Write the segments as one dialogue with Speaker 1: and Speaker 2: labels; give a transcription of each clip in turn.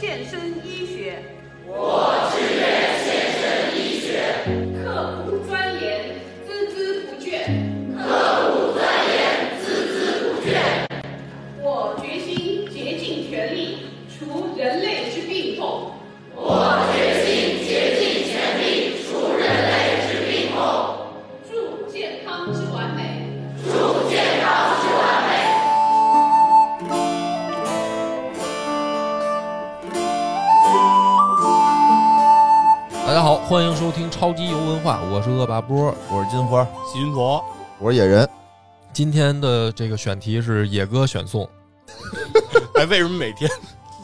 Speaker 1: 献身医学，
Speaker 2: 我志愿献身医学，
Speaker 3: 刻苦钻研，孜孜不倦，
Speaker 2: 刻苦钻研，孜孜不倦。
Speaker 3: 我决心竭尽全力除人类之病痛，
Speaker 2: 我决心竭尽全力除人类之病痛。
Speaker 3: 祝健康之完美，
Speaker 2: 祝健康之完美。
Speaker 4: 大家好，欢迎收听超级游文化，我是恶霸波，
Speaker 5: 我是金花，
Speaker 6: 细菌佛，
Speaker 5: 我是野人。
Speaker 4: 今天的这个选题是野哥选送。
Speaker 6: 哎，为什么每天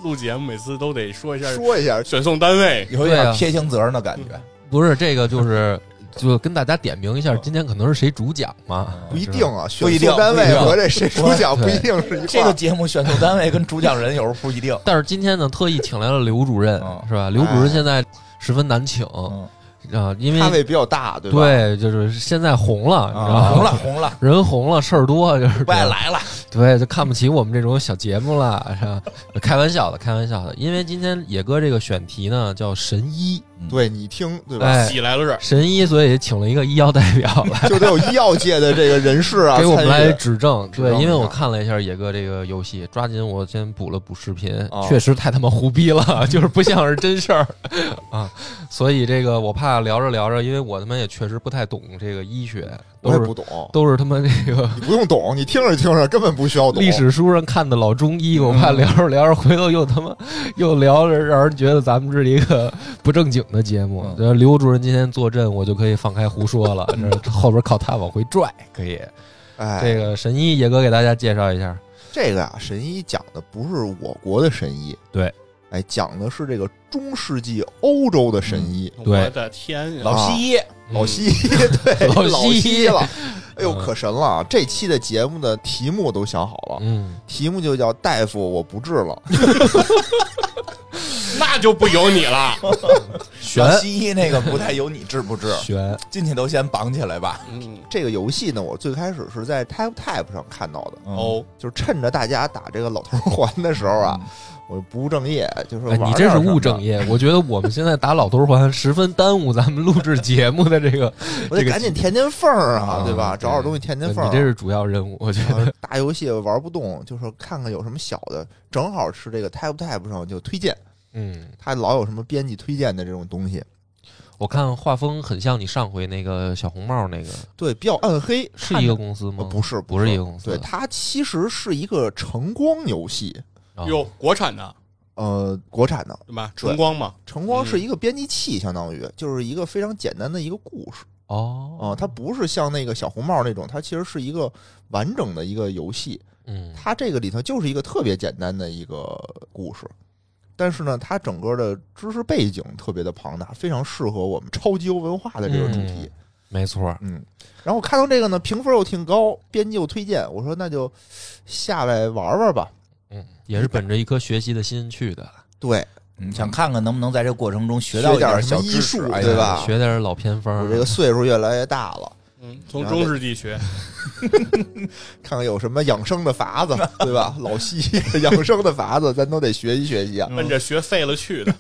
Speaker 6: 录节目每次都得说一下
Speaker 5: 说一下，
Speaker 6: 选送单位？
Speaker 5: 有点撇清责任的感觉。
Speaker 7: 嗯
Speaker 4: 不是这个，就是 就跟大家点明一下，今天可能是谁主讲嘛？
Speaker 5: 不一定啊，
Speaker 7: 不一定
Speaker 5: 选送单位和这谁主讲
Speaker 4: 不
Speaker 5: 不
Speaker 4: 一
Speaker 5: 一
Speaker 4: 定
Speaker 5: 定是一块儿
Speaker 7: 这个节目选送单位跟主讲人有时候不一定。
Speaker 4: 但是今天呢，特意请来了刘主任
Speaker 7: 嗯，
Speaker 4: 是吧？刘主任现在十分难请
Speaker 7: 嗯
Speaker 4: 啊，因
Speaker 5: 咖
Speaker 4: 为
Speaker 5: 位比较大，对吧？
Speaker 4: 对，就是现在红了，你知道
Speaker 7: 啊
Speaker 4: 吗？
Speaker 7: 红了，红了，
Speaker 4: 人红了，事儿多，就是
Speaker 7: 不爱来了。
Speaker 4: 对，就看不起我们这种小节目了，是吧？ 开玩笑的，开玩笑的。因为今天野哥这个选题呢叫神医，
Speaker 5: 对你听，对吧？
Speaker 4: 哎，
Speaker 6: 喜来乐，
Speaker 4: 神医，所以请了一个医药代表来
Speaker 5: 就得有医药界的这个人士 啊，
Speaker 4: 给我们
Speaker 5: 参与
Speaker 4: 来指正。
Speaker 5: 指
Speaker 4: 对，
Speaker 5: 正啊一下
Speaker 4: 因为我看了一下野哥这个游戏，抓紧我先补了补视频，
Speaker 5: 哦
Speaker 4: 确实太他妈胡逼了， 就是不像是真事儿 啊。所以这个我怕聊着聊着，因为我他妈也确实不太懂这个医学，都
Speaker 5: 我也
Speaker 4: 是
Speaker 5: 不懂，
Speaker 4: 都是他妈这个
Speaker 5: 你不用懂，你听着听着根本不需要懂 嗯
Speaker 4: 历。史书上看的老中医，我怕聊着聊着，回头又 他妈又聊着，让人觉得咱们是一个不正经的节
Speaker 5: 嗯
Speaker 4: 目。呃刘主任今天坐镇，我就可以放开胡说了，这后边靠他往回拽可以。
Speaker 5: 哎，
Speaker 4: 这个神医野哥给大家介绍一下，
Speaker 5: 这个啊，神医讲的不是我国的神医，
Speaker 4: 对，
Speaker 5: 哎，讲的是这个中世纪欧洲的神医，啊
Speaker 4: 对
Speaker 6: 我的天呀！
Speaker 7: 老西医，
Speaker 5: 老 西医，对，
Speaker 4: 嗯老
Speaker 5: 老
Speaker 4: 西医
Speaker 5: 西医了。哎呦，
Speaker 4: 嗯
Speaker 5: 可神了啊！这期的节目的题目都想好了，
Speaker 4: 嗯，
Speaker 5: 题目就叫“大夫我不治了
Speaker 6: 那就不由你了。
Speaker 4: 悬
Speaker 7: 老西医那个不太有你治 不治，
Speaker 4: 悬，
Speaker 7: 进去都先绑起来吧。
Speaker 6: 嗯”，
Speaker 5: 这个游戏呢，我最开始是在 Tap Tap 上看到的，
Speaker 7: 嗯，
Speaker 6: 哦，
Speaker 5: 就是趁着大家打这个老头环的时候啊，我就不务正业，就是
Speaker 4: 嗯哎，
Speaker 5: 玩
Speaker 4: 你这是务正
Speaker 5: 业，
Speaker 4: 业。我觉得我们现在打老头环，十分耽误咱们录制节目的这 个，
Speaker 5: 我得
Speaker 4: 这个
Speaker 5: 赶紧填填缝儿
Speaker 4: 啊
Speaker 5: 啊，对吧？
Speaker 4: 对
Speaker 5: 找点东西填填
Speaker 4: 呃你
Speaker 5: 缝儿啊。
Speaker 4: 这是主要任务。我觉得
Speaker 5: 然后大游戏玩不动，就是看看有什么小的，正好是这个 Tap Tap 上就推荐，
Speaker 4: 嗯。
Speaker 5: 它老有什么编辑推荐的这种东西，
Speaker 4: 我看画风很像你上回那个小红帽那个，
Speaker 5: 对，比较暗黑，
Speaker 4: 是
Speaker 5: 看
Speaker 4: 一
Speaker 5: 着
Speaker 4: 个公司吗？
Speaker 5: 呃不是，
Speaker 4: 不是一个公司
Speaker 5: 对，它其实是一个晨光游戏，
Speaker 4: 啊
Speaker 6: 哟，国产的
Speaker 5: 呃，国产的
Speaker 6: 对吧？晨光嘛，
Speaker 5: 晨光
Speaker 4: 嗯
Speaker 5: 是一个编辑器，相当于就是一个非常简单的一个故事啊、
Speaker 4: 哦，
Speaker 5: 它不是像那个小红帽那种，它其实是一个完整的一个游戏，
Speaker 4: 嗯，
Speaker 5: 它这个里头就是一个特别简单的一个故事。但是呢，它整个的知识背景特别的庞大，非常适合我们超级游文化的这个主题。
Speaker 4: 没错，
Speaker 5: 嗯，然后我看到这个呢，评分又挺高，编辑又推荐，我说那就下来玩玩吧。
Speaker 4: 嗯，也是本着一颗学习的心去的，
Speaker 5: 对，
Speaker 7: 嗯想看看能不能在这过程中
Speaker 5: 学
Speaker 7: 学到一
Speaker 5: 点
Speaker 7: 小
Speaker 5: 医
Speaker 7: 知识
Speaker 5: 术，
Speaker 7: 哎呀
Speaker 5: 对吧？
Speaker 4: 学点老偏方，
Speaker 5: 我这个岁数越来越大了，
Speaker 6: 嗯，从中世纪学，
Speaker 5: 看看有什么养生的法子，对吧？老西 医的养生的法子，咱都得学习学习啊。
Speaker 6: 奔着学废了去的。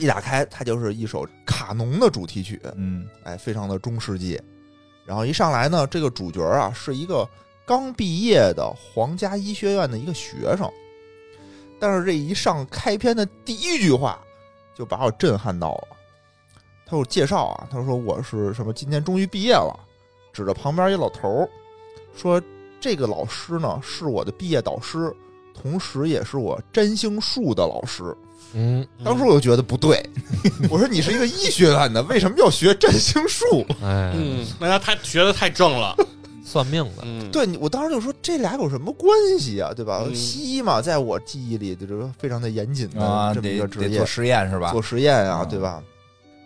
Speaker 5: 一打开，它就是一首卡农的主题曲，
Speaker 7: 嗯，
Speaker 5: 哎，非常的中世纪。然后一上来呢，这个主角啊是一个刚毕业的皇家医学院的一个学生，但是这一上开篇的第一句话就把我震撼到了。他有介绍啊，他说我是什么，今年终于毕业了，指着旁边一老头儿说，这个老师呢是我的毕业导师，同时也是我占星术的老师。
Speaker 4: 嗯，
Speaker 5: 当时我就觉得不对，我说你是一个医学院的，为什么要学占星术？
Speaker 4: 哎，
Speaker 6: 嗯，那他太学的太正了。
Speaker 4: 算命的，
Speaker 6: 嗯，
Speaker 5: 对，我当时就说这俩有什么关系啊？对吧？
Speaker 6: 嗯
Speaker 5: 西医嘛，在我记忆里就是非常的严谨的、
Speaker 7: 啊，
Speaker 5: 嗯这么一个
Speaker 7: 得得
Speaker 5: 职业，
Speaker 7: 做实验是吧
Speaker 5: 做？实验啊，
Speaker 7: 嗯
Speaker 5: 对吧？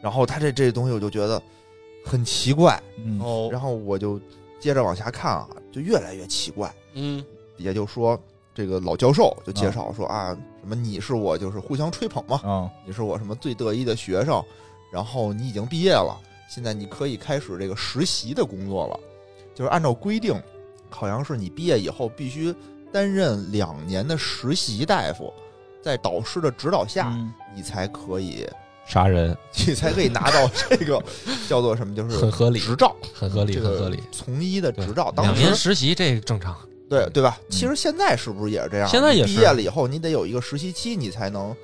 Speaker 5: 然后他这这东西我就觉得很奇怪，
Speaker 7: 嗯，
Speaker 6: 哦，
Speaker 5: 然后我就接着往下看啊，就越来越奇怪。
Speaker 6: 嗯，
Speaker 5: 也就说，这个老教授就介绍说啊，什么你是我就是互相吹捧嘛，
Speaker 7: 嗯，
Speaker 5: 你是我什么最得意的学生，然后你已经毕业了，现在你可以开始这个实习的工作了。就是按照规定，好像是你毕业以后必须担任两年的实习大夫，在导师的指导下，
Speaker 7: 嗯
Speaker 5: 你才可以，
Speaker 4: 杀人
Speaker 5: 你才可以拿到这个 叫做什么，就是
Speaker 4: 很合理
Speaker 5: 执照，
Speaker 4: 很合理，
Speaker 5: 这
Speaker 4: 很
Speaker 5: 个
Speaker 4: 合理。
Speaker 5: 从医的
Speaker 4: 对
Speaker 5: 执照。
Speaker 4: 两
Speaker 5: 当
Speaker 4: 年
Speaker 5: 时
Speaker 4: 实习这正常，
Speaker 5: 对对吧？
Speaker 7: 嗯
Speaker 5: 其实现在是不是也是这样？
Speaker 4: 现在也是
Speaker 5: 毕业了以后，你得有一个实习期，你才能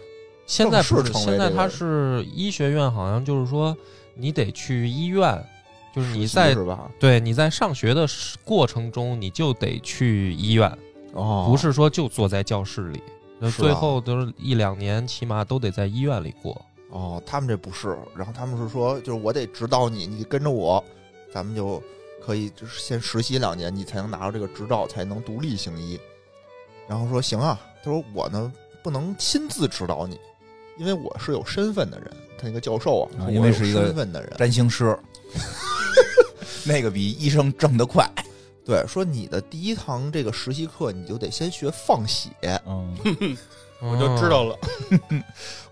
Speaker 4: 现在不
Speaker 5: 正
Speaker 4: 是，
Speaker 5: 式成为
Speaker 4: 现在
Speaker 5: 这个
Speaker 4: 他是医学院，好像就是说你得去医院，就是你
Speaker 5: 实习
Speaker 4: 在
Speaker 5: 是吧？
Speaker 4: 对你在上学的时过程中，你就得去医院，
Speaker 5: 哦
Speaker 4: 不是说就坐在教室里。那
Speaker 5: 是
Speaker 4: 最
Speaker 5: 啊
Speaker 4: 后都是一两年，起码都得在医院里过。
Speaker 5: 哦，他们这不是，然后他们是说，就是我得指导你，你跟着我，咱们就可以就是先实习两年，你才能拿到这个执照，才能独立行医。然后说行啊，他说我呢不能亲自指导你，因为我是有身份的人。他那个教授
Speaker 7: 啊
Speaker 5: 啊，说
Speaker 7: 因
Speaker 5: 我
Speaker 7: 为
Speaker 5: 有
Speaker 7: 是一个
Speaker 5: 身份的人，
Speaker 7: 占星师，那个比医生挣得快。
Speaker 5: 对，说你的第一堂这个实习课，你就得先学放血。
Speaker 7: 嗯，
Speaker 6: 我就知道了，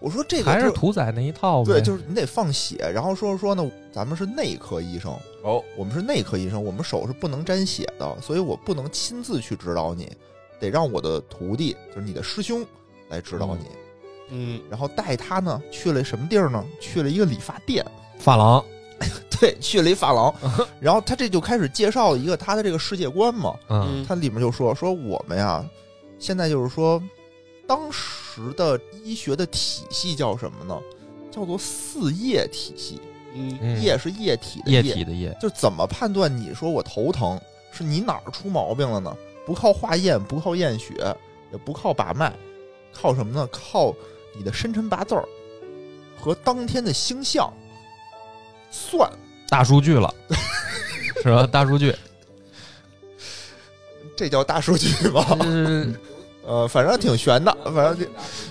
Speaker 5: 我说这
Speaker 4: 嗯，
Speaker 5: 个
Speaker 4: 还是
Speaker 5: 就
Speaker 4: 屠宰那一套呗。
Speaker 5: 对，就是你得放血。然后说说呢，咱们是内科医生，
Speaker 7: 哦，
Speaker 5: 我们是内科医生，我们手是不能沾血的，所以我不能亲自去指导你，得让我的徒弟，就是你的师兄来指导你。
Speaker 6: 嗯，
Speaker 5: 然后带他呢去了什么地儿呢？去了一个理发店，
Speaker 4: 发廊，
Speaker 5: 对，去了一发廊。然后他这就开始介绍一个他的这个世界观嘛，
Speaker 4: 嗯，
Speaker 5: 他里面就说说我们呀，现在就是说，当时的医学的体系叫什么呢？叫做四液体系，
Speaker 6: 嗯
Speaker 4: 嗯
Speaker 5: 液是液体的
Speaker 4: 液体的液，
Speaker 5: 就怎么判断你说我头疼是你哪儿出毛病了呢？不靠化验，不靠验血，也不靠把脉，靠什么呢？靠你的生辰八字儿和当天的星象算。
Speaker 4: 大数据 了，是吧？大数据，
Speaker 5: 这叫大数据吗？
Speaker 4: 嗯，
Speaker 5: 呃，反正挺悬的，反正挺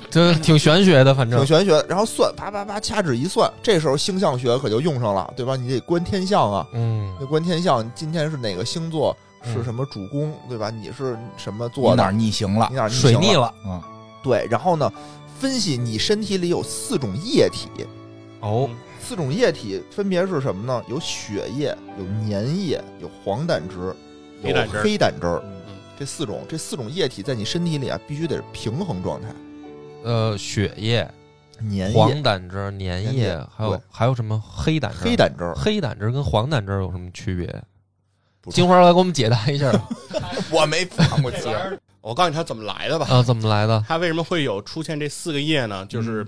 Speaker 4: 这 挺玄学的，反正
Speaker 5: 挺玄学的。然后算，啪啪啪，掐指一算，这时候星象学可就用上了，对吧？你得观天象啊，
Speaker 4: 嗯
Speaker 5: 那观天象，今天是哪个星座，是
Speaker 4: 嗯
Speaker 5: 什么主攻，对吧？你是什么
Speaker 7: 你
Speaker 5: 座的
Speaker 7: 哪儿？啊逆行了
Speaker 5: 你？哪儿
Speaker 4: 水
Speaker 5: 行
Speaker 4: 逆了
Speaker 7: 嗯，
Speaker 5: 对，然后呢，分析你身体里有四种液体，
Speaker 4: 哦，
Speaker 5: 四种液体分别是什么呢？有血液，有粘液，有黄疸值，有
Speaker 6: 黑胆汁儿
Speaker 5: 黑胆汁儿。
Speaker 6: 嗯
Speaker 5: 这四种这四种液体在你身体里啊，必须得是平衡状态。
Speaker 4: 呃，血液、
Speaker 5: 粘
Speaker 4: 黄疸
Speaker 5: 嗯液、
Speaker 4: 汁、粘
Speaker 5: 粘
Speaker 4: 液
Speaker 5: 液，
Speaker 4: 还有
Speaker 5: 对
Speaker 4: 还有什么黑胆汁？
Speaker 5: 黑胆汁
Speaker 7: 啊
Speaker 5: 儿，
Speaker 4: 黑胆汁跟黄疸汁有什么区别？
Speaker 5: 不知
Speaker 4: 金花来给我们解答一下
Speaker 7: 我没放过
Speaker 6: 这
Speaker 7: 气
Speaker 6: 玩意。儿，我告诉你它怎么来的吧。
Speaker 4: 啊，怎么来的？
Speaker 6: 它为什么会有出现这四个液呢？就是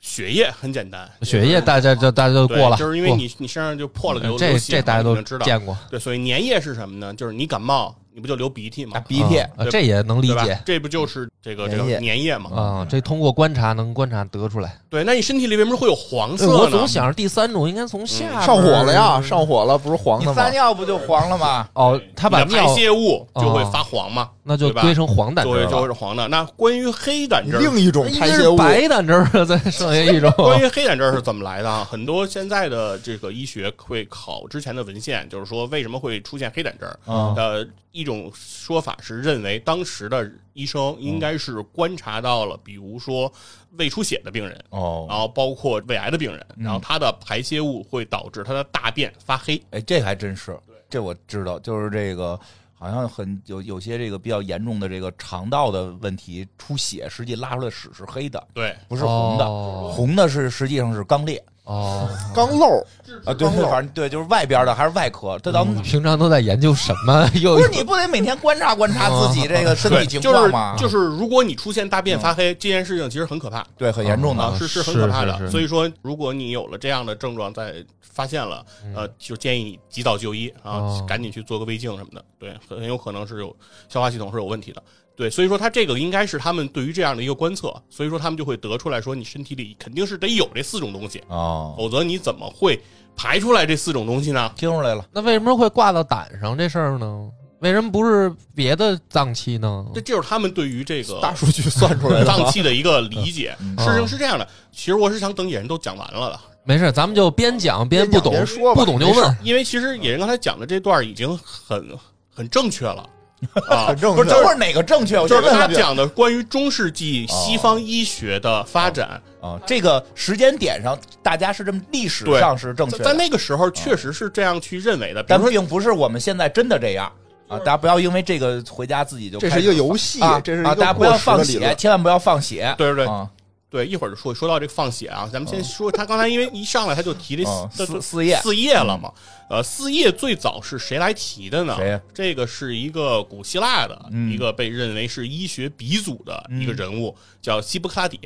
Speaker 6: 血液很简单，
Speaker 4: 血液大家就大家就
Speaker 6: 对
Speaker 4: 过了，
Speaker 6: 就是因为
Speaker 4: 过
Speaker 6: 你你身上就破了流
Speaker 4: 这
Speaker 6: 流血
Speaker 4: 这
Speaker 6: 嘛，
Speaker 4: 大家
Speaker 6: 你
Speaker 4: 都
Speaker 6: 就知道。
Speaker 4: 见过，
Speaker 6: 对，所以粘液是什么呢？就是你感冒，你不就流鼻涕吗？
Speaker 7: 鼻涕
Speaker 4: 啊啊
Speaker 6: 对
Speaker 4: 这也能理
Speaker 6: 对吧
Speaker 4: 解？
Speaker 6: 这不就是这个这
Speaker 5: 粘
Speaker 6: 个
Speaker 5: 液
Speaker 6: 粘液吗？
Speaker 4: 啊，这通过观察能观察得出来。
Speaker 6: 对，那你身体里为什么会有黄色
Speaker 4: 哎我
Speaker 6: 呢？
Speaker 4: 总想着第三种应该从下边儿
Speaker 5: 上火了呀，上火了，不是黄
Speaker 7: 嗯你
Speaker 5: 的吗
Speaker 7: 撒？尿不就黄了吗？
Speaker 4: 哦，他把
Speaker 6: 你的排
Speaker 4: 尿
Speaker 6: 泄物就会发黄嘛，
Speaker 4: 那就
Speaker 6: 对吧
Speaker 4: 归成黄疸
Speaker 6: 就会
Speaker 4: 汁
Speaker 6: 就
Speaker 4: 了
Speaker 6: 会。是黄的。那关于黑胆
Speaker 5: 你
Speaker 6: 汁儿，
Speaker 5: 另一种
Speaker 4: 应
Speaker 5: 排
Speaker 4: 该
Speaker 5: 泄
Speaker 4: 是
Speaker 5: 物，
Speaker 4: 白胆汁儿了，再剩下一种
Speaker 6: 关于黑胆汁儿是怎么来的啊？很多现在的这个医学会考之前的文献，就是说为什么会出现黑胆汁儿。
Speaker 7: 嗯，
Speaker 6: 呃，一种说法是认为当时的医生应该是观察到了，比如说胃出血的病人，然
Speaker 7: 哦，
Speaker 6: 后包括胃癌的病人，
Speaker 7: 嗯
Speaker 6: 然后他的排泄物会导致他的大便发黑。
Speaker 7: 哎，这还真是，这我知道，就是这个。好像很有有些这个比较严重的这个肠道的问题出血，实际拉出来屎是黑的，
Speaker 6: 对，
Speaker 7: 不是红的，
Speaker 4: 哦
Speaker 7: 红的是实际上是肛裂
Speaker 4: 哦，
Speaker 5: 刚漏，
Speaker 7: 啊，对，
Speaker 5: 肛瘘
Speaker 7: 反正对，就是外边的还是外壳，这咱们
Speaker 4: 你嗯平常都在研究什么？ 又
Speaker 7: 不是你不得每天观察观察自己这个身
Speaker 6: 对，
Speaker 7: 体情况吗？
Speaker 6: 就是就是，如果你出现大
Speaker 7: 嗯
Speaker 6: 便发黑、这件事情，其实很可怕。
Speaker 7: 对，很严重的
Speaker 4: 啊
Speaker 6: 啊，是很可怕的。
Speaker 4: 是是是
Speaker 6: 所以说，如果你有了这样的症状，在发现了，呃，就建议你及早就医啊，
Speaker 4: 哦
Speaker 6: 赶紧去做个胃镜什么的。对，很很有可能是有消化系统是有问题的。对，所以说他这个应该是他们对于这样的一个观测，所以说他们就会得出来说，你身体里肯定是得有这四种东西，
Speaker 7: 哦，
Speaker 6: 否则你怎么会排出来这四种东西呢？
Speaker 7: 听出来了，
Speaker 4: 那为什么会挂到胆上这事儿呢？为什么不是别的脏器呢？
Speaker 6: 这就是他们对于这个
Speaker 5: 大数据算出来的
Speaker 6: 脏
Speaker 5: 吗。
Speaker 6: 器的一个理解。
Speaker 7: 嗯
Speaker 6: 事情是这样的，其实我是想等野人都讲完了的，
Speaker 4: 没事，咱们就边讲
Speaker 5: 边
Speaker 4: 不
Speaker 5: 讲
Speaker 4: 懂
Speaker 5: 边，说吧
Speaker 4: 不懂就
Speaker 5: 没事
Speaker 4: 问。
Speaker 6: 因为其实野人刚才讲的这段已经很很正确 了啊，
Speaker 5: 很正
Speaker 7: 不
Speaker 5: 确，
Speaker 7: 是等会儿哪个正确？我哦
Speaker 6: 就
Speaker 7: 先
Speaker 6: 是
Speaker 7: 问
Speaker 6: 他
Speaker 7: 问
Speaker 6: 讲的关于中世纪西方医学的发展，
Speaker 7: 啊，这个时间点上，大家是这么历史上是正确
Speaker 6: 在在
Speaker 7: 的，
Speaker 6: 那个时候确实是这样去认为的。比
Speaker 7: 但
Speaker 6: 如说，
Speaker 7: 并不是我们现在真的这样。啊，大家不要因为这个回家自己就
Speaker 5: 这
Speaker 7: 开
Speaker 5: 是
Speaker 7: 始
Speaker 5: 一个游戏
Speaker 7: 啊，
Speaker 5: 这是一
Speaker 7: 啊，
Speaker 5: 个
Speaker 7: 大家不
Speaker 5: 过
Speaker 7: 要
Speaker 5: 时的
Speaker 7: 放
Speaker 5: 理
Speaker 7: 血，
Speaker 5: 论。
Speaker 7: 千万不要放血。
Speaker 6: 对对对
Speaker 7: 啊，
Speaker 6: 对，一会儿说说到这个放血啊，咱们先说他刚才，因为一上来他就提这
Speaker 7: 嗯
Speaker 6: 四
Speaker 7: 四四叶
Speaker 6: 四叶了嘛。呃，四叶最早是谁来提的呢？
Speaker 7: 谁呀
Speaker 6: 这个是一个古希腊的、
Speaker 7: 嗯
Speaker 6: 一个被认为是医学鼻祖的一个人物，叫希波克拉底。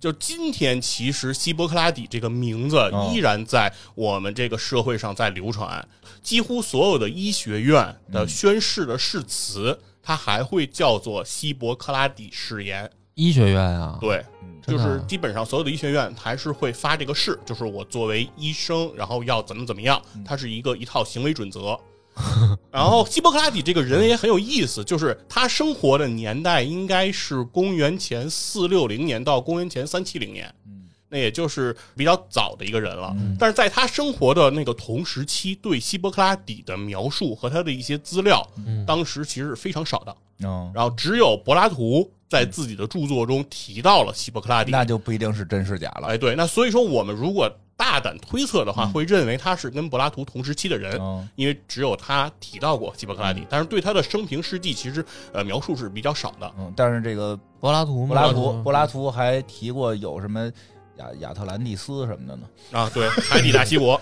Speaker 6: 就今天，其实希波克拉底这个名字
Speaker 7: 哦
Speaker 6: 依然在我们这个社会上在流传，几乎所有的医学院的
Speaker 7: 嗯
Speaker 6: 宣誓的誓词，它还会叫做希波克拉底誓言。
Speaker 4: 医学院啊，
Speaker 6: 对，
Speaker 4: 真
Speaker 6: 就
Speaker 4: 的啊
Speaker 6: 是基本上所有的医学院还是会发这个誓，就是我作为医生，然后要怎么怎么样，它是一个一套行为准则。 然后希波克拉底这个人也很有意思，就是他生活的年代应该是公元前四六零年到公元前三七零年，那也就是比较早的一个人了。但是在他生活的那个同时期，对希波克拉底的描述和他的一些资料，当时其实是非常少的。
Speaker 7: 嗯，
Speaker 6: 然后只有柏拉图在自己的著作中提到了希波克拉底。
Speaker 7: 那就不一定是真是假了。
Speaker 6: 哎，对，那所以说我们如果大胆推测的话，会认为他是跟柏拉图同时期的人，
Speaker 7: 嗯
Speaker 6: 因为只有他提到过希波克拉底，但是对他的生平事迹其实呃描述是比较少的。
Speaker 7: 嗯，但是这个
Speaker 4: 柏拉图吗，
Speaker 7: 柏拉图，柏拉图还提过有什么亚亚特兰蒂斯什么的呢？
Speaker 6: 啊，对， 海底大西国，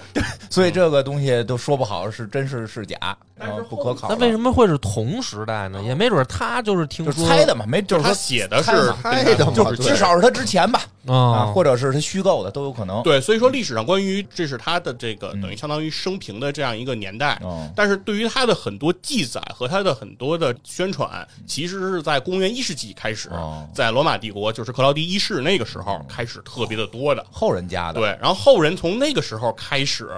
Speaker 7: 所以这个东西都说不好是真是是假，
Speaker 3: 但是
Speaker 7: 嗯不
Speaker 3: 后
Speaker 7: 可考
Speaker 4: 那
Speaker 7: 了。
Speaker 4: 为什么会是同时代呢？也没准他就是听
Speaker 7: 就
Speaker 4: 说
Speaker 7: 是猜的嘛，没 就是
Speaker 6: 他
Speaker 7: 说
Speaker 6: 写的是
Speaker 7: 猜嘛
Speaker 5: 猜的嘛
Speaker 7: 就是
Speaker 5: 对
Speaker 7: 至少是他之前吧，啊，
Speaker 3: 哦
Speaker 4: 啊，
Speaker 7: 或者是他虚构的都有可能。
Speaker 6: 对，所以说历史上关于这是他的这个等于相当于生平的这样一个年代，
Speaker 7: 嗯
Speaker 6: 但是对于他的很多记载和他的很多的宣传，其实是在公元一世纪开始
Speaker 7: 哦，
Speaker 6: 在罗马帝国就是克劳迪一世那个时候开始特别的多的。
Speaker 7: 后人家的，
Speaker 6: 对，然后后人从那个时候开始，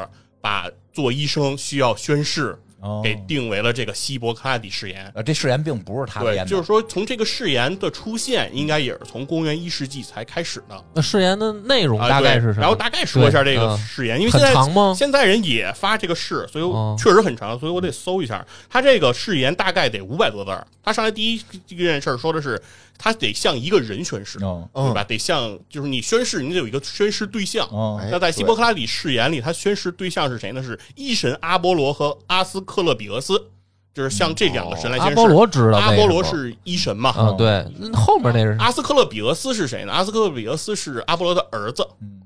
Speaker 6: 把做医生需要宣誓
Speaker 7: 哦
Speaker 6: 给定为了这个希伯克拉底誓言。
Speaker 7: 呃，这誓言并不是他
Speaker 6: 对
Speaker 7: 编，的，
Speaker 6: 就是说从这个誓言的出现，应该也是从公元一世纪才开始的。
Speaker 4: 那誓言的内容
Speaker 6: 啊，
Speaker 4: 大概
Speaker 6: 对
Speaker 4: 是什么？
Speaker 6: 然后大概说一下这
Speaker 4: 对
Speaker 6: 个
Speaker 4: 嗯
Speaker 6: 誓言，因为现
Speaker 4: 很
Speaker 6: 在
Speaker 4: 长吗
Speaker 6: 现在人也发这个誓，所以我
Speaker 4: 哦
Speaker 6: 确实很长，所以我得搜一下。他这个誓言大概得五百多字儿。他上来第一第一件事儿说的是，他得向一个人宣誓，
Speaker 7: 哦
Speaker 6: 对吧？得向就是你宣誓，你得有一个宣誓对象。
Speaker 7: 哦
Speaker 5: 哎
Speaker 6: 那在希波克拉底誓言里，他宣誓对象是谁呢？是一神阿波罗和阿斯克勒比俄斯，就是向这两个神来
Speaker 4: 嗯哦
Speaker 6: 宣
Speaker 4: 阿
Speaker 6: 誓。
Speaker 4: 波罗知道那个时候，
Speaker 6: 阿波罗是一神嘛？
Speaker 4: 啊，对，那后面那是
Speaker 6: 阿斯克勒比俄斯是谁呢？阿斯克勒比俄斯是阿波罗的儿子，
Speaker 5: 嗯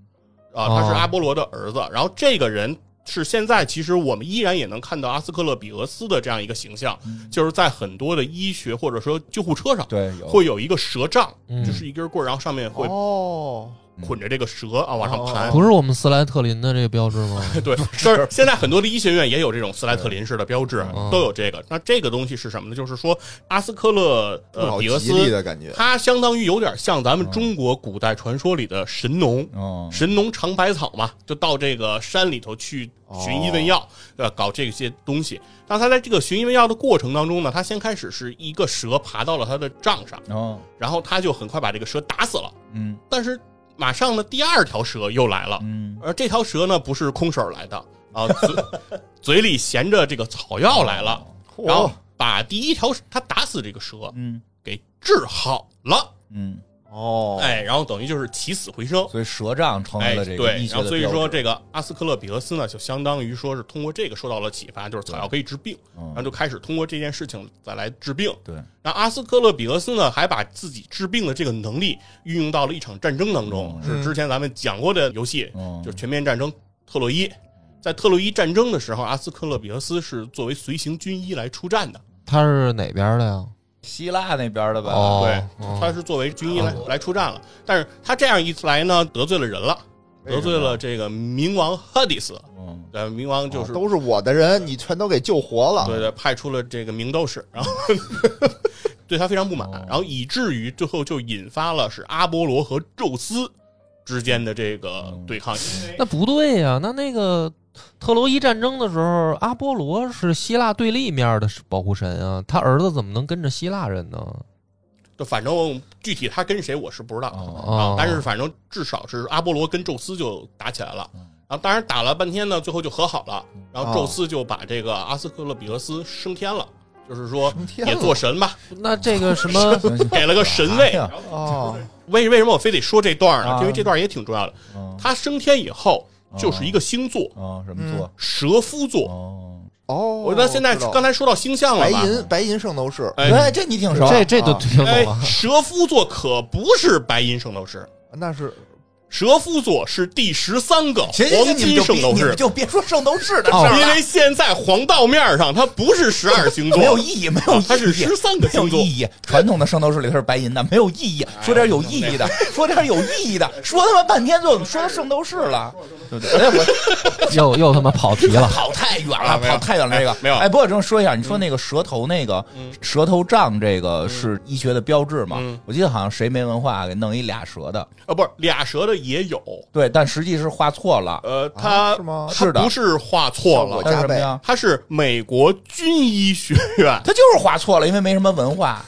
Speaker 6: 啊，他是
Speaker 4: 哦
Speaker 6: 阿波罗的儿子。然后这个人是现在其实我们依然也能看到阿斯克勒比俄斯的这样一个形象，
Speaker 5: 嗯
Speaker 6: 就是在很多的医学或者说救护车上，
Speaker 7: 对有
Speaker 6: 会有一个蛇杖，
Speaker 4: 哦嗯
Speaker 6: 就是一根棍儿，然后上面会
Speaker 5: 哦，
Speaker 6: 捆着这个蛇啊往上盘。
Speaker 4: 不是我们斯莱特林的这个标志吗？
Speaker 6: 对，就是现在很多的医学院也有这种斯莱特林式的标志，
Speaker 4: 哦
Speaker 6: 都有这个。那这个东西是什么呢？就是说阿斯克勒
Speaker 5: 不
Speaker 6: 呃
Speaker 5: 老
Speaker 6: 比俄
Speaker 5: 吉利的
Speaker 6: 斯，
Speaker 5: 感觉。
Speaker 6: 它相当于有点像咱们中国古代传说里的神农。
Speaker 7: 哦
Speaker 6: 神农尝百草嘛，就到这个山里头去寻医问药，呃，搞这些东西。那他在这个寻医问药的过程当中呢，他先开始是一个蛇爬到了他的杖上，
Speaker 7: 哦
Speaker 6: 然后他就很快把这个蛇打死了。
Speaker 7: 嗯
Speaker 6: 但是马上呢，第二条蛇又来了，
Speaker 7: 嗯
Speaker 6: 而这条蛇呢不是空手而来的啊，嘴嘴里衔着这个草药来了，然后把第一条他打死这个蛇
Speaker 7: 嗯
Speaker 6: 给治好了，
Speaker 7: 嗯，
Speaker 5: 哦，
Speaker 6: 哎，然后等于就是起死回生。
Speaker 7: 所以蛇杖成为
Speaker 6: 哎，
Speaker 7: 了这个
Speaker 6: 对
Speaker 7: 医，学
Speaker 6: 然
Speaker 7: 的
Speaker 6: 后所以
Speaker 7: 标
Speaker 6: 说
Speaker 7: 志
Speaker 6: 这个阿斯克勒比俄斯呢，就相当于说是通过这个受到了启发，就是草药可以治病，
Speaker 7: 嗯
Speaker 6: 然后就开始通过这件事情再来治病。
Speaker 7: 对
Speaker 6: 那阿斯克勒比俄斯呢，还把自己治病的这个能力运用到了一场战争当中，是之前咱们讲过的游戏，
Speaker 7: 嗯
Speaker 6: 就是全面战争特洛伊。在特洛伊战争的时候，阿斯克勒比俄斯是作为随行军医来出战的，
Speaker 4: 他是哪边的呀？
Speaker 7: 希腊那边的吧？
Speaker 4: 哦
Speaker 6: 对，
Speaker 4: 哦
Speaker 6: 他是作为军医来来出战了。但是他这样一来呢，得罪了人了，得罪了这个冥王赫迪斯。
Speaker 7: 嗯
Speaker 6: 呃，冥王就是
Speaker 5: 啊都是啊我的人，你全都给救活了。
Speaker 6: 对对，派出了这个明斗士，然后 对他非常不满，然后以至于最后就引发了是阿波罗和宙斯之间的这个对抗。
Speaker 4: 那不对呀、那那个特洛伊战争的时候，阿波罗是希腊对立面的保护神啊，他儿子怎么能跟着希腊人呢？
Speaker 6: 就反正具体他跟谁我是不知道的啊
Speaker 4: 哦，
Speaker 6: 但是反正至少是阿波罗跟宙斯就打起来了。然后当然打了半天呢，最后就和好了。然后宙斯就把这个阿斯克勒比俄斯升天了，就是说
Speaker 5: 升天了
Speaker 6: 也做神吧，
Speaker 4: 那这个 什么
Speaker 7: 行行
Speaker 6: 给了个神位
Speaker 7: 哎。呀
Speaker 5: 哦，
Speaker 6: 为为什么我非得说这段呢
Speaker 7: 啊？
Speaker 6: 因为这段也挺重要的
Speaker 7: 嗯。
Speaker 6: 他升天以后就是一个星座
Speaker 7: 哦，什么座？
Speaker 6: 蛇夫座，
Speaker 7: 哦，
Speaker 5: 哦，
Speaker 6: 我那现在
Speaker 5: 知道
Speaker 6: 刚才说到星象了
Speaker 5: 白
Speaker 6: 吧？
Speaker 5: 银白银圣斗士，
Speaker 6: 哎
Speaker 7: 哎，这你挺熟，
Speaker 4: 这这都
Speaker 5: 啊
Speaker 4: 听
Speaker 6: 哎
Speaker 4: 懂了，，
Speaker 6: 蛇夫座可不是白银圣斗士，
Speaker 5: 那是
Speaker 6: 蛇夫座是第十三个
Speaker 7: 行行行，
Speaker 6: 黄
Speaker 7: 你们
Speaker 6: 金
Speaker 7: 就
Speaker 6: 圣
Speaker 7: 别
Speaker 6: 斗
Speaker 7: 你
Speaker 6: 士
Speaker 7: 们，就别说圣斗士的事
Speaker 4: 哦
Speaker 7: 儿
Speaker 6: 啊因
Speaker 7: 了，
Speaker 6: 为现在黄道面上它不是十二星座，
Speaker 7: 没有意义，没有意
Speaker 6: 啊
Speaker 7: 义，
Speaker 6: 它是十三个
Speaker 7: 没有
Speaker 6: 星座哎
Speaker 7: 意。义。传统的圣斗士里头是白银的，没有意义。说点有意义的，说点有意义的，说他妈半天最后怎么说到圣斗 士了？对不对？哎我
Speaker 4: 又又他妈跑题了。
Speaker 7: 跑太远
Speaker 6: 啊
Speaker 7: 了，
Speaker 6: 没有
Speaker 7: 跑太远了。这个
Speaker 6: 哎没有嗯
Speaker 7: 哎，不过这么说一下，你说那个蛇头那个蛇头杖，这个是医学的标志嘛
Speaker 6: 嗯？
Speaker 7: 我记得好像谁没文化给弄一俩蛇的，
Speaker 6: 啊，不是俩蛇的也有，
Speaker 7: 对，但实际是画错了，
Speaker 6: 呃，它、
Speaker 5: 啊是吗
Speaker 6: 它
Speaker 7: 是的
Speaker 6: 不是画错
Speaker 5: 效果
Speaker 6: 了，
Speaker 7: 它是什么
Speaker 5: 加
Speaker 7: 呀？
Speaker 6: 它是美国军医学院。
Speaker 7: 他就是画错了，因为没什么文化。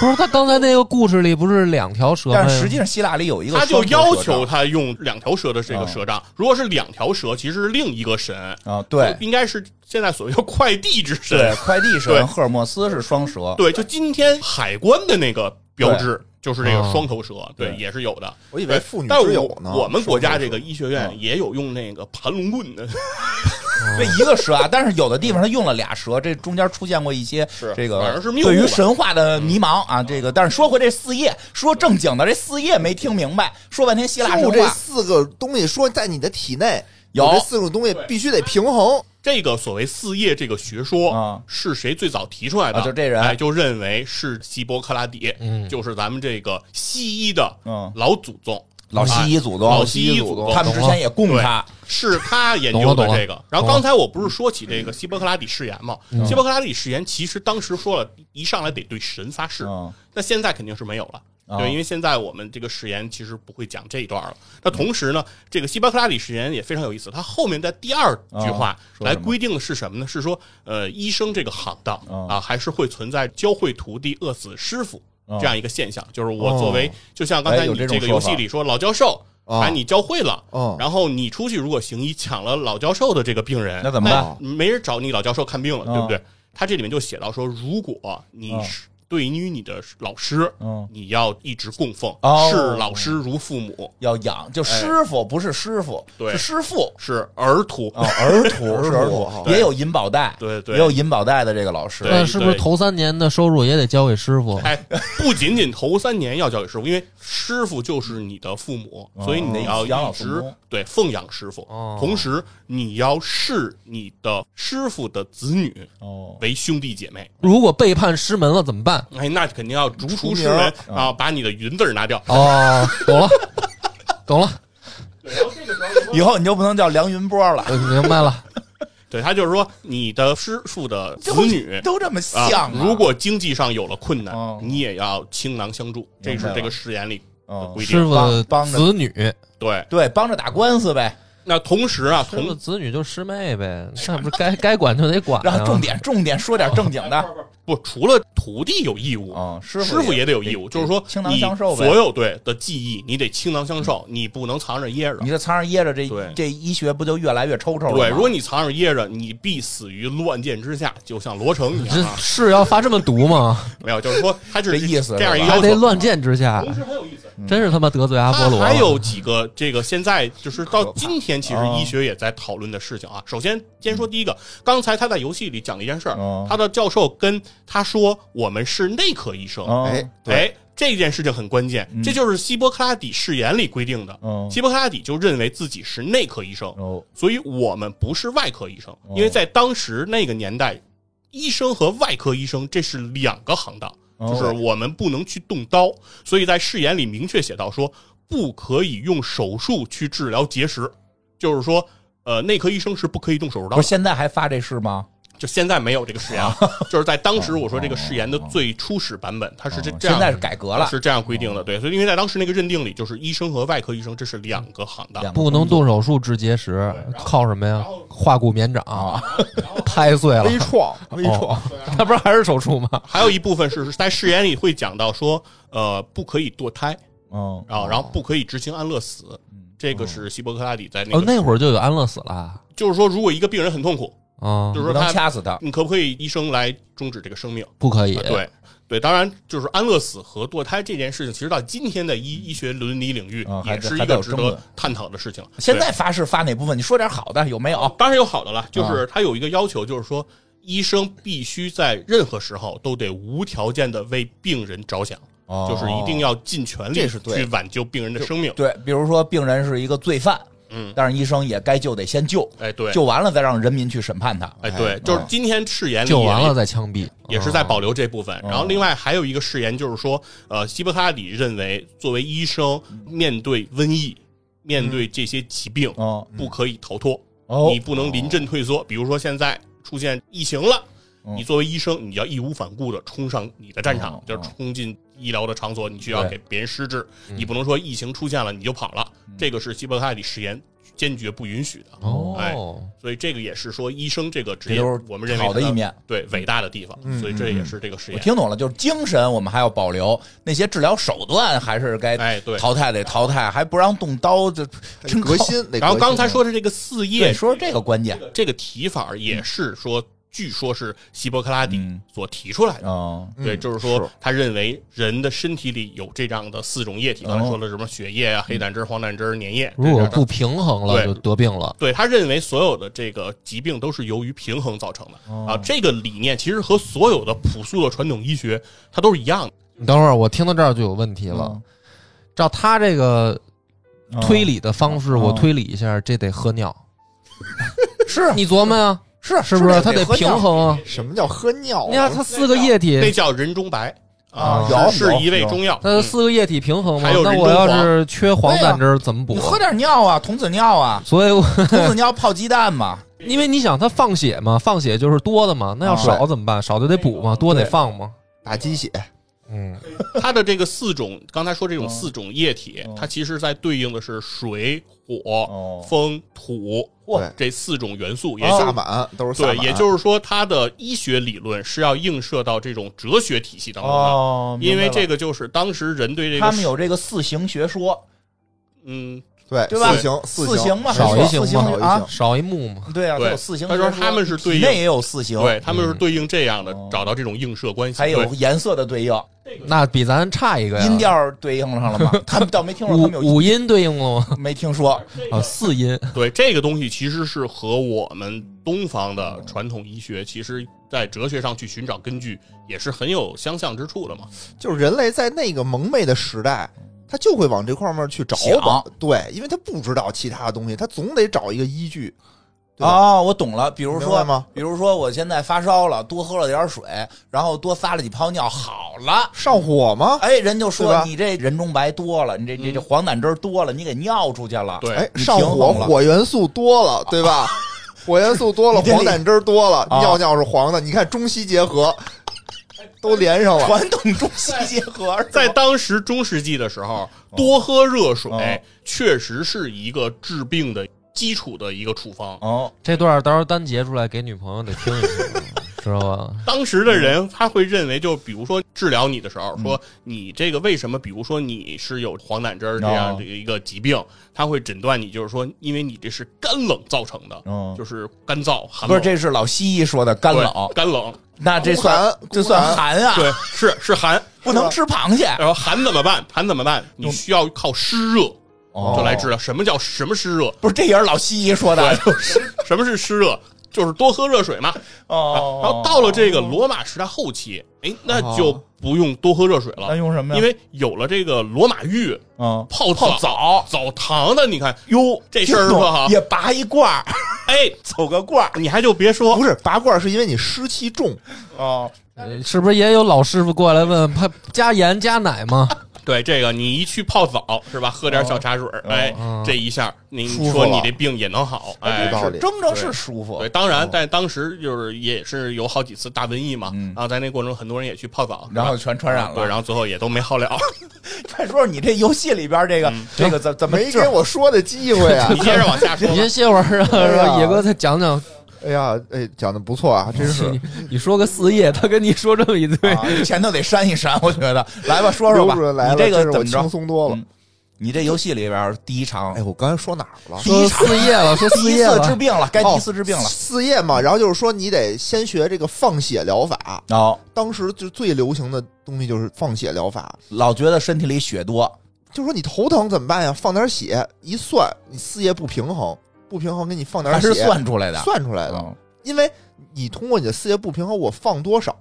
Speaker 4: 不是他刚才那个故事里不是两条蛇吗？
Speaker 7: 但是实际上希腊里有一个
Speaker 6: 他就
Speaker 7: 双头蛇杖，
Speaker 6: 要求他用两条蛇的这个蛇杖，如果是两条蛇，其实是另一个神，
Speaker 7: 啊，对
Speaker 6: 应该是现在所谓的快递之神。
Speaker 7: 对，快递
Speaker 6: 对
Speaker 7: 蛇赫尔墨斯是双蛇，
Speaker 6: 对，就今天海关的那个标志就是这个
Speaker 4: 哦
Speaker 6: 双头蛇，对，
Speaker 7: 对
Speaker 6: 也是有的。
Speaker 5: 我以
Speaker 6: 对
Speaker 5: 为妇女
Speaker 6: 但
Speaker 5: 之
Speaker 6: 是
Speaker 5: 友
Speaker 6: 我
Speaker 5: 呢。
Speaker 6: 我们国家
Speaker 5: 是
Speaker 6: 这
Speaker 5: 不
Speaker 6: 个
Speaker 5: 是
Speaker 6: 医学院也有用那个盘龙棍的，
Speaker 7: 这一个蛇啊，但是有的地方他用了俩蛇，这中间出现过一些
Speaker 6: 是
Speaker 7: 这
Speaker 6: 反
Speaker 7: 个
Speaker 6: 正是谬误吧嗯
Speaker 7: 对于神话的迷茫啊。这个，但是说回这四叶，说正经的，这四叶没听明白，说半天希腊神
Speaker 5: 就这
Speaker 7: 话
Speaker 5: 四个东西说在你的体内
Speaker 7: 有
Speaker 5: 这四种东西必须得平衡，
Speaker 6: 这个所谓四叶这个学说、
Speaker 7: 啊
Speaker 6: 是谁最早提出来的？
Speaker 7: 啊就这人
Speaker 6: 哎，就认为是希波克拉底，
Speaker 4: 嗯
Speaker 6: 就是咱们这个西医的
Speaker 7: 嗯
Speaker 6: 老祖宗，哎
Speaker 7: 哎老西医祖宗，
Speaker 6: 老西医祖宗
Speaker 7: 他们之前也供他，
Speaker 6: 是他研究
Speaker 4: 懂
Speaker 6: 的
Speaker 4: 了懂了
Speaker 6: 这个。然后刚才我不是说起
Speaker 7: 嗯
Speaker 6: 这个希波克拉底誓言吗？希波克拉底誓言其实当时说了一上来得对神发誓，
Speaker 7: 嗯
Speaker 6: 那现在肯定是没有了。
Speaker 7: 啊
Speaker 6: 对，因为现在我们这个誓言其实不会讲这一段了。那同时呢，这个希波克拉底誓言也非常有意思，它后面在第二句话
Speaker 7: 啊说什么
Speaker 6: 来规定的是什么呢？是说，呃，医生这个行当
Speaker 7: 啊
Speaker 6: 啊，还是会存在教会徒弟饿死师傅
Speaker 7: 啊
Speaker 6: 这样一个现象。就是我作为
Speaker 7: 哦，
Speaker 6: 就像刚才
Speaker 7: 哎有
Speaker 6: 你
Speaker 7: 这种
Speaker 6: 这个游
Speaker 7: 说
Speaker 6: 戏
Speaker 7: 法哦
Speaker 6: 里说，老教授
Speaker 5: 啊
Speaker 6: 把你教会了，
Speaker 5: 嗯
Speaker 6: 然后你出去如果行医抢了老教授的这个病人，
Speaker 7: 那怎么办？
Speaker 6: 没人找你老教授看病了，
Speaker 7: 嗯
Speaker 6: 对不对？他这里面就写到说，如果你
Speaker 7: 嗯
Speaker 6: 是对于你的老师，
Speaker 7: 嗯
Speaker 6: 你要一直供奉，
Speaker 7: 哦
Speaker 6: 视老师如父母，
Speaker 7: 要养，就师傅不是师傅，
Speaker 6: 哎对
Speaker 7: 是师 傅
Speaker 6: 是儿徒。
Speaker 7: 啊，儿徒是儿
Speaker 5: 儿
Speaker 7: 徒，
Speaker 6: 对
Speaker 7: 也有银保代，
Speaker 6: 对对
Speaker 7: 也有银保代的这个老师，
Speaker 6: 对
Speaker 4: 那是不是头三年的收入也得交给师傅？
Speaker 6: 哎，不仅仅头三年要交给师傅，因为师傅就是你的父母，所以你要
Speaker 7: 哦养老
Speaker 6: 一
Speaker 7: 父
Speaker 6: 直
Speaker 7: 母
Speaker 6: 对奉养师傅
Speaker 4: 哦，
Speaker 6: 同时你要视你的师傅的子女
Speaker 7: 哦，
Speaker 6: 为兄弟姐妹。
Speaker 4: 如果背叛师门了怎么办？
Speaker 6: 哎，那肯定要逐出
Speaker 5: 除
Speaker 6: 师
Speaker 5: 名
Speaker 6: 门
Speaker 5: 儿
Speaker 6: 啊，把你的云字儿拿掉。
Speaker 4: 哦， 懂了，懂了，
Speaker 7: 以后你就不能叫梁云波了，
Speaker 4: 我明白了。
Speaker 6: 对他就是说，你的师傅的子女
Speaker 7: 都这么像
Speaker 6: 啊
Speaker 7: 啊，，
Speaker 6: 如果经济上有了困难
Speaker 7: 哦，
Speaker 6: 你也要倾囊相助，这
Speaker 7: 明白
Speaker 6: 是
Speaker 7: 了
Speaker 6: 这个誓言里的
Speaker 7: 嗯
Speaker 6: 规
Speaker 4: 师
Speaker 6: 定。
Speaker 4: 傅的
Speaker 7: 帮帮着
Speaker 4: 子女，师
Speaker 6: 对，
Speaker 7: 对帮着打官司呗，
Speaker 6: 那同时啊，
Speaker 4: 傅
Speaker 6: 同
Speaker 4: 子女就是师妹 呗，那不是该该管就得管、啊。
Speaker 7: 然后重点重点说点正经
Speaker 6: 哎
Speaker 7: 的，
Speaker 6: 不除了徒弟有义务，
Speaker 7: 嗯，师
Speaker 6: 师
Speaker 7: 傅
Speaker 6: 也得有义务，就是说
Speaker 7: 倾囊
Speaker 6: 你
Speaker 7: 相授呗
Speaker 6: 所有对的技艺，你得倾囊相授，你不能藏着掖着
Speaker 7: 你。这藏着掖着，
Speaker 6: 对
Speaker 7: 这这医学不就越来越抽抽了吗？
Speaker 6: 对，如果你藏着掖着，你必死于乱箭之下，就像罗成一
Speaker 4: 这
Speaker 6: 样啊。
Speaker 4: 是要发这么毒吗？
Speaker 6: 没有，就是说他就是
Speaker 7: 这意思
Speaker 6: 这样一个
Speaker 4: 还
Speaker 6: 要
Speaker 4: 得
Speaker 6: 求。
Speaker 4: 乱箭之下，
Speaker 6: 同时很有意思，
Speaker 4: 真是他妈得罪啊阿波
Speaker 6: 它
Speaker 4: 罗了。
Speaker 6: 还有几个这个现在就是到今天，其实
Speaker 7: 哦
Speaker 4: 啊
Speaker 6: 医学也在讨论的事情啊。首先，先说第一个，刚才他在游戏里讲了一件事儿
Speaker 4: 啊
Speaker 7: 哦，
Speaker 6: 他的教授跟他说我们是内科医生，
Speaker 4: 啊
Speaker 7: 嗯
Speaker 5: 哎，
Speaker 6: 哎。这件事情很关键，
Speaker 4: 嗯
Speaker 6: 这就是希波克拉底誓言里规定的。
Speaker 7: 哦
Speaker 6: 希波克拉底就认为自己是内科医生，
Speaker 7: 哦
Speaker 6: 所以我们不是外科医生，因为在当时那个年代，医生和外科医生这是两个行当，
Speaker 7: 哦
Speaker 6: 就是我们不能去动刀，所以在誓言里明确写到说，不可以用手术去治疗结石，就是说，呃，内科医生是不可以动手术刀
Speaker 7: 不
Speaker 6: 的
Speaker 7: 是。现在还发这事吗？
Speaker 6: 就现在没有这个 誓言了，就是在当时我说这个誓言的最初始版本，它是这
Speaker 7: 嗯
Speaker 6: 这样
Speaker 7: 现在是改革了哦
Speaker 6: 是这样规定的，对，所以因为在当时那个认定里，就是医生和外科医生这是两个行当，
Speaker 7: 两个
Speaker 4: 不能动手术治结石，靠什么呀？化骨绵掌、
Speaker 7: 啊，
Speaker 4: 拍碎了，
Speaker 5: 微创微创
Speaker 4: 哦，那不是还是手术吗？
Speaker 6: 还有一部分是在誓言里会讲到说，呃，不可以堕胎
Speaker 7: 嗯
Speaker 6: 啊，然后不可以执行安乐死，这
Speaker 7: 哦
Speaker 6: 个是希波克拉底在那个，
Speaker 4: 哦，那会儿就有安乐死了啊
Speaker 6: 就是说，如果一个病人很痛苦，
Speaker 4: 啊
Speaker 6: 就，是
Speaker 7: 不
Speaker 6: 说
Speaker 7: 哦能
Speaker 6: 他，
Speaker 7: 掐死他，
Speaker 6: 你可不可以医生来终止这个生命？
Speaker 4: 不可以。
Speaker 6: 啊，对对，当然就是安乐死和堕胎这件事情，其实到今天的医医学伦理领域
Speaker 7: 啊还
Speaker 6: 也
Speaker 7: 在
Speaker 6: 是一
Speaker 7: 还在
Speaker 6: 个
Speaker 7: 有
Speaker 6: 值
Speaker 7: 争
Speaker 6: 得
Speaker 7: 论
Speaker 6: 探讨的事情。
Speaker 7: 现啊
Speaker 6: 对
Speaker 7: 在发誓发哪部分？你说点好的有没有？
Speaker 6: 当然有好的了，就是它有一个要求，就是说，医生必须在任何时候都得无条件的为病人着想，
Speaker 7: 哦
Speaker 6: 就是一定要尽全力
Speaker 5: 这是对
Speaker 6: 去挽救病人的生命。
Speaker 7: 对，比如说病人是一个罪犯，
Speaker 6: 嗯，
Speaker 7: 但是医生也该救得先救，
Speaker 6: 哎，对，
Speaker 7: 救完了再让人民去审判他。
Speaker 6: 哎，对，就是今天誓言里
Speaker 4: 救完
Speaker 6: 也
Speaker 4: 了再枪毙，啊
Speaker 6: 也是在保留这部分。
Speaker 7: 哦
Speaker 6: 然后另外还有一个誓言，就是说，呃，希波克拉底认为，作为医生，面对瘟疫，面对这些疾病，
Speaker 7: 哦
Speaker 6: 不可以逃脱，
Speaker 7: 哦
Speaker 6: 你不能临阵退缩。比如说现在出现疫情了，你作为医生，你要义无反顾的冲上你的战场，
Speaker 7: 哦
Speaker 6: 就是冲进医疗的场所，你需要
Speaker 7: 对嗯
Speaker 6: 给别人施治，你不能说疫情出现了你就跑了，这个是希波克拉底誓言坚决不允许的。哎
Speaker 4: 哦，
Speaker 6: 所以这个也是说医生这个职
Speaker 7: 这
Speaker 6: 业
Speaker 7: 都是，
Speaker 6: 我们认为
Speaker 7: 好的
Speaker 6: 它
Speaker 7: 一面，嗯
Speaker 6: 对伟大的地方，所以这也是这个实
Speaker 7: 我
Speaker 6: 验。
Speaker 7: 听懂了，就是精神我们还要保留，那些治疗手段还是该
Speaker 6: 哎对
Speaker 7: 淘汰得淘汰，还不让动刀，这真
Speaker 5: 革
Speaker 7: 高。
Speaker 5: 新。得革新
Speaker 6: 然后刚才说的这个四
Speaker 7: 对，
Speaker 6: 叶
Speaker 7: 说这个关键，
Speaker 6: 这个提法儿也是说，据说是希波克拉底
Speaker 7: 嗯
Speaker 6: 所提出来的。
Speaker 7: 嗯，
Speaker 6: 对，
Speaker 5: 嗯
Speaker 6: 就是说
Speaker 5: 是，
Speaker 6: 他认为人的身体里有这样的四种液体，刚才
Speaker 7: 哦
Speaker 6: 说了什么血液啊、黑胆汁、黄胆汁、粘液。
Speaker 4: 如果
Speaker 6: 这样
Speaker 4: 不平衡了
Speaker 6: 对
Speaker 4: 就得病了，
Speaker 6: 对他认为所有的这个疾病都是由于平衡造成的
Speaker 7: 哦
Speaker 6: 啊，这个理念其实和所有的朴素的传统医学它都是一样的。
Speaker 7: 嗯
Speaker 4: 你等会儿，我听到这儿就有问题了。照他这个
Speaker 7: 嗯
Speaker 4: 推理的方式，
Speaker 7: 嗯
Speaker 4: 我推理一下，这得喝尿。
Speaker 7: 是啊
Speaker 4: 你琢磨呀，
Speaker 7: 是
Speaker 4: 是不是？他
Speaker 5: 得喝
Speaker 4: 平
Speaker 5: 尿
Speaker 4: 衡啊。
Speaker 5: 什么叫喝尿啊？
Speaker 4: 你看，它四个液
Speaker 6: 那
Speaker 4: 体，
Speaker 6: 叫人中白
Speaker 7: 啊有
Speaker 6: 是
Speaker 7: 有
Speaker 6: 一味
Speaker 7: 有
Speaker 6: 中药。嗯
Speaker 4: 它的四个液体平衡嘛
Speaker 6: 还有。
Speaker 4: 那
Speaker 6: 人
Speaker 4: 我
Speaker 6: 中
Speaker 4: 要
Speaker 6: 黄
Speaker 4: 是缺黄
Speaker 7: 对啊
Speaker 4: 胆汁儿怎么补，
Speaker 7: 你？喝点尿啊，童子尿啊
Speaker 4: 所以我，
Speaker 7: 童子尿泡鸡蛋嘛，
Speaker 4: 因为你想，它放血嘛，放血就是多的嘛，那要
Speaker 7: 啊
Speaker 4: 少怎么办？少就得补嘛，多得
Speaker 7: 对
Speaker 4: 放嘛。
Speaker 5: 打鸡血，
Speaker 4: 嗯，
Speaker 6: 它的这个四种，刚才说这种
Speaker 7: 嗯
Speaker 6: 四种液体，
Speaker 7: 嗯
Speaker 6: 它其实在对应的是水、火
Speaker 7: 哦、
Speaker 6: 风、土
Speaker 5: 对
Speaker 6: 这四种元素，也就
Speaker 5: 萨
Speaker 6: 是
Speaker 5: 满都是萨
Speaker 6: 对，
Speaker 5: 满，
Speaker 7: 啊
Speaker 6: 也就是说，它的医学理论是要映射到这种哲学体系当中的，
Speaker 7: 哦
Speaker 6: 因为这
Speaker 7: 个
Speaker 6: 个就是当时人对这个
Speaker 7: 他们有这个四行学说，
Speaker 6: 嗯，
Speaker 5: 对
Speaker 7: 对吧
Speaker 5: 四行
Speaker 7: 四
Speaker 5: 行
Speaker 7: 行嘛，
Speaker 4: 少一
Speaker 7: 没
Speaker 4: 行
Speaker 7: 错四
Speaker 5: 嘛少
Speaker 7: 行
Speaker 5: 一
Speaker 7: 啊
Speaker 5: 行，
Speaker 4: 少一目嘛。
Speaker 7: 对啊，
Speaker 6: 对
Speaker 7: 有四行学
Speaker 6: 他
Speaker 7: 说，
Speaker 6: 说他们是对
Speaker 7: 体
Speaker 6: 应
Speaker 7: 内也有四行，
Speaker 6: 对，他们是对应这样的
Speaker 7: 嗯，
Speaker 6: 找到这种映射关系，
Speaker 7: 还有
Speaker 6: 对
Speaker 7: 颜色的对应，
Speaker 4: 那比咱差一个呀。
Speaker 7: 音调对应上 了吗？他们倒没听说，他们
Speaker 4: 啊五
Speaker 7: 有
Speaker 4: 五音对应了吗？
Speaker 7: 没听说，
Speaker 4: 啊，四音。
Speaker 6: 对这个东西其实是和我们东方的传统医学，其实在哲学上去寻找根据，也是很有相像之处的嘛。
Speaker 5: 就是人类在那个蒙昧的时代，他就会往这块儿面去找
Speaker 7: 想
Speaker 5: 吧。对，因为他不知道其他的东西，他总得找一个依据。对吧
Speaker 7: 哦，我懂了。比如
Speaker 5: 明白
Speaker 7: 说
Speaker 5: 吗
Speaker 7: 比如说我现在发烧了，多喝了点水，然后多撒了几泡尿，好了。
Speaker 5: 上火吗？
Speaker 7: 哎，人就
Speaker 5: 对
Speaker 7: 说
Speaker 5: 吧
Speaker 7: 你这人中白多了，你这这这黄疸汁儿多了，你给尿出去了。
Speaker 6: 嗯对
Speaker 5: 哎，
Speaker 7: 你
Speaker 5: 上
Speaker 7: 平
Speaker 5: 火
Speaker 7: 衡了
Speaker 5: 火元素多了，对吧？火元素多了，
Speaker 7: 你这里
Speaker 5: 黄疸汁儿多了，
Speaker 7: 啊
Speaker 5: 尿尿是黄的。你看中西结合，都连上了。
Speaker 7: 传统中西结合是吧
Speaker 6: 在当时中世纪的时候，多喝热水、
Speaker 7: 哦
Speaker 6: 确实是一个治病的基础的一个处方。
Speaker 7: 哦，
Speaker 4: 这段儿到时候单截出来给女朋友得听一听，知道吧？
Speaker 6: 当时的人他会认为，就比如说治疗你的时候，
Speaker 7: 嗯
Speaker 6: 说你这个为什么，比如说你是有黄疸汁儿这样
Speaker 7: 哦
Speaker 6: 的一个疾病，他会诊断你，就是说，因为你这是干冷造成的，
Speaker 7: 嗯
Speaker 6: 就是干燥寒冷。
Speaker 7: 不是，这是老西医说的干
Speaker 6: 对
Speaker 7: 冷，
Speaker 6: 干 冷，
Speaker 7: 那这
Speaker 5: 孤
Speaker 7: 算
Speaker 5: 寒
Speaker 7: 这算寒啊，
Speaker 6: 对，是是寒。
Speaker 7: 不能吃螃蟹。
Speaker 6: 然后寒怎么办？寒怎么办？你需要靠湿热
Speaker 7: 哦
Speaker 6: 就来治疗。什么叫什么湿热？
Speaker 7: 不是，这也是老西医说的。
Speaker 6: 对，什么是湿热？就是多喝热水嘛。
Speaker 7: 哦，
Speaker 6: 然后到了这个罗马时代后期，哎，那就不用多喝热水
Speaker 7: 那
Speaker 6: 了，
Speaker 7: 用什么呀？
Speaker 6: 因为有了这个罗马浴、
Speaker 7: 嗯，
Speaker 6: 泡泡澡、澡堂的，你看，
Speaker 7: 哟，
Speaker 6: 这事儿吧
Speaker 7: 也拔一罐儿，
Speaker 6: 哎，
Speaker 7: 走个罐儿
Speaker 6: 你还就别说
Speaker 5: 不，是拔罐，是因为你湿气重。
Speaker 7: 哦。
Speaker 4: 呃是不是也有老师傅过来问，怕加盐加奶吗？
Speaker 6: 对这个，你一去泡澡是吧？喝点小茶水，哎
Speaker 4: 哦，
Speaker 6: 这一下，你
Speaker 5: 舒
Speaker 6: 你
Speaker 5: 服
Speaker 6: 说你
Speaker 5: 了
Speaker 6: 这病也能好，哎
Speaker 5: 有，道
Speaker 7: 是
Speaker 5: 理
Speaker 7: 蒸蒸是舒服
Speaker 6: 对，，当然，但当时就是也是有好几次大瘟疫嘛，然后在那过程中很多人也去泡澡，
Speaker 7: 然后
Speaker 6: 是吧
Speaker 7: 全传染
Speaker 6: 对，
Speaker 7: 了。
Speaker 6: 然后最后也都没好了。
Speaker 7: 快说说你这游戏里边这个这个怎怎么啊
Speaker 5: 没
Speaker 7: 治
Speaker 5: 给？我说的机会啊
Speaker 6: 你！ 接着往下说吧
Speaker 4: 你，先歇会儿啊，
Speaker 5: 哎呀
Speaker 4: 让野哥再讲讲。
Speaker 5: 哎呀，哎，讲的不错啊，真是
Speaker 4: 哦你你说个四叶，他跟你说这么一堆，
Speaker 7: 啊前头得删一删，我觉 得。来吧，说说
Speaker 5: 溜
Speaker 7: 吧
Speaker 5: 出来，了，
Speaker 7: 你这
Speaker 5: 真
Speaker 7: 个
Speaker 5: 是我
Speaker 7: 怎么
Speaker 5: 轻
Speaker 7: 着？
Speaker 5: 松多了
Speaker 7: 嗯。你这游戏里边第一场
Speaker 5: 哎，我刚才说哪儿了？
Speaker 4: 说四叶了，说
Speaker 7: 第
Speaker 4: 四
Speaker 7: 一
Speaker 4: 叶
Speaker 7: 次治
Speaker 4: 了。
Speaker 7: 病了，该第一次
Speaker 5: 哦
Speaker 7: 治病了。
Speaker 5: 四叶嘛，然后就是说你得先学这个放血疗法，
Speaker 7: 哦，
Speaker 5: 当时就最流行的东西就是放血疗法，
Speaker 7: 老觉得身体里血多，
Speaker 5: 就说你头疼怎么办呀？放点血，一算你四叶不平衡，不平衡给你放点
Speaker 7: 还
Speaker 5: 血，
Speaker 7: 是算出来的。
Speaker 5: 算出来的，
Speaker 7: 嗯
Speaker 5: 因为你通过你的四叶不平衡，我放多少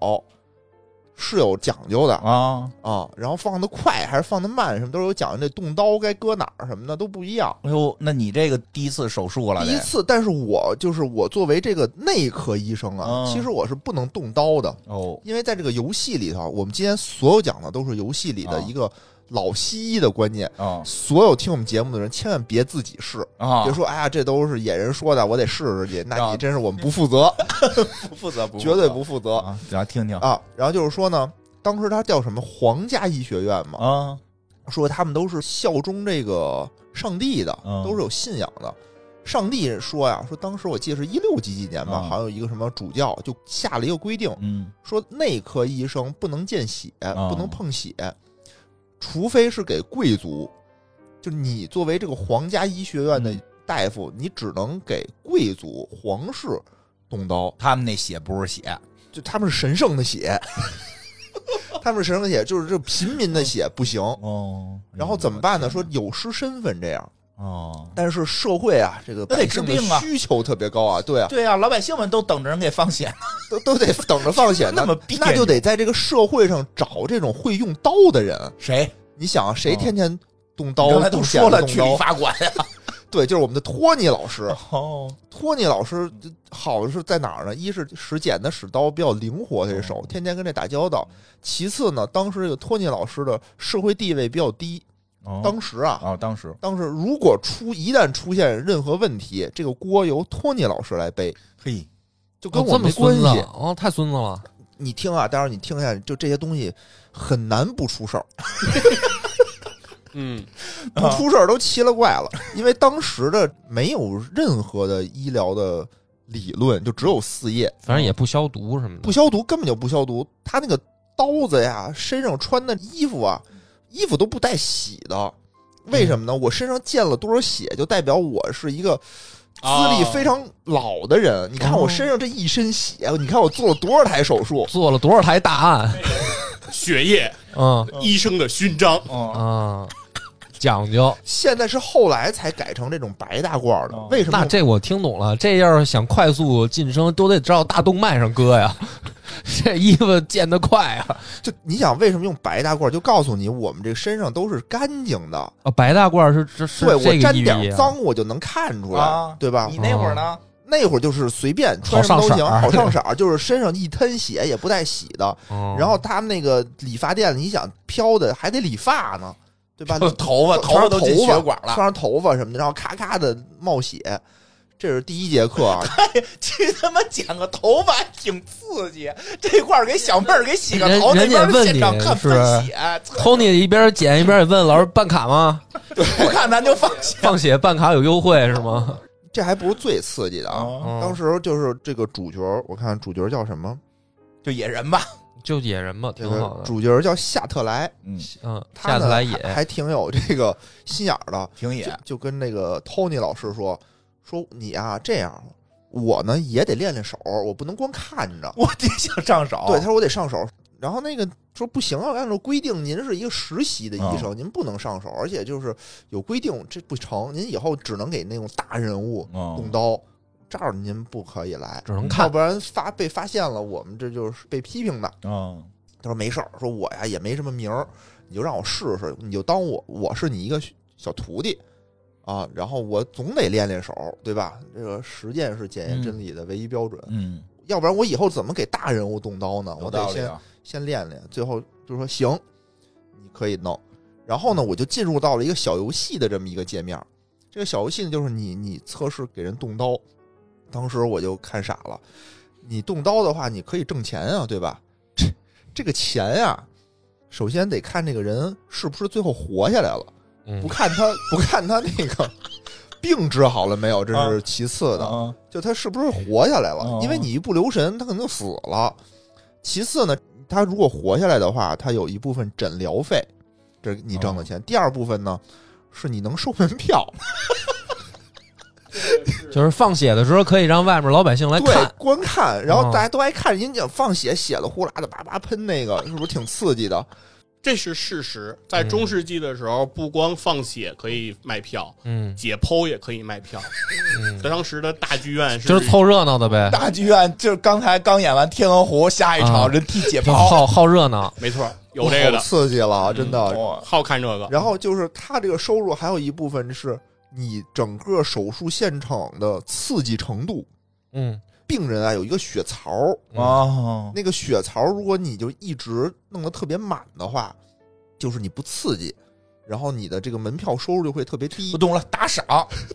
Speaker 5: 是有讲究的
Speaker 7: 啊！
Speaker 5: 啊，然后放的快还是放的慢，什么都是有讲究。这动刀该搁哪儿什么的都不一样。
Speaker 7: 哎呦，那你这个第一次手术了得，
Speaker 5: 第一次，但是我就是我作为这个内科医生啊，
Speaker 7: 嗯
Speaker 5: 其实我是不能动刀的，
Speaker 7: 哦，
Speaker 5: 因为在这个游戏里头，我们今天所有讲的都是游戏里的
Speaker 7: 啊
Speaker 5: 一个老西医的观念。
Speaker 7: 啊
Speaker 5: 所有听我们节目的人，千万别自己试，
Speaker 7: 啊，
Speaker 5: 别说哎呀，这都是野人说的，我得试试去。那
Speaker 7: 啊
Speaker 5: 你真是我们不负责，
Speaker 7: 不负责，不负责
Speaker 5: 绝对不负责
Speaker 7: 啊！来听听
Speaker 5: 啊。然后就是说呢，当时他叫什么皇家医学院嘛，
Speaker 7: 啊，
Speaker 5: 说他们都是效忠这个上帝的，
Speaker 7: 嗯
Speaker 5: 都是有信仰的。上帝说呀，说当时我记得是一六几几年吧，
Speaker 7: 嗯
Speaker 5: 好像有一个什么主教就下了一个规定，
Speaker 7: 嗯
Speaker 5: 说内科医生不能见血，
Speaker 7: 嗯
Speaker 5: 不能碰血，除非是给贵族。就你作为这个皇家医学院的
Speaker 7: 嗯
Speaker 5: 大夫，你只能给贵族、皇室动刀，
Speaker 7: 他们那血不是血，
Speaker 5: 就他们是神圣的血， 他们是神圣的血，就是这平民的血不行。
Speaker 7: 哦，
Speaker 5: 然后怎么办呢？说有失身份这样，
Speaker 7: 哦，
Speaker 5: 但是社会啊，这个
Speaker 7: 那得
Speaker 5: 百姓
Speaker 7: 治病啊
Speaker 5: 的需求特别高啊，对啊，
Speaker 7: 对呀、老百姓们都等着人给放血呢，
Speaker 5: 都都得等着放血呢，
Speaker 7: 那么别扭
Speaker 5: 那就得在这个社会上找这种会用刀的人。
Speaker 7: 谁？
Speaker 5: 你想啊，谁
Speaker 7: 嗯
Speaker 5: 天天动
Speaker 7: 你
Speaker 5: 刀？
Speaker 7: 刚才都
Speaker 5: 动剪
Speaker 7: 说
Speaker 5: 子
Speaker 7: 了
Speaker 5: 动
Speaker 7: 去理
Speaker 5: 刀
Speaker 7: 发馆 呀、
Speaker 5: 对，就是我们的托尼老师。
Speaker 7: 哦，
Speaker 5: 托尼老师好的是在哪儿呢？一是使剪子、使刀比较灵活，这手
Speaker 7: 哦
Speaker 5: 天天跟这打交道。其次呢，当时这个托尼老师的社会地位比较低，
Speaker 7: 哦
Speaker 5: 当时啊，
Speaker 7: 哦，当时，
Speaker 5: 当时如果出一旦出现任何问题，这个锅由托尼老师来背，
Speaker 7: 嘿，
Speaker 5: 就跟
Speaker 4: 哦这
Speaker 5: 我
Speaker 4: 么
Speaker 5: 没关
Speaker 4: 孙子
Speaker 5: 系。
Speaker 4: 哦，太孙子了。
Speaker 5: 你听啊，当然你听一下，就这些东西很难不出事儿，
Speaker 6: 嗯，
Speaker 5: 不出事儿都奇了怪了。因为当时的没有任何的医疗的理论，就只有四叶，
Speaker 4: 反正也不消毒什么的，，
Speaker 5: 不消毒根本就不消毒。他那个刀子呀，身上穿的衣服啊，衣服都不带洗的。为什么呢？我身上溅了多少血，就代表我是一个资历非常老的人。你看我身上这一身血，你看我做了多少台手术
Speaker 4: 做了多少台大案？
Speaker 6: 血液
Speaker 4: 嗯
Speaker 6: 医生的勋章，
Speaker 4: 啊，
Speaker 7: 哦，
Speaker 4: 讲究。
Speaker 5: 现在是后来才改成这种白大褂的。
Speaker 7: 哦
Speaker 5: 为什么？
Speaker 4: 那这我听懂了，这要是想快速晋升，都得照大动脉上割呀。 这衣服见得快啊！
Speaker 5: 就你想为什么用白大褂？就告诉你，我们这身上都是干净的。
Speaker 4: 啊，白大褂是这是
Speaker 5: 对我
Speaker 4: 这个
Speaker 5: 沾
Speaker 4: 意义
Speaker 5: 点
Speaker 4: 啊。
Speaker 5: 脏，我就能看出来，
Speaker 7: 啊
Speaker 5: 对吧？
Speaker 7: 你那会儿 呢？
Speaker 5: 那会儿就是随便穿什么都行，好上色儿， 就是身上一滩血也不带洗的。
Speaker 4: 嗯
Speaker 5: 然后他们那个理发店，你想飘的还得理发呢，对吧？
Speaker 7: 就头发，
Speaker 5: 穿
Speaker 7: 头发都进
Speaker 5: 头
Speaker 7: 血管了。
Speaker 5: 穿上头发什么的，然后咔咔的冒血。这是第一节课 啊，
Speaker 7: 这他妈剪个头发还挺刺激，这块儿给小妹儿给洗个头，那
Speaker 4: 人
Speaker 7: 边
Speaker 4: 人家
Speaker 7: 儿
Speaker 4: 问
Speaker 7: 现场
Speaker 4: 你
Speaker 7: 看
Speaker 4: 是
Speaker 7: 喷血，
Speaker 4: Tony 一边剪一边也问老师办卡吗？
Speaker 7: 不看咱就放血
Speaker 4: 放血办卡有优惠是吗？
Speaker 5: 这还不是最刺激的啊。
Speaker 7: 哦
Speaker 4: 嗯
Speaker 5: 当时就是这个主角，我看主角叫什么？
Speaker 7: 就野人吧。
Speaker 4: 嗯就野人嘛，
Speaker 5: 这
Speaker 4: 挺好
Speaker 5: 个
Speaker 4: 的。
Speaker 5: 主角叫夏特莱，
Speaker 7: 嗯，
Speaker 4: 嗯，
Speaker 5: 他
Speaker 4: 下
Speaker 5: 呢
Speaker 4: 次来
Speaker 5: 还
Speaker 4: 野
Speaker 5: 还挺有这个心眼儿的。
Speaker 7: 挺野
Speaker 5: 就就跟那个 Tony 老师说说你啊这样，我呢也得练练手，我不能光看着。
Speaker 7: 我得想上手。
Speaker 4: 哦
Speaker 5: 对，他说我得上手。然后那个说不行啊，按照规定，您是一个实习的医
Speaker 4: 哦
Speaker 5: 生，您不能上手，而且就是有规定，这不成，您以后只能给那种大人物动
Speaker 7: 哦，
Speaker 5: 刀，这儿您不可以来，
Speaker 4: 只能
Speaker 5: 要
Speaker 4: 看
Speaker 5: 不然发被发现了，我们这就是被批评的。
Speaker 7: 哦，
Speaker 5: 他说没事儿，说我呀也没什么名儿，你就让我试试，你就当我我是你一个小徒弟啊，然后我总得练练手，对吧？这个实践是检验真理的唯一标准，
Speaker 7: 嗯，
Speaker 5: 要不然我以后怎么给大人物动刀呢？我
Speaker 7: 有
Speaker 5: 得
Speaker 7: 道理
Speaker 5: 先
Speaker 7: 啊。
Speaker 5: 先练练，最后就说行，你可以弄。然后呢，我就进入到了一个小游戏的这么一个界面儿。这个小游戏呢，就是你你测试给人动刀，当时我就看傻了。你动刀的话，你可以挣钱啊，对吧？这这个钱啊，首先得看这个人是不是最后活下来了，
Speaker 4: 嗯
Speaker 5: 不看他不看他那个 病治好了没有，这是其次的。
Speaker 7: 嗯
Speaker 5: 就他是不是活下来了
Speaker 7: 哦？
Speaker 5: 因为你一不留神，他可能就死了。其次呢，他如果活下来的话，他有一部分诊疗费，这是你挣的钱。第二部分呢，是你能收门票，
Speaker 4: 就是放血的时候可以让外面老百姓来
Speaker 5: 嗯对
Speaker 4: 看，，
Speaker 5: 观看，然后
Speaker 4: 哦
Speaker 5: 大家都爱看人家放血，血的呼啦的叭叭喷，那个是不是挺刺激的？
Speaker 6: 这是事实。在中世纪的时候，不光放血可以卖票，
Speaker 4: 嗯，
Speaker 6: 解剖也可以卖票。当时的大剧院是
Speaker 4: 就是凑热闹的呗，
Speaker 7: 大剧院就是刚才刚演完《天鹅湖》，下一
Speaker 4: 啊
Speaker 7: 场人体解
Speaker 4: 就
Speaker 7: 剖，
Speaker 4: 好好热闹。
Speaker 6: 没错，有这个
Speaker 5: 好
Speaker 6: 的，
Speaker 5: 刺激了，真的。
Speaker 7: 哇
Speaker 6: 好看这个。
Speaker 5: 然后就是他这个收入还有一部分是你整个手术现场的刺激程度。
Speaker 4: 嗯，
Speaker 5: 病人啊有一个血槽，
Speaker 7: 哦，
Speaker 5: 那个血槽如果你就一直弄得特别满的话，就是你不刺激，然后你的这个门票收入就会特别低
Speaker 7: 不。懂了，打赏，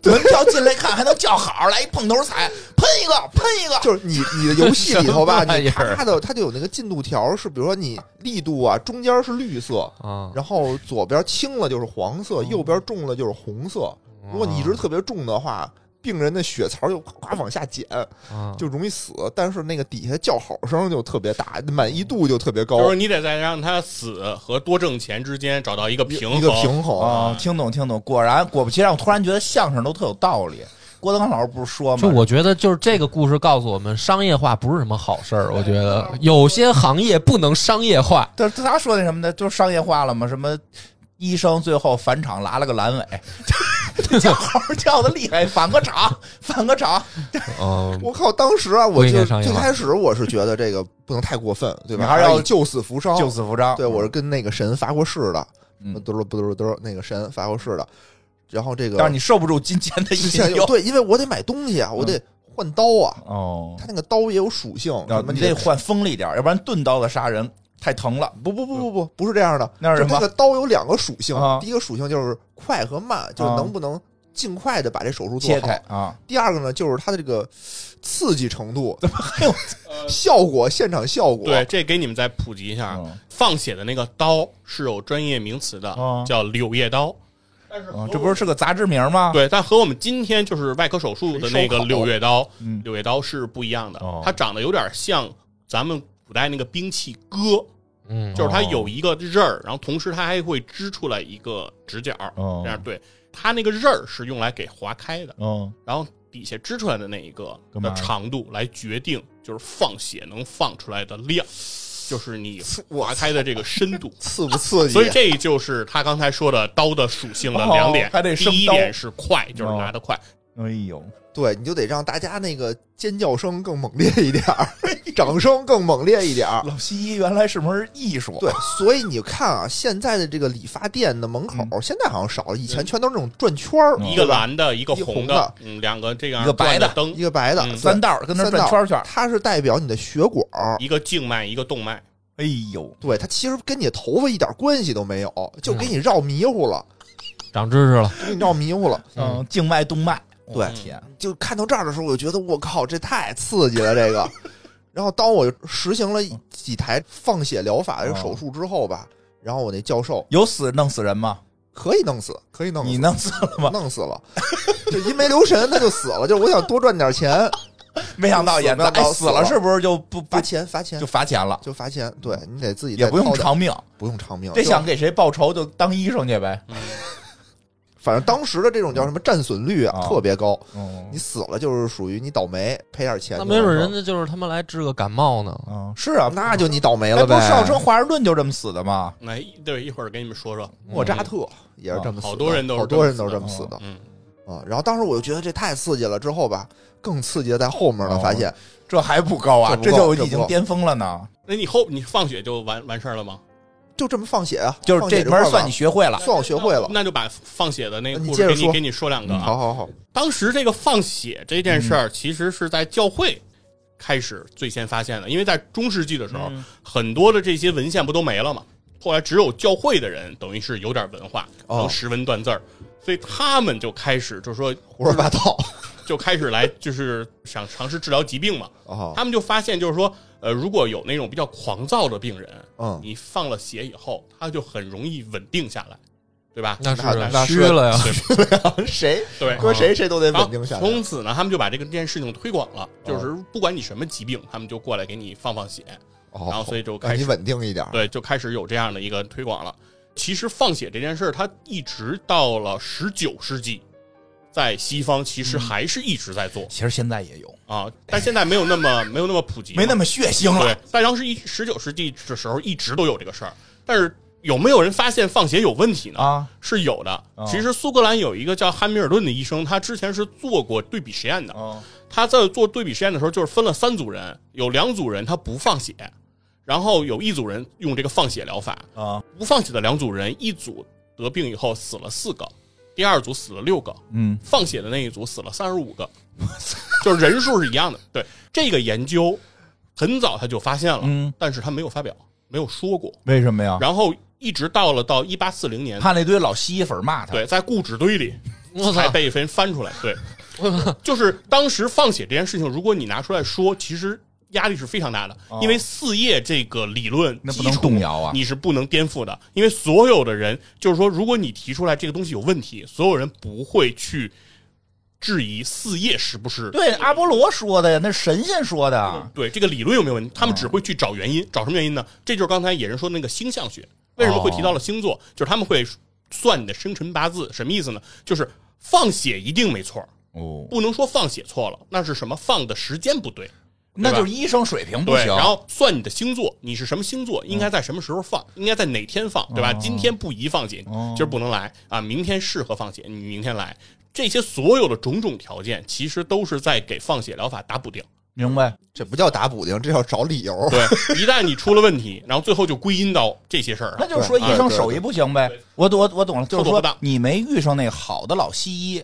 Speaker 7: 门票进来看还能叫好，来一碰头彩，喷一个，喷一个，
Speaker 5: 就是你你的游戏里头 吧，
Speaker 4: 什么玩
Speaker 5: 你
Speaker 4: 意儿
Speaker 5: 它的它就有那个进度条是，比如说你力度啊，中间是绿色，
Speaker 4: 啊，
Speaker 5: 然后左边轻了就是黄色，右边重了就是红色。如果你一直特别重的话，病人的血槽就夸往下减，
Speaker 4: 啊，
Speaker 5: 就容易死。但是那个底下叫好声就特别大，满意度就特别高，
Speaker 6: 哦就是你得在让他死和多挣钱之间找到一个
Speaker 5: 一
Speaker 6: 平
Speaker 5: 一
Speaker 6: 衡。
Speaker 5: 个平衡。
Speaker 7: 啊，听懂听懂，果然果不其然，我突然觉得相声都特有道理。郭德纲老师不是说吗？
Speaker 4: 就我觉得，就是这个故事告诉我们，商业化不是什么好事儿。我觉得有些行业不能商业化。
Speaker 7: 但是他说那什么的，就是商业化了嘛，什么医生最后返场拉了个阑尾，叫好叫的厉害，返个场， 返个场，
Speaker 4: 嗯，
Speaker 5: 我靠！当时啊，
Speaker 4: 不
Speaker 5: 我
Speaker 4: 应
Speaker 5: 就
Speaker 4: 该商业
Speaker 5: 最
Speaker 4: 化
Speaker 5: 开始我是觉得这个不能太过分，对吧？
Speaker 7: 你还是要
Speaker 5: 以救死扶伤，
Speaker 7: 救死扶伤。
Speaker 5: 对，我是跟那个神发过誓的，
Speaker 7: 嗯
Speaker 5: 嘚儿嘚儿嘚儿，那个神发过誓的。然后这个，
Speaker 7: 但是你受不住金钱的
Speaker 5: 之前
Speaker 7: 引
Speaker 5: 有
Speaker 7: 诱。
Speaker 5: 对，因为我得买东西啊，我得换刀啊，
Speaker 7: 哦
Speaker 5: 他，那个刀也有属性，
Speaker 7: 嗯啊
Speaker 5: 什么
Speaker 7: 你得换锋利点儿，要不然钝刀的杀人太疼了。
Speaker 5: 不不不不不，不是这样的，
Speaker 7: 那
Speaker 5: 就
Speaker 7: 是什
Speaker 5: 那个？
Speaker 7: 么
Speaker 5: 刀有两个属性
Speaker 7: 啊，
Speaker 5: 第一个属性就是快和慢，就是
Speaker 7: 啊
Speaker 5: 能不能尽快的把这手术做
Speaker 7: 切开
Speaker 5: 好。
Speaker 7: 啊！
Speaker 5: 第二个呢，就是它的这个刺激程度、
Speaker 7: 还有
Speaker 5: 效果、现场效果。
Speaker 6: 对，，这给你们再普及一下，
Speaker 7: 嗯
Speaker 6: 放血的那个刀是有专业名词的，
Speaker 7: 哦
Speaker 6: 叫柳叶刀。但是和
Speaker 7: 啊这不是是个杂志名吗？
Speaker 6: 对，但和我们今天就是外科手术的那个柳叶刀
Speaker 7: 嗯，
Speaker 6: 柳叶刀是不一样的
Speaker 7: 哦，
Speaker 6: 它长得有点像咱们古代那个兵器戈，
Speaker 4: 嗯，
Speaker 6: 就是它有一个刃儿，然后同时它还会支出来一个指甲儿，
Speaker 7: 哦
Speaker 6: 这样对。它那个刃儿是用来给划开的，
Speaker 7: 嗯，
Speaker 6: 然后底下支出来的那一个
Speaker 7: 干嘛
Speaker 6: 的长度来决定，就是放血能放出来的量，就是你划开的这个深度。
Speaker 5: 刺不刺激？啊
Speaker 6: 所以这就是他刚才说的刀的属性的两点
Speaker 7: 哦，还得
Speaker 6: 第
Speaker 7: 生
Speaker 6: 一
Speaker 7: 刀
Speaker 6: 点是快，就是拿得快，
Speaker 7: 哎呦，
Speaker 5: 对，你就得让大家那个尖叫声更猛烈一点 儿，掌声更猛烈一点儿。
Speaker 7: 老西医原来是门艺术。
Speaker 5: 对，所以你看啊，现在的这个理发店的门口，现在好像少了，以前全都是那种转圈儿，
Speaker 7: 嗯
Speaker 6: 嗯一
Speaker 5: 对
Speaker 6: 个
Speaker 5: 吧
Speaker 6: 蓝的，一个
Speaker 5: 一个红
Speaker 6: 的
Speaker 5: 的，
Speaker 6: 嗯，两个这样
Speaker 7: 一个白的
Speaker 6: 转灯
Speaker 5: 一，个白的，
Speaker 6: 嗯
Speaker 5: 对
Speaker 7: 三道儿跟那儿
Speaker 5: 三道
Speaker 7: 转
Speaker 5: 儿
Speaker 7: 圈圈儿。
Speaker 5: 它是代表你的血管儿。
Speaker 6: 一个静脉，一个动脉。
Speaker 7: 哎呦，
Speaker 5: 对，它其实跟你的头发一点关系都没有，
Speaker 6: 嗯
Speaker 5: 就给你绕迷糊了，
Speaker 4: 长知识了。
Speaker 5: 就给你绕迷糊了。
Speaker 7: 嗯，静脉动脉，
Speaker 5: 对
Speaker 7: 我天，
Speaker 5: 就看到这儿的时候，我就觉得我靠，这太刺激了，这个。 然后当我实行了几台放血疗法的手术之后吧，然后我那教授
Speaker 7: 有死弄死人吗？
Speaker 5: 可以弄死，可以弄死，
Speaker 7: 你弄死了吗？
Speaker 5: 弄死了， 就一没留神他就死了。就是我想多赚点 钱，
Speaker 7: 没想到演的，
Speaker 5: 没想
Speaker 7: 哎，
Speaker 5: 到
Speaker 7: 死了
Speaker 5: 死了
Speaker 7: 是不是就不不
Speaker 5: 罚钱罚钱
Speaker 7: 就罚钱了？
Speaker 5: 就罚钱，对你得自己
Speaker 7: 也
Speaker 5: 再
Speaker 7: 不用
Speaker 5: 掏点
Speaker 7: 偿命，
Speaker 5: 不用偿命。
Speaker 7: 这
Speaker 5: 就
Speaker 7: 想给谁报仇就当医生去呗。
Speaker 5: 反正当时的这种叫什么战损率啊
Speaker 7: 啊
Speaker 5: 特别高，
Speaker 7: 嗯
Speaker 5: 你死了就是属于你倒霉，赔点钱
Speaker 4: 那
Speaker 5: 就完
Speaker 4: 没
Speaker 5: 事儿。
Speaker 4: 准人家就是他妈来治个感冒呢。
Speaker 7: 嗯，是啊，
Speaker 5: 那就你倒霉
Speaker 7: 哎
Speaker 5: 了
Speaker 7: 不
Speaker 5: 呗。
Speaker 7: 是号称华盛顿就这么死的吗？
Speaker 6: 那一对，一会儿给你们说说。
Speaker 5: 莫扎特也是这么死的，
Speaker 6: 好多人都是
Speaker 5: 好多人都是这么
Speaker 7: 这么
Speaker 5: 死
Speaker 7: 死
Speaker 5: 的
Speaker 7: 的
Speaker 6: 嗯，
Speaker 5: 啊。然后当时我就觉得这太刺激了，之后吧，更刺激的在后面呢，
Speaker 7: 哦
Speaker 5: 发现
Speaker 7: 这还不高
Speaker 5: 这
Speaker 7: 啊，
Speaker 5: 不
Speaker 7: 这
Speaker 5: 够
Speaker 7: 就
Speaker 5: 这
Speaker 7: 已
Speaker 5: 不够
Speaker 7: 经巅峰了呢。
Speaker 6: 那你后你放血就完完事儿了吗？
Speaker 5: 就这么放血啊，
Speaker 7: 就是
Speaker 5: 放血
Speaker 7: 这
Speaker 5: 这
Speaker 7: 门
Speaker 5: 块
Speaker 7: 算
Speaker 5: 吧
Speaker 7: 你学会了，
Speaker 5: 算我学会了。
Speaker 6: 那就把放血的那个
Speaker 5: 你
Speaker 6: 故
Speaker 5: 接
Speaker 6: 事
Speaker 5: 着
Speaker 6: 给你给
Speaker 5: 说嗯
Speaker 6: 你说两个
Speaker 5: 好嗯
Speaker 6: 啊。
Speaker 5: 好好，
Speaker 6: 当时这个放血这件事儿，其实是在教会开始最先发现的，因为在中世纪的时候，很多的这些文献不都没了嘛。后来只有教会的人，等于是有点文化，
Speaker 5: 哦
Speaker 6: 能识文断字儿，所以他们就开始就说
Speaker 5: 胡说八道
Speaker 6: 就开始来就是想尝试治疗疾病嘛。
Speaker 5: 啊，
Speaker 6: 他们就发现就是说，呃，如果有那种比较狂躁的病人，
Speaker 5: 嗯
Speaker 6: 你放了血以后，他就很容易稳定下来，对吧？
Speaker 4: 那
Speaker 5: 那那
Speaker 4: 是
Speaker 5: 是
Speaker 4: 虚了 呀，
Speaker 5: 谁
Speaker 6: 对。
Speaker 5: 搁谁谁都得
Speaker 6: 然
Speaker 5: 稳
Speaker 6: 后
Speaker 5: 定下来。
Speaker 6: 从此呢，他们就把这个这件事情推广了，就是不管你什么疾病，他们就过来给你放放血，
Speaker 5: 哦
Speaker 6: 然后所以就
Speaker 5: 让
Speaker 6: 开
Speaker 5: 你
Speaker 6: 始
Speaker 5: 稳定一点。
Speaker 6: 对，就开始有这样的一个推广了。其实放血这件事儿，它一直到了十九世纪，在西方其实还是一直在做
Speaker 7: 其实现在也有，
Speaker 6: 啊，但现在没有那么没有那么普及，
Speaker 7: 没那么血腥了
Speaker 6: 对。，在当时一十九世纪的时候，一直都有这个事儿，但是有没有人发现放血有问题呢？
Speaker 7: 啊，
Speaker 6: 是有的
Speaker 7: 哦。
Speaker 6: 其实苏格兰有一个叫汉密尔顿的医生，他之前是做过对比实验的。
Speaker 7: 哦
Speaker 6: 他在做对比实验的时候，就是分了三组人，有两组人他不放血，然后有一组人用这个放血疗法。
Speaker 7: 啊，
Speaker 6: 不放血的两组人，一组得病以后死了四个，第二组死了六个，
Speaker 7: 嗯，
Speaker 6: 放血的那一组死了三十五个，就是人数是一样的。对这个研究，很早他就发现了，
Speaker 7: 嗯
Speaker 6: 但是他没有发表，没有说过。
Speaker 7: 为什么呀？
Speaker 6: 然后一直到了到一八四零年，
Speaker 7: 怕那堆老吸烟粉骂他，
Speaker 6: 对，在固纸堆 里
Speaker 4: 我
Speaker 6: 才
Speaker 4: 操，
Speaker 6: 被人翻出来。对， 就是当时放血这件事情，如果你拿出来说，其实压力是非常大的，因为四叶这个理论
Speaker 7: 哦那不
Speaker 6: 基
Speaker 7: 能
Speaker 6: 础
Speaker 7: 动摇啊
Speaker 6: 你是不能颠覆的。因为所有的人，就是说，如果你提出来这个东西有问题，所有人不会去质疑四叶是不是
Speaker 7: 对，阿波罗说的呀，那神仙说的，
Speaker 6: 对这个理论有没有问题？他
Speaker 7: 哦
Speaker 6: 们只会去找原因，找什么原因呢？这就是刚才野人说的那个星象学，为什么会提到了星
Speaker 7: 哦
Speaker 6: 座？就是他们会算你的生辰八字，什么意思呢？就是放血一定没错儿，
Speaker 7: 哦，
Speaker 6: 不能说放血错了，那是什么？放的时间不对，
Speaker 7: 那就是医生水平不
Speaker 6: 对。
Speaker 7: 行。嗯
Speaker 6: 然后算你的星座，你是什么星座，应该在什么时候放，应该在哪天放，对
Speaker 7: 哦
Speaker 6: 吧？今天不宜放血，今儿不能来啊，明天适合放血，你明天来。这些所有的种种条件，其实都是在给放血疗法打补丁。
Speaker 7: 明白，
Speaker 5: 这不叫打补丁，这叫找理由。
Speaker 6: 对，一旦你出了问题，然后最后就归因到这些事儿
Speaker 7: 那
Speaker 6: 上。
Speaker 7: 就是说医生手艺不行呗。我我我懂了，就
Speaker 6: 错
Speaker 7: 是
Speaker 6: 误不
Speaker 7: 说
Speaker 6: 当
Speaker 7: 你没遇上那好的老西医，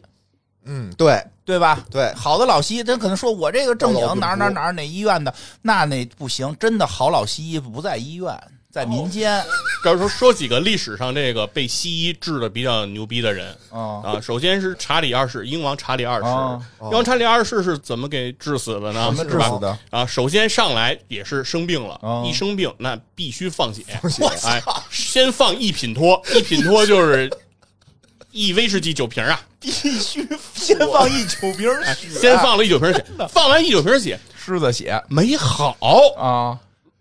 Speaker 5: 嗯，对，
Speaker 7: 对吧？
Speaker 5: 对
Speaker 7: 好的老西医，他可能说我这个正经
Speaker 5: 高老病
Speaker 7: 哪儿哪儿
Speaker 5: 夫
Speaker 7: 哪儿哪医院的，那那不行。真的好老西医不在医院，在民间。
Speaker 6: 到时候说几个历史上这个被西医治的比较牛逼的人
Speaker 7: 哦
Speaker 6: 啊，首先是查理二世，英王查理二世。
Speaker 7: 哦
Speaker 6: 英王查理二世是怎么给治死的呢？
Speaker 7: 怎么
Speaker 5: 致
Speaker 7: 治
Speaker 5: 死
Speaker 7: 死
Speaker 5: 的，
Speaker 6: 啊，首先上来也是生病了，
Speaker 7: 哦
Speaker 6: 一生病那必须放血，
Speaker 5: 血
Speaker 6: 哎，先放一品脱，一品脱就是一威士忌酒瓶 啊，
Speaker 7: 必须先放一酒瓶儿血，
Speaker 6: 先放了一酒瓶血，放完一酒瓶血
Speaker 7: 狮子血
Speaker 6: 没好，
Speaker 7: 啊，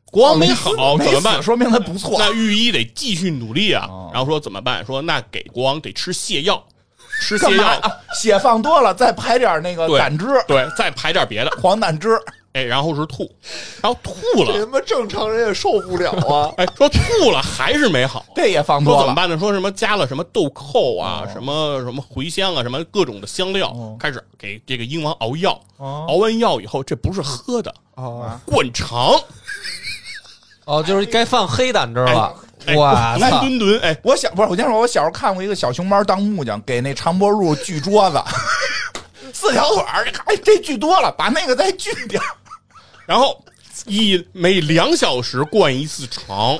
Speaker 6: 国王没好怎么办
Speaker 7: 没死？说明他不错。
Speaker 6: 那御医得继续努力啊。
Speaker 7: 哦
Speaker 6: 然后说怎么办？说那给国王得吃泻 药，吃
Speaker 7: 干
Speaker 6: 泻
Speaker 7: 嘛
Speaker 6: 药，
Speaker 7: 啊？血放多了，再排点那个
Speaker 6: 对
Speaker 7: 胆汁，
Speaker 6: 对，再排点别的，
Speaker 7: 黄胆汁。
Speaker 6: 哎，然后是吐，然后吐
Speaker 5: 这
Speaker 6: 了，！
Speaker 5: 他妈正常人也受不了啊
Speaker 6: 哎，说吐了还是没 好。
Speaker 7: 这也放
Speaker 6: 说
Speaker 7: 多
Speaker 6: 怎么
Speaker 7: 了，哦
Speaker 6: 办呢？说什么加了什么豆蔻啊，什么什么茴香啊，什么各种的香料，开始给这个英王熬药。
Speaker 7: 哦
Speaker 6: 熬完药以后，这不是喝的，
Speaker 5: 啊，
Speaker 6: 灌肠，
Speaker 4: 哦，就是该放黑胆汁了，
Speaker 6: 哎，
Speaker 4: 哇
Speaker 6: 顿
Speaker 4: 操！
Speaker 6: 顿顿，哎，
Speaker 7: 我小不是我先说，我小时候看过一个小熊猫当木匠，给那长脖鹿锯桌 子，四条腿儿，哎，这锯多了，把那个再锯 掉。
Speaker 6: 然后一每两小时灌一次 肠，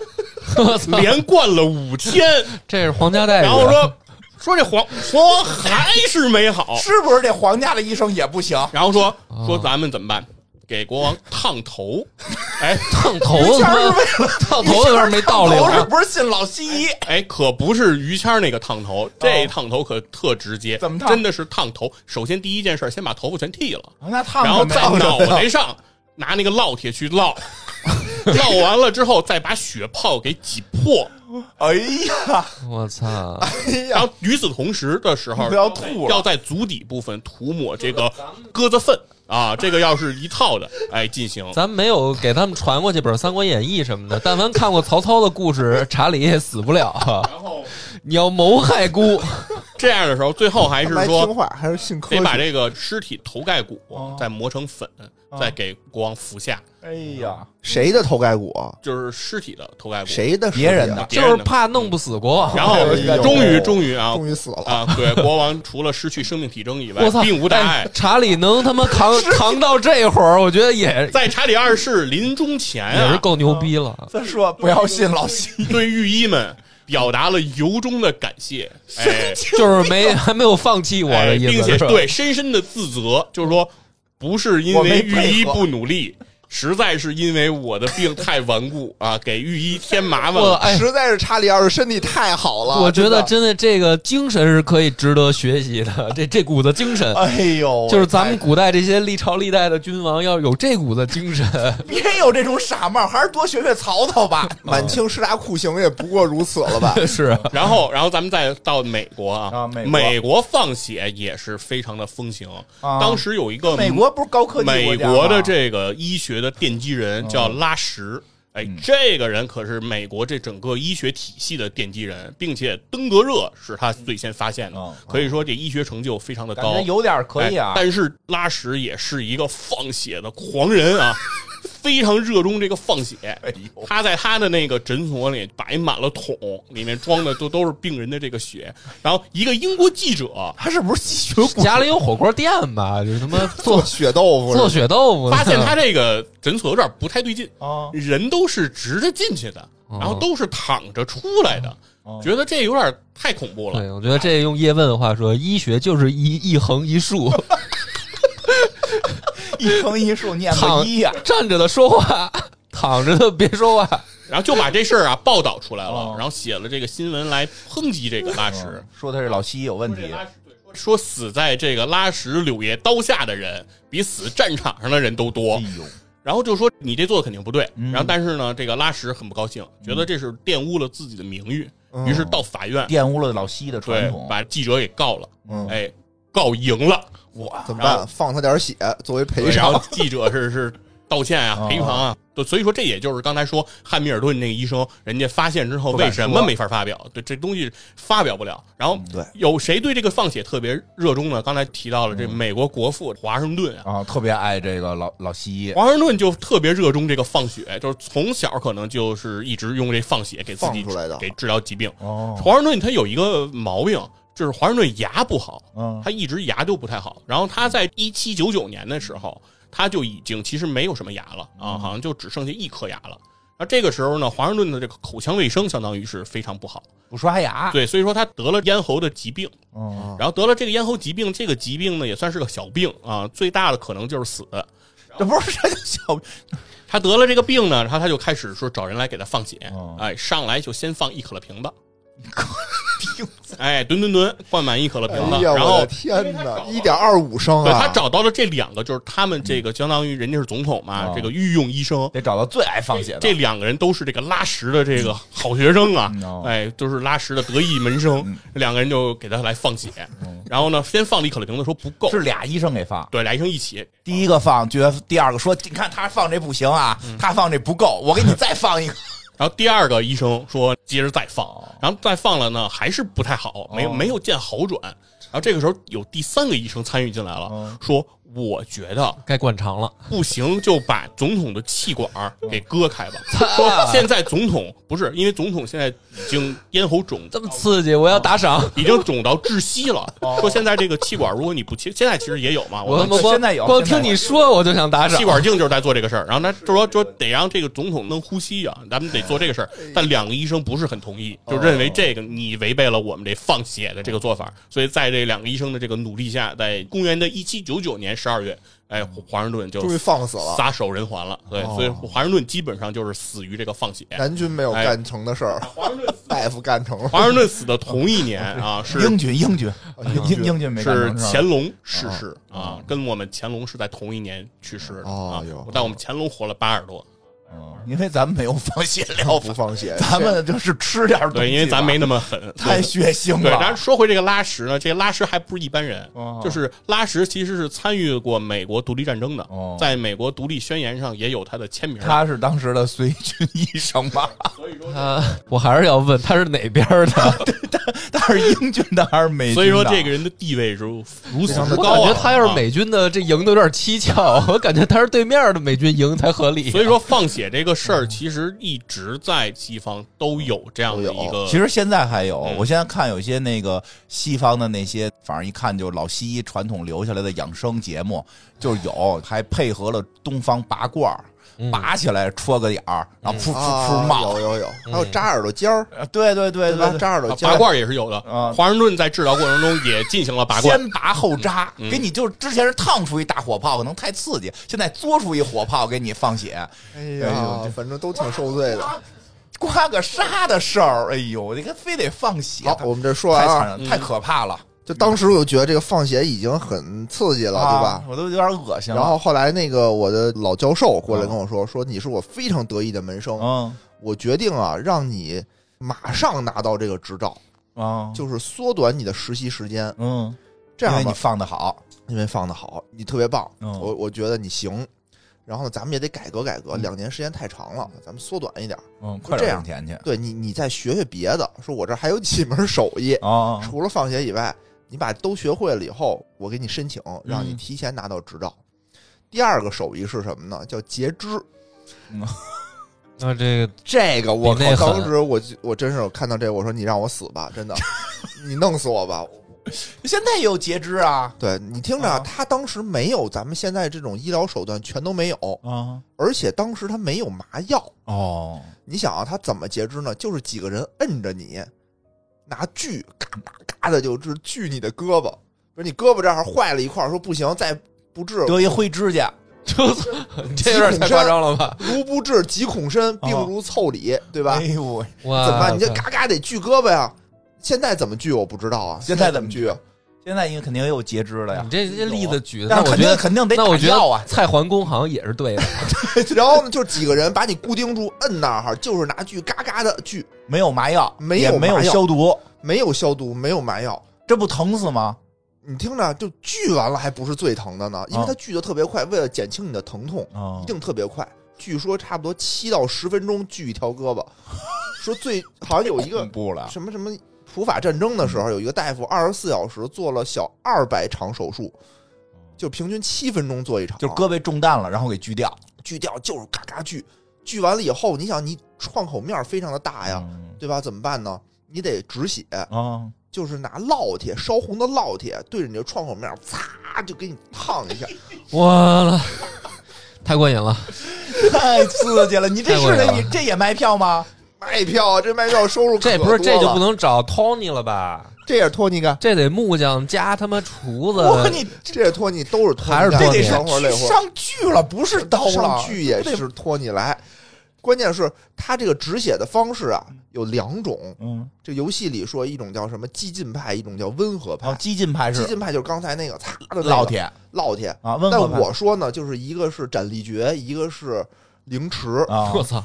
Speaker 6: 连灌了五天，
Speaker 4: 这是皇家
Speaker 7: 哎
Speaker 4: 待遇。
Speaker 6: 然后说说这黄国王还是没好，
Speaker 7: 是不是这皇家的医生也不行？
Speaker 6: 然后说说咱们怎么办？给国王烫头， 哎
Speaker 4: 烫头
Speaker 7: 于谦
Speaker 4: 他
Speaker 7: 儿是为
Speaker 4: 妈，
Speaker 7: 了
Speaker 4: 烫头有点没道理啊
Speaker 7: 于谦儿是
Speaker 4: 了。
Speaker 7: 不是信老西医？
Speaker 6: 哎，可不是于谦儿那个烫头，这烫头可特直接，
Speaker 7: 哦怎么烫
Speaker 6: 真的是烫头。首先第一件事，先把头发全剃了，
Speaker 7: 哦那烫
Speaker 6: 然后
Speaker 7: 着
Speaker 6: 在
Speaker 7: 呗
Speaker 6: 脑袋上拿那个烙铁去烙， 烙完了之后再把血泡给挤 破，
Speaker 7: 哎呀，哎
Speaker 4: 我操！
Speaker 6: 然后与此同时的时候，
Speaker 7: 不要吐了
Speaker 6: 要在足底部分涂抹这个鸽子粪啊，这个要是一套的，哎，进行。
Speaker 4: 咱没有给他们传过去本《三国演义》什么的，但凡看过曹操的故事，查理也死不了啊。
Speaker 6: 然后
Speaker 4: 你要谋害孤，
Speaker 6: 这样的时候，最后还
Speaker 5: 还
Speaker 6: 是
Speaker 5: 听
Speaker 6: 说
Speaker 5: 话，还是信科
Speaker 6: 得把
Speaker 5: 学。
Speaker 6: 这个尸体头盖骨
Speaker 7: 哦
Speaker 6: 再磨成粉，
Speaker 4: 哦
Speaker 6: 再给国王服下，
Speaker 7: 哎呀，
Speaker 5: 谁的头盖骨啊？
Speaker 6: 就是尸体的头盖骨。
Speaker 5: 谁的尸体啊
Speaker 7: 别人的
Speaker 6: 别
Speaker 4: 就是
Speaker 6: 人的嗯
Speaker 4: 怕弄不死国王。
Speaker 6: 然后
Speaker 5: 哎呦
Speaker 6: 终于终于啊
Speaker 5: 终于死了，
Speaker 6: 啊，对，国王除了失去生命体征以外
Speaker 4: 我操，，
Speaker 6: 并无大碍
Speaker 4: 哎。查理能他妈扛扛到这会儿，我觉得也
Speaker 6: 在查理二世临终前
Speaker 4: 也是
Speaker 6: 啊，
Speaker 4: 够牛逼了。
Speaker 7: 再说不要信老西 医，
Speaker 6: 对御医们表达了由衷的感 谢，哎，
Speaker 4: 就是没还没有放弃我的
Speaker 6: 哎，
Speaker 4: 意
Speaker 6: 并
Speaker 4: 思，
Speaker 6: 且
Speaker 4: 是吧？
Speaker 6: 对深深的自责，就是说不是因
Speaker 7: 我没
Speaker 6: 为
Speaker 7: 配合
Speaker 6: 御医不努力，实在是因为我的病太顽固啊，给御医添麻烦
Speaker 4: 我
Speaker 6: 了。
Speaker 4: 哎，
Speaker 5: 实在是查理二世身体太好了。
Speaker 4: 我觉得
Speaker 5: 真
Speaker 4: 真的这个精神是可以值得学习的，这这股子精神。
Speaker 7: 哎呦，
Speaker 4: 就是咱们古代这些历朝历代的君王要有这股子精神，
Speaker 7: 别有这种傻帽，还是多学学曹操吧。
Speaker 5: 的满清十大酷刑也不过如此了吧？
Speaker 4: 是啊
Speaker 6: 然后，然后咱们再到美国啊，
Speaker 7: 啊美
Speaker 6: 美
Speaker 7: 国
Speaker 6: 国放血也是非常的风行。
Speaker 7: 啊
Speaker 6: 当时有一个
Speaker 7: 美国不是高科技
Speaker 6: 美
Speaker 7: 国家
Speaker 6: 国的
Speaker 7: 吗
Speaker 6: 这个医学的奠基人叫拉什，哎
Speaker 7: 嗯，
Speaker 6: 这个人可是美国这整个医学体系的奠基人，并且登革热是他最先发现的，
Speaker 7: 嗯
Speaker 6: 可以说这医学成就非常的
Speaker 7: 感
Speaker 6: 高
Speaker 7: 觉。有点可以
Speaker 6: 哎
Speaker 7: 啊，
Speaker 6: 但是拉什也是一个放血的狂人啊， 非常热衷这个放血。
Speaker 7: 哎呦，
Speaker 6: 他在他的那个诊所里摆满了桶，里面装的都都是病人的这个血。然后一个英国记者，
Speaker 5: 他是不是吸血鬼
Speaker 4: 家里有火锅店吧？就是他妈
Speaker 5: 做
Speaker 4: 做
Speaker 5: 血豆腐？
Speaker 4: 做血豆腐呢，
Speaker 6: 发现他这个诊所有点不太对劲
Speaker 7: 哦
Speaker 6: 人都是直着进去的，
Speaker 4: 哦
Speaker 6: 然后都是躺着出来的，
Speaker 7: 哦
Speaker 6: 觉得这有点太恐怖 了。
Speaker 4: 对，我觉得这用叶问的话说，医学就是一一横一竖，
Speaker 7: 一横一竖念
Speaker 4: 躺
Speaker 7: 个一呀，
Speaker 4: 站着的说话， 躺着的别说话。
Speaker 6: 然后就把这事儿啊报道出来了，
Speaker 7: 哦
Speaker 6: 然后写了这个新闻来抨击这个拉什。
Speaker 7: 嗯说他是老西医有问题，
Speaker 6: 说死在这个拉什柳叶刀下的人，比死战场上的人都多
Speaker 7: 哎。呦，
Speaker 6: 然后就说你这做的肯定不对。
Speaker 7: 嗯
Speaker 6: 然后但是呢，这个拉什很不高兴，觉得这是玷污了自己的名誉，于是到法院，
Speaker 7: 玷污了老西医的哦传
Speaker 6: 对
Speaker 7: 统，，
Speaker 6: 把记者给告了。
Speaker 5: 嗯，
Speaker 6: 哎，告赢了，
Speaker 7: 哇，
Speaker 5: 怎么
Speaker 6: 然后
Speaker 5: 办？放他点血作为赔
Speaker 6: 对然后
Speaker 5: 偿。
Speaker 6: 记者是是道歉啊，
Speaker 7: 哦
Speaker 6: 赔偿啊。对，所以说这也就是刚才说汉密尔顿那个医生，人家发现之后
Speaker 7: 不敢
Speaker 6: 为
Speaker 7: 说
Speaker 6: 什么没法发表？对，这东西发表不了。然后
Speaker 5: 嗯对
Speaker 6: 有谁对这个放血特别热衷呢？刚才提到了
Speaker 5: 嗯
Speaker 6: 这美国国父华盛顿啊，
Speaker 5: 哦
Speaker 7: 啊，特别爱这个老老西医，
Speaker 6: 华盛顿就特别热衷这个放血，就是从小可能就是一直用这放血给自己
Speaker 5: 放出来的
Speaker 6: 给治疗疾病。
Speaker 7: 哦，
Speaker 6: 华盛顿他有一个毛病，就是华盛顿牙不好，
Speaker 7: 嗯
Speaker 6: 他一直牙都不太好。然后他在一七九九年的时候，他就已经其实没有什么牙了
Speaker 5: 嗯
Speaker 6: 啊，好像就只剩下一颗牙了。那这个时候呢，华盛顿的这个口腔卫生相当于是非常不好，
Speaker 7: 不刷
Speaker 5: 啊
Speaker 7: 牙，
Speaker 6: 对，所以说他得了咽喉的疾病。
Speaker 7: 嗯，
Speaker 6: 然后得了这个咽喉疾病，这个疾病呢也算是个小病啊，最大的可能就是死。
Speaker 7: 这不是这个小
Speaker 6: 他得了这个病呢，然后他就开始说找人来给他放血，
Speaker 7: 哦
Speaker 6: 哎，上来就先放一可乐瓶 子，
Speaker 7: 病，
Speaker 6: 哎，吨吨吨灌满一可乐瓶子，
Speaker 5: 哎呀，
Speaker 6: 然
Speaker 5: 我
Speaker 6: 后
Speaker 5: 的天哪，一点二五升
Speaker 6: 对他
Speaker 5: 啊！
Speaker 6: 找到了这两个，就是他们
Speaker 7: 嗯
Speaker 6: 这个相当于人家是总统嘛，
Speaker 7: 哦
Speaker 6: 这个御用医生，
Speaker 7: 得找到最爱放血的，
Speaker 6: 这两个人都是这个拉什的这个好学生啊
Speaker 7: 嗯哦，嗯
Speaker 6: 哎，都是拉什的得意门生，两个人就给他来放血，然后呢，先放了一可乐瓶子，说不够，
Speaker 7: 是俩医生给放，
Speaker 6: 对，俩医生一起，
Speaker 7: 第一个放觉得第二个说，你看他放这不行啊，
Speaker 6: 嗯
Speaker 7: 他放这不够，我给你再放一个，
Speaker 6: 然后第二个医生说接着再放，
Speaker 7: 哦
Speaker 6: 然后再放了呢，还是不太好，没有没有见好转。然后这个时候有第三个医生参与进来
Speaker 7: 哦
Speaker 6: 了，说我觉得
Speaker 4: 该灌肠了，
Speaker 6: 不行，就把总统的气管儿给割开吧。说现在总统不是因为总统现在已经咽喉肿，
Speaker 4: 这么刺激，
Speaker 7: 哦
Speaker 4: 我要打赏。
Speaker 6: 已经肿到窒息了。说现在这个气管，如果你不切，现在其实也有嘛，
Speaker 4: 我他
Speaker 6: 们
Speaker 4: 妈光
Speaker 7: 现在有
Speaker 4: 光
Speaker 7: 现在
Speaker 4: 听
Speaker 7: 有
Speaker 4: 你说我就想打赏
Speaker 6: 气。管镜就是在做这个事儿。然后他说说得让这个总统能呼吸啊，咱们得做这个事儿。但两个医生不是很同意，就认为这个你违背了我们这放血的这个做法。所以在这两个医生的这个努力下，在公元的一七九九年十二月，哎，华盛顿就
Speaker 5: 终于放死了
Speaker 6: 撒手人寰了。对，
Speaker 7: 哦
Speaker 6: 所以华盛顿基本上就是死于这个放血。
Speaker 7: 哎
Speaker 5: 南军没有干成的事儿，大夫干成了。
Speaker 6: 华盛顿死的同一年啊， 是
Speaker 7: 哦英军英军哎英
Speaker 5: 英
Speaker 7: 英英军没干
Speaker 6: 是
Speaker 7: 成吧哦
Speaker 6: 乾隆逝世啊，跟我们乾隆是在同一年去世的
Speaker 5: 哦
Speaker 6: 啊
Speaker 5: 哟，
Speaker 6: 但我们乾隆活了八十多，
Speaker 7: 嗯因为咱们没有放血 疗
Speaker 5: 不
Speaker 7: 法，
Speaker 5: 放血，
Speaker 7: 咱们就是吃点东西吧，啊
Speaker 6: 对，因为咱没那么狠，
Speaker 7: 太血腥
Speaker 6: 对，然
Speaker 7: 了
Speaker 6: 后，说回这个拉什呢，这拉什还不是一般人
Speaker 7: 哦，
Speaker 6: 就是拉什其实是参与过美国独立战争的
Speaker 7: 哦，
Speaker 6: 在美国独立宣言上也有他的签名。
Speaker 7: 他是当时的随军医生吧？
Speaker 4: 他，啊我还是要问他是哪边儿 的？
Speaker 7: 他是英军的还是美军的？
Speaker 6: 所以说这个人的地位如如此之
Speaker 4: 我
Speaker 6: 高啊
Speaker 4: 感觉他要是
Speaker 6: 啊
Speaker 4: 美军的，这赢的有点蹊
Speaker 7: 啊
Speaker 4: 跷。我感觉他是对面的美军赢才合理。
Speaker 6: 所以说放血这个事儿，其实一直在西方都有这样的
Speaker 5: 都有
Speaker 6: 一个。
Speaker 7: 其实现在还有，
Speaker 6: 嗯
Speaker 7: 我现在看有些那个西方的那些，反正一看就老西医传统留下来的养生节目，就有，还配合了东方拔罐儿，
Speaker 6: 嗯
Speaker 7: 拔起来戳个眼儿，然后噗噗噗
Speaker 5: 啊，
Speaker 7: 冒
Speaker 5: 有。有有，还有扎耳朵尖儿，
Speaker 7: 啊对对对
Speaker 5: 对吧？
Speaker 7: 对，
Speaker 5: 扎耳朵
Speaker 6: 啊
Speaker 5: 尖
Speaker 6: 拔
Speaker 5: 儿，
Speaker 6: 罐也是有的
Speaker 7: 啊，
Speaker 6: 华盛顿在治疗过程中也进行了拔罐。
Speaker 7: 先拔后扎，
Speaker 6: 嗯
Speaker 7: 给你就是之前是烫出一大火泡，可能太刺激，现在嘬出一火泡给你放血，
Speaker 5: 哎
Speaker 7: 哎呦
Speaker 5: 呀，反正都挺受罪的。
Speaker 7: 刮个痧的事儿，哎呦，你看非得放血，
Speaker 5: 好，我们这说完
Speaker 7: 太残
Speaker 5: 啊，
Speaker 7: 忍，太可怕了，
Speaker 5: 就当时我就觉得这个放血已经很刺激了，对
Speaker 7: 啊
Speaker 5: 吧？
Speaker 7: 我都有点恶心了。
Speaker 5: 然后后来那个我的老教授过来跟我说，说你是我非常得意的门生，
Speaker 7: 嗯
Speaker 5: 我决定啊，让你马上拿到这个执照，
Speaker 7: 啊，
Speaker 5: 就是缩短你的实习时间。
Speaker 7: 嗯，
Speaker 5: 这
Speaker 7: 因
Speaker 5: 样
Speaker 7: 为
Speaker 5: 吧
Speaker 7: 你，放的好，
Speaker 5: 因为放的好，你特别棒，
Speaker 7: 嗯
Speaker 5: 我我觉得你行。然后呢，咱们也得改革改革，两年时间太长了，咱们缩短一点。
Speaker 7: 嗯，快
Speaker 5: 这
Speaker 7: 点
Speaker 5: 样
Speaker 7: 挣钱去
Speaker 5: 对你，你再学学别的。说我这还有几门手艺，
Speaker 7: 啊！
Speaker 5: 除了放学以外，你把都学会了以后，我给你申请，让你
Speaker 7: 嗯
Speaker 5: 提前拿到执照。第二个手艺是什么呢？叫截肢。
Speaker 4: 那啊这个
Speaker 5: 这个我
Speaker 4: 比
Speaker 5: 靠！
Speaker 4: 那狠
Speaker 5: 当时我就我真是我看到这个，我说你让我死吧， 真的，你弄死我吧！
Speaker 7: 现在也有截肢啊
Speaker 5: 对你听着啊，
Speaker 7: 啊
Speaker 5: 他当时没有咱们现在这种医疗手段，全都没有，
Speaker 7: 啊
Speaker 5: 而且当时他没有麻药。
Speaker 7: 哦，
Speaker 5: 你想啊，他怎么截肢呢？就是几个人摁着你，拿锯嘎嘎嘎的就治锯你的胳膊，说你胳膊这儿坏了一块儿，说不行，再不治
Speaker 7: 得一灰指甲，
Speaker 4: 这有点太夸张了吧？
Speaker 5: 如不治即恐深，病如凑里，对吧？
Speaker 7: 哦哎呦喂，
Speaker 4: 哇，
Speaker 5: 怎么办？你这嘎嘎得锯胳膊呀！现在怎么锯我不知道啊，
Speaker 7: 现在
Speaker 5: 在
Speaker 7: 怎么
Speaker 5: 么
Speaker 7: 锯
Speaker 5: 锯啊？
Speaker 7: 现在应该肯定也有啊截肢了呀
Speaker 4: 你。这这例子举的，
Speaker 7: 但
Speaker 4: 那
Speaker 7: 是
Speaker 4: 我
Speaker 7: 肯
Speaker 4: 觉
Speaker 7: 定
Speaker 4: 得
Speaker 7: 肯定得
Speaker 4: 那我
Speaker 7: 打
Speaker 4: 觉得
Speaker 7: 药啊，
Speaker 4: 蔡桓公好像也是对的，
Speaker 5: 然后呢，就是几个人把你固定住，摁那儿哈，就是拿锯嘎嘎的锯，
Speaker 7: 没有麻药，
Speaker 5: 没有
Speaker 7: 也没有
Speaker 5: 麻药
Speaker 7: 消毒，
Speaker 5: 没有消毒，没有麻药。
Speaker 7: 这不疼死吗？
Speaker 5: 你听着，就锯完了还不是最疼的呢，因为
Speaker 7: 嗯
Speaker 5: 它锯的特别快，为了减轻你的疼痛，
Speaker 7: 啊
Speaker 5: 一定特别快。据说差不多七到十分钟锯一条胳膊，说最好像有一 个
Speaker 7: 恐怖了，
Speaker 5: 什么什么普法战争的时候，有一个大夫二十四小时做了小二百场手术，就平均七分钟做一场，
Speaker 7: 就胳膊中弹了，然后给锯掉。
Speaker 5: 锯掉，就是嘎嘎锯，锯完了以后，你想你创口面非常的大呀，
Speaker 7: 嗯
Speaker 5: 对吧？怎么办呢？你得止血，
Speaker 7: 啊，
Speaker 5: 就是拿烙铁烧红的烙铁对着你的创口面，擦就给你烫一下。
Speaker 4: 哇了，太过瘾了。
Speaker 7: 太刺激了！你这
Speaker 4: 太
Speaker 7: 是
Speaker 4: 过瘾
Speaker 7: 的，
Speaker 4: 了
Speaker 7: 你这也卖票吗？
Speaker 5: 卖票，啊这卖票收入可
Speaker 4: 这不是
Speaker 5: 多
Speaker 4: 这就
Speaker 5: 了
Speaker 4: 不能找 Tony 了吧？
Speaker 5: 这也是托尼干，
Speaker 4: 这得木匠加他妈厨子，
Speaker 7: 我你
Speaker 5: 这也是托尼都是托尼
Speaker 4: 还是
Speaker 5: 干
Speaker 4: 托
Speaker 7: 这
Speaker 4: 尼
Speaker 7: 得
Speaker 5: 生活累活。
Speaker 7: 是上剧了，不是刀了
Speaker 5: 上。剧也是托你来。关键是他这个止血的方式啊有两种，
Speaker 7: 嗯，
Speaker 5: 这游戏里说一种叫什么激进派，一种叫温
Speaker 4: 哦
Speaker 5: 和
Speaker 7: 然后
Speaker 5: 派。
Speaker 7: 哦激进派
Speaker 5: 哎激
Speaker 7: 是
Speaker 5: 进派就是刚才那个擦的那个
Speaker 7: 烙铁
Speaker 5: 烙铁。
Speaker 7: 啊，温
Speaker 5: 但
Speaker 7: 和派
Speaker 5: 我说呢，就是一个是斩立决，一个是凌迟。
Speaker 7: 啊
Speaker 4: 我操，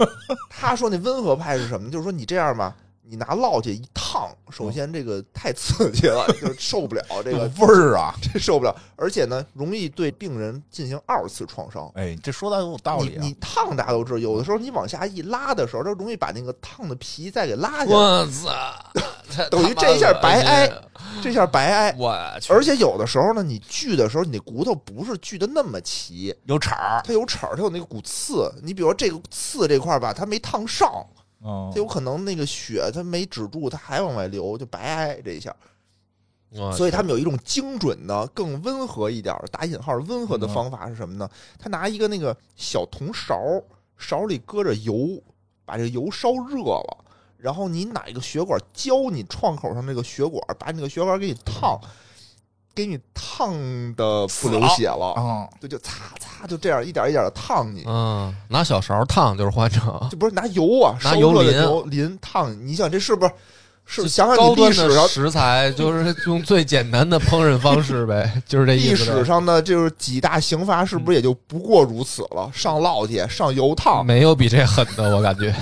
Speaker 5: 他说那温和派是什么？就是说你这样吧，你拿烙铁一烫，
Speaker 7: 嗯
Speaker 5: 首先这个太刺激 了，就是受不了这
Speaker 7: 有
Speaker 5: 个，
Speaker 7: 味儿啊！
Speaker 5: 这受不了，而且呢，容易对病人进行二次创伤。
Speaker 7: 哎，这说的有道理啊
Speaker 5: 你你烫大家都知道，有的时候你往下一拉的时候，它容易把那个烫的皮再给拉下来，
Speaker 4: 我 操，
Speaker 5: 等于这一下白
Speaker 4: 太
Speaker 5: 挨
Speaker 4: 他妈恶
Speaker 5: 这下白挨
Speaker 4: 心。我去，
Speaker 5: 而且有的时候呢，你锯的时候，你骨头不是锯的那么齐，
Speaker 7: 有茬儿。
Speaker 5: 它有齿儿，它有那个骨刺。你比如说这个刺这块儿吧，它没烫上，
Speaker 7: 嗯
Speaker 5: 它有可能那个血它没止住，它还往外流，就白挨这一下。
Speaker 4: 我去
Speaker 5: 所以他们有一种精准的、更温和一点儿打引号温和的方法是什么呢？他拿一个那个小铜勺，勺里搁着油，把这个油烧热了，然后你哪一个血管浇你创口上这个血管，把你那个血管给你烫，给你烫的不流血了，
Speaker 7: 啊，
Speaker 5: 对，就擦擦，就这样一点一点的烫你。
Speaker 4: 嗯，拿小勺烫就是换成
Speaker 5: 就不是拿油啊，
Speaker 4: 拿
Speaker 5: 烧
Speaker 4: 油
Speaker 5: 热的
Speaker 4: 淋
Speaker 5: 油淋烫你，你想这是不是？是想想
Speaker 4: 高
Speaker 5: 你历
Speaker 4: 端
Speaker 5: 史上
Speaker 4: 的食材，就是用最简单的烹饪方式呗，就是这意
Speaker 5: 历
Speaker 4: 思呗。
Speaker 5: 史上的就是几大刑罚，是不
Speaker 7: 嗯
Speaker 5: 是也就不过如此了？上烙铁，上油烫，
Speaker 4: 没有比这狠的，我感觉。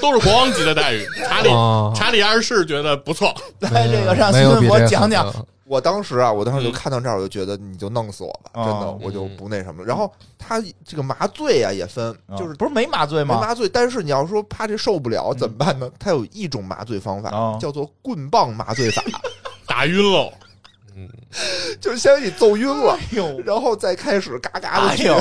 Speaker 6: 都是国王级的待 遇。查理，
Speaker 4: 哦
Speaker 6: 查理二世觉得不错，
Speaker 7: 来这个让
Speaker 4: 没
Speaker 7: 新
Speaker 4: 有
Speaker 7: 闻
Speaker 4: 比
Speaker 7: 佛
Speaker 4: 这
Speaker 7: 讲
Speaker 4: 狠的
Speaker 7: 讲。
Speaker 5: 我当时啊，我当时就
Speaker 6: 嗯
Speaker 5: 看到这儿，我就觉得你就弄死我吧，
Speaker 7: 哦嗯
Speaker 5: 真的，我就不那什么了。然后他这个麻醉啊也分，
Speaker 7: 啊
Speaker 5: 就是
Speaker 7: 不是没麻醉
Speaker 5: 没
Speaker 7: 吗？嗯
Speaker 5: 麻醉，但是你要说怕这受不了怎么办呢？他有一种麻醉方
Speaker 7: 哦
Speaker 5: 法叫做棍棒麻醉法，
Speaker 6: 打晕喽。
Speaker 4: 嗯，
Speaker 5: 就是先给你揍晕 了，
Speaker 7: 哎呦
Speaker 5: 然后再开始嘎嘎
Speaker 7: 哎
Speaker 5: 的
Speaker 7: 呦，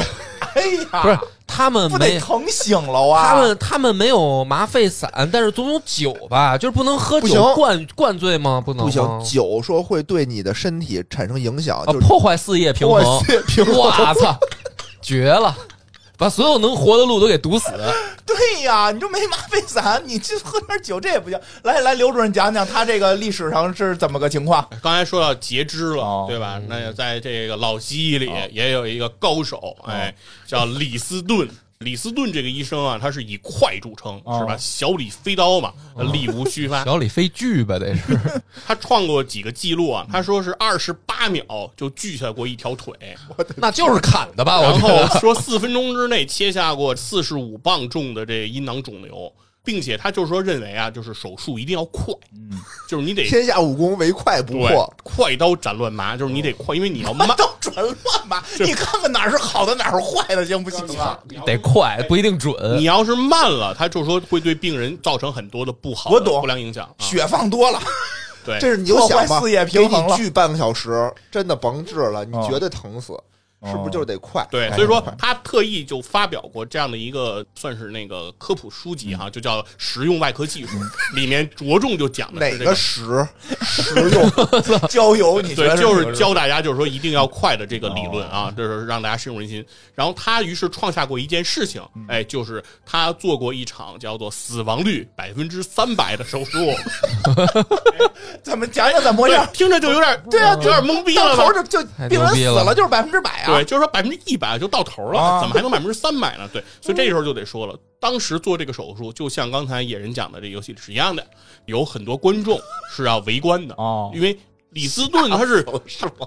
Speaker 7: 哎呀，
Speaker 4: 不是他们
Speaker 7: 不
Speaker 4: 没
Speaker 7: 得疼醒了啊！
Speaker 4: 他们他们没有麻沸散，但是总有酒吧，就是不能喝
Speaker 5: 不行
Speaker 4: 酒灌灌醉吗？不能
Speaker 5: 不行
Speaker 7: 嗯
Speaker 4: 吗，
Speaker 5: 酒说会对你的身体产生影响，
Speaker 4: 啊，
Speaker 7: 哦
Speaker 5: 就是
Speaker 4: 破坏四叶平衡，
Speaker 5: 破坏
Speaker 4: 平衡，我操，绝了！把所有能活的路都给堵死，
Speaker 7: 对呀，你就没麻沸散，你就喝点酒，这也不行。来来，刘主任讲讲他这个历史上是怎么个情况？
Speaker 6: 刚才说到截肢了，
Speaker 7: 哦
Speaker 6: 对吧？那在这个老西医里
Speaker 7: 哦
Speaker 6: 也有一个高手，哎，叫李斯顿。李斯顿这个医生啊，他是以快著称，
Speaker 7: 哦
Speaker 6: 是吧？小李飞刀嘛，力无虚发。
Speaker 4: 小李飞锯吧，得是
Speaker 6: 他创过几个记录啊，他说是二十八秒就锯下过一条腿，
Speaker 4: 那就是砍的吧？我
Speaker 6: 然
Speaker 4: 觉得
Speaker 6: 后说四分钟之内切下过四十五磅重的这阴囊肿瘤。并且他就是说认为啊，就是手术一定要快，
Speaker 7: 嗯，，
Speaker 6: 就是你得
Speaker 5: 天下武功唯快不
Speaker 6: 对
Speaker 5: 破，
Speaker 6: 快刀斩乱麻，就是你得快，因为你要慢
Speaker 7: 都转乱吧，你看看哪儿是好的，哪儿是坏的，行不行啊？
Speaker 4: 得快，不一定准
Speaker 6: 你。要是慢了，他就是说会对病人造成很多的不好的
Speaker 7: 我懂
Speaker 6: 不良影响。啊、
Speaker 7: 血放多了，
Speaker 6: 对，
Speaker 5: 这是你就想
Speaker 7: 破
Speaker 5: 吧，
Speaker 7: 坏四野平衡了
Speaker 5: 给你锯半个小时，真的甭治了，你
Speaker 7: 哦
Speaker 5: 绝对疼死，是不是就是得快？
Speaker 6: 对，
Speaker 5: 哎
Speaker 6: 所以说
Speaker 5: 快
Speaker 6: 他特意就发表过这样的一个算是那个科普书籍哈、就叫《实用外科技术》，里面着重就讲的
Speaker 5: 哪
Speaker 6: 是这个
Speaker 5: 个。实实 用？
Speaker 7: 郊游你觉
Speaker 6: 对
Speaker 7: 得，
Speaker 6: 就是教大家，就是说一定要快的这个理论啊，这是让大家深入人心。然后他于是创下过一件事情，哎，就是他做过一场叫做死亡率百分之三百的手术，
Speaker 7: 怎么讲讲怎么回
Speaker 6: 对
Speaker 7: 事？，
Speaker 6: 听着就有点
Speaker 7: 对啊
Speaker 6: 有点懵逼
Speaker 7: 到
Speaker 6: 了
Speaker 7: 头
Speaker 6: 吧？
Speaker 7: 就就
Speaker 4: 太
Speaker 7: 病
Speaker 4: 牛
Speaker 7: 人
Speaker 4: 逼
Speaker 7: 死
Speaker 4: 了
Speaker 7: 了就是百分之百啊！
Speaker 6: 对，就是说百分之一百就到头
Speaker 7: 啊
Speaker 6: 了，
Speaker 7: 嗯
Speaker 6: 怎么还能百分之三百呢？对，所以这时候就得说了，当时做这个手术，就像刚才野人讲的这游戏是一样的，有很多观众是要围观的，
Speaker 7: 哦
Speaker 6: 因为李斯顿他是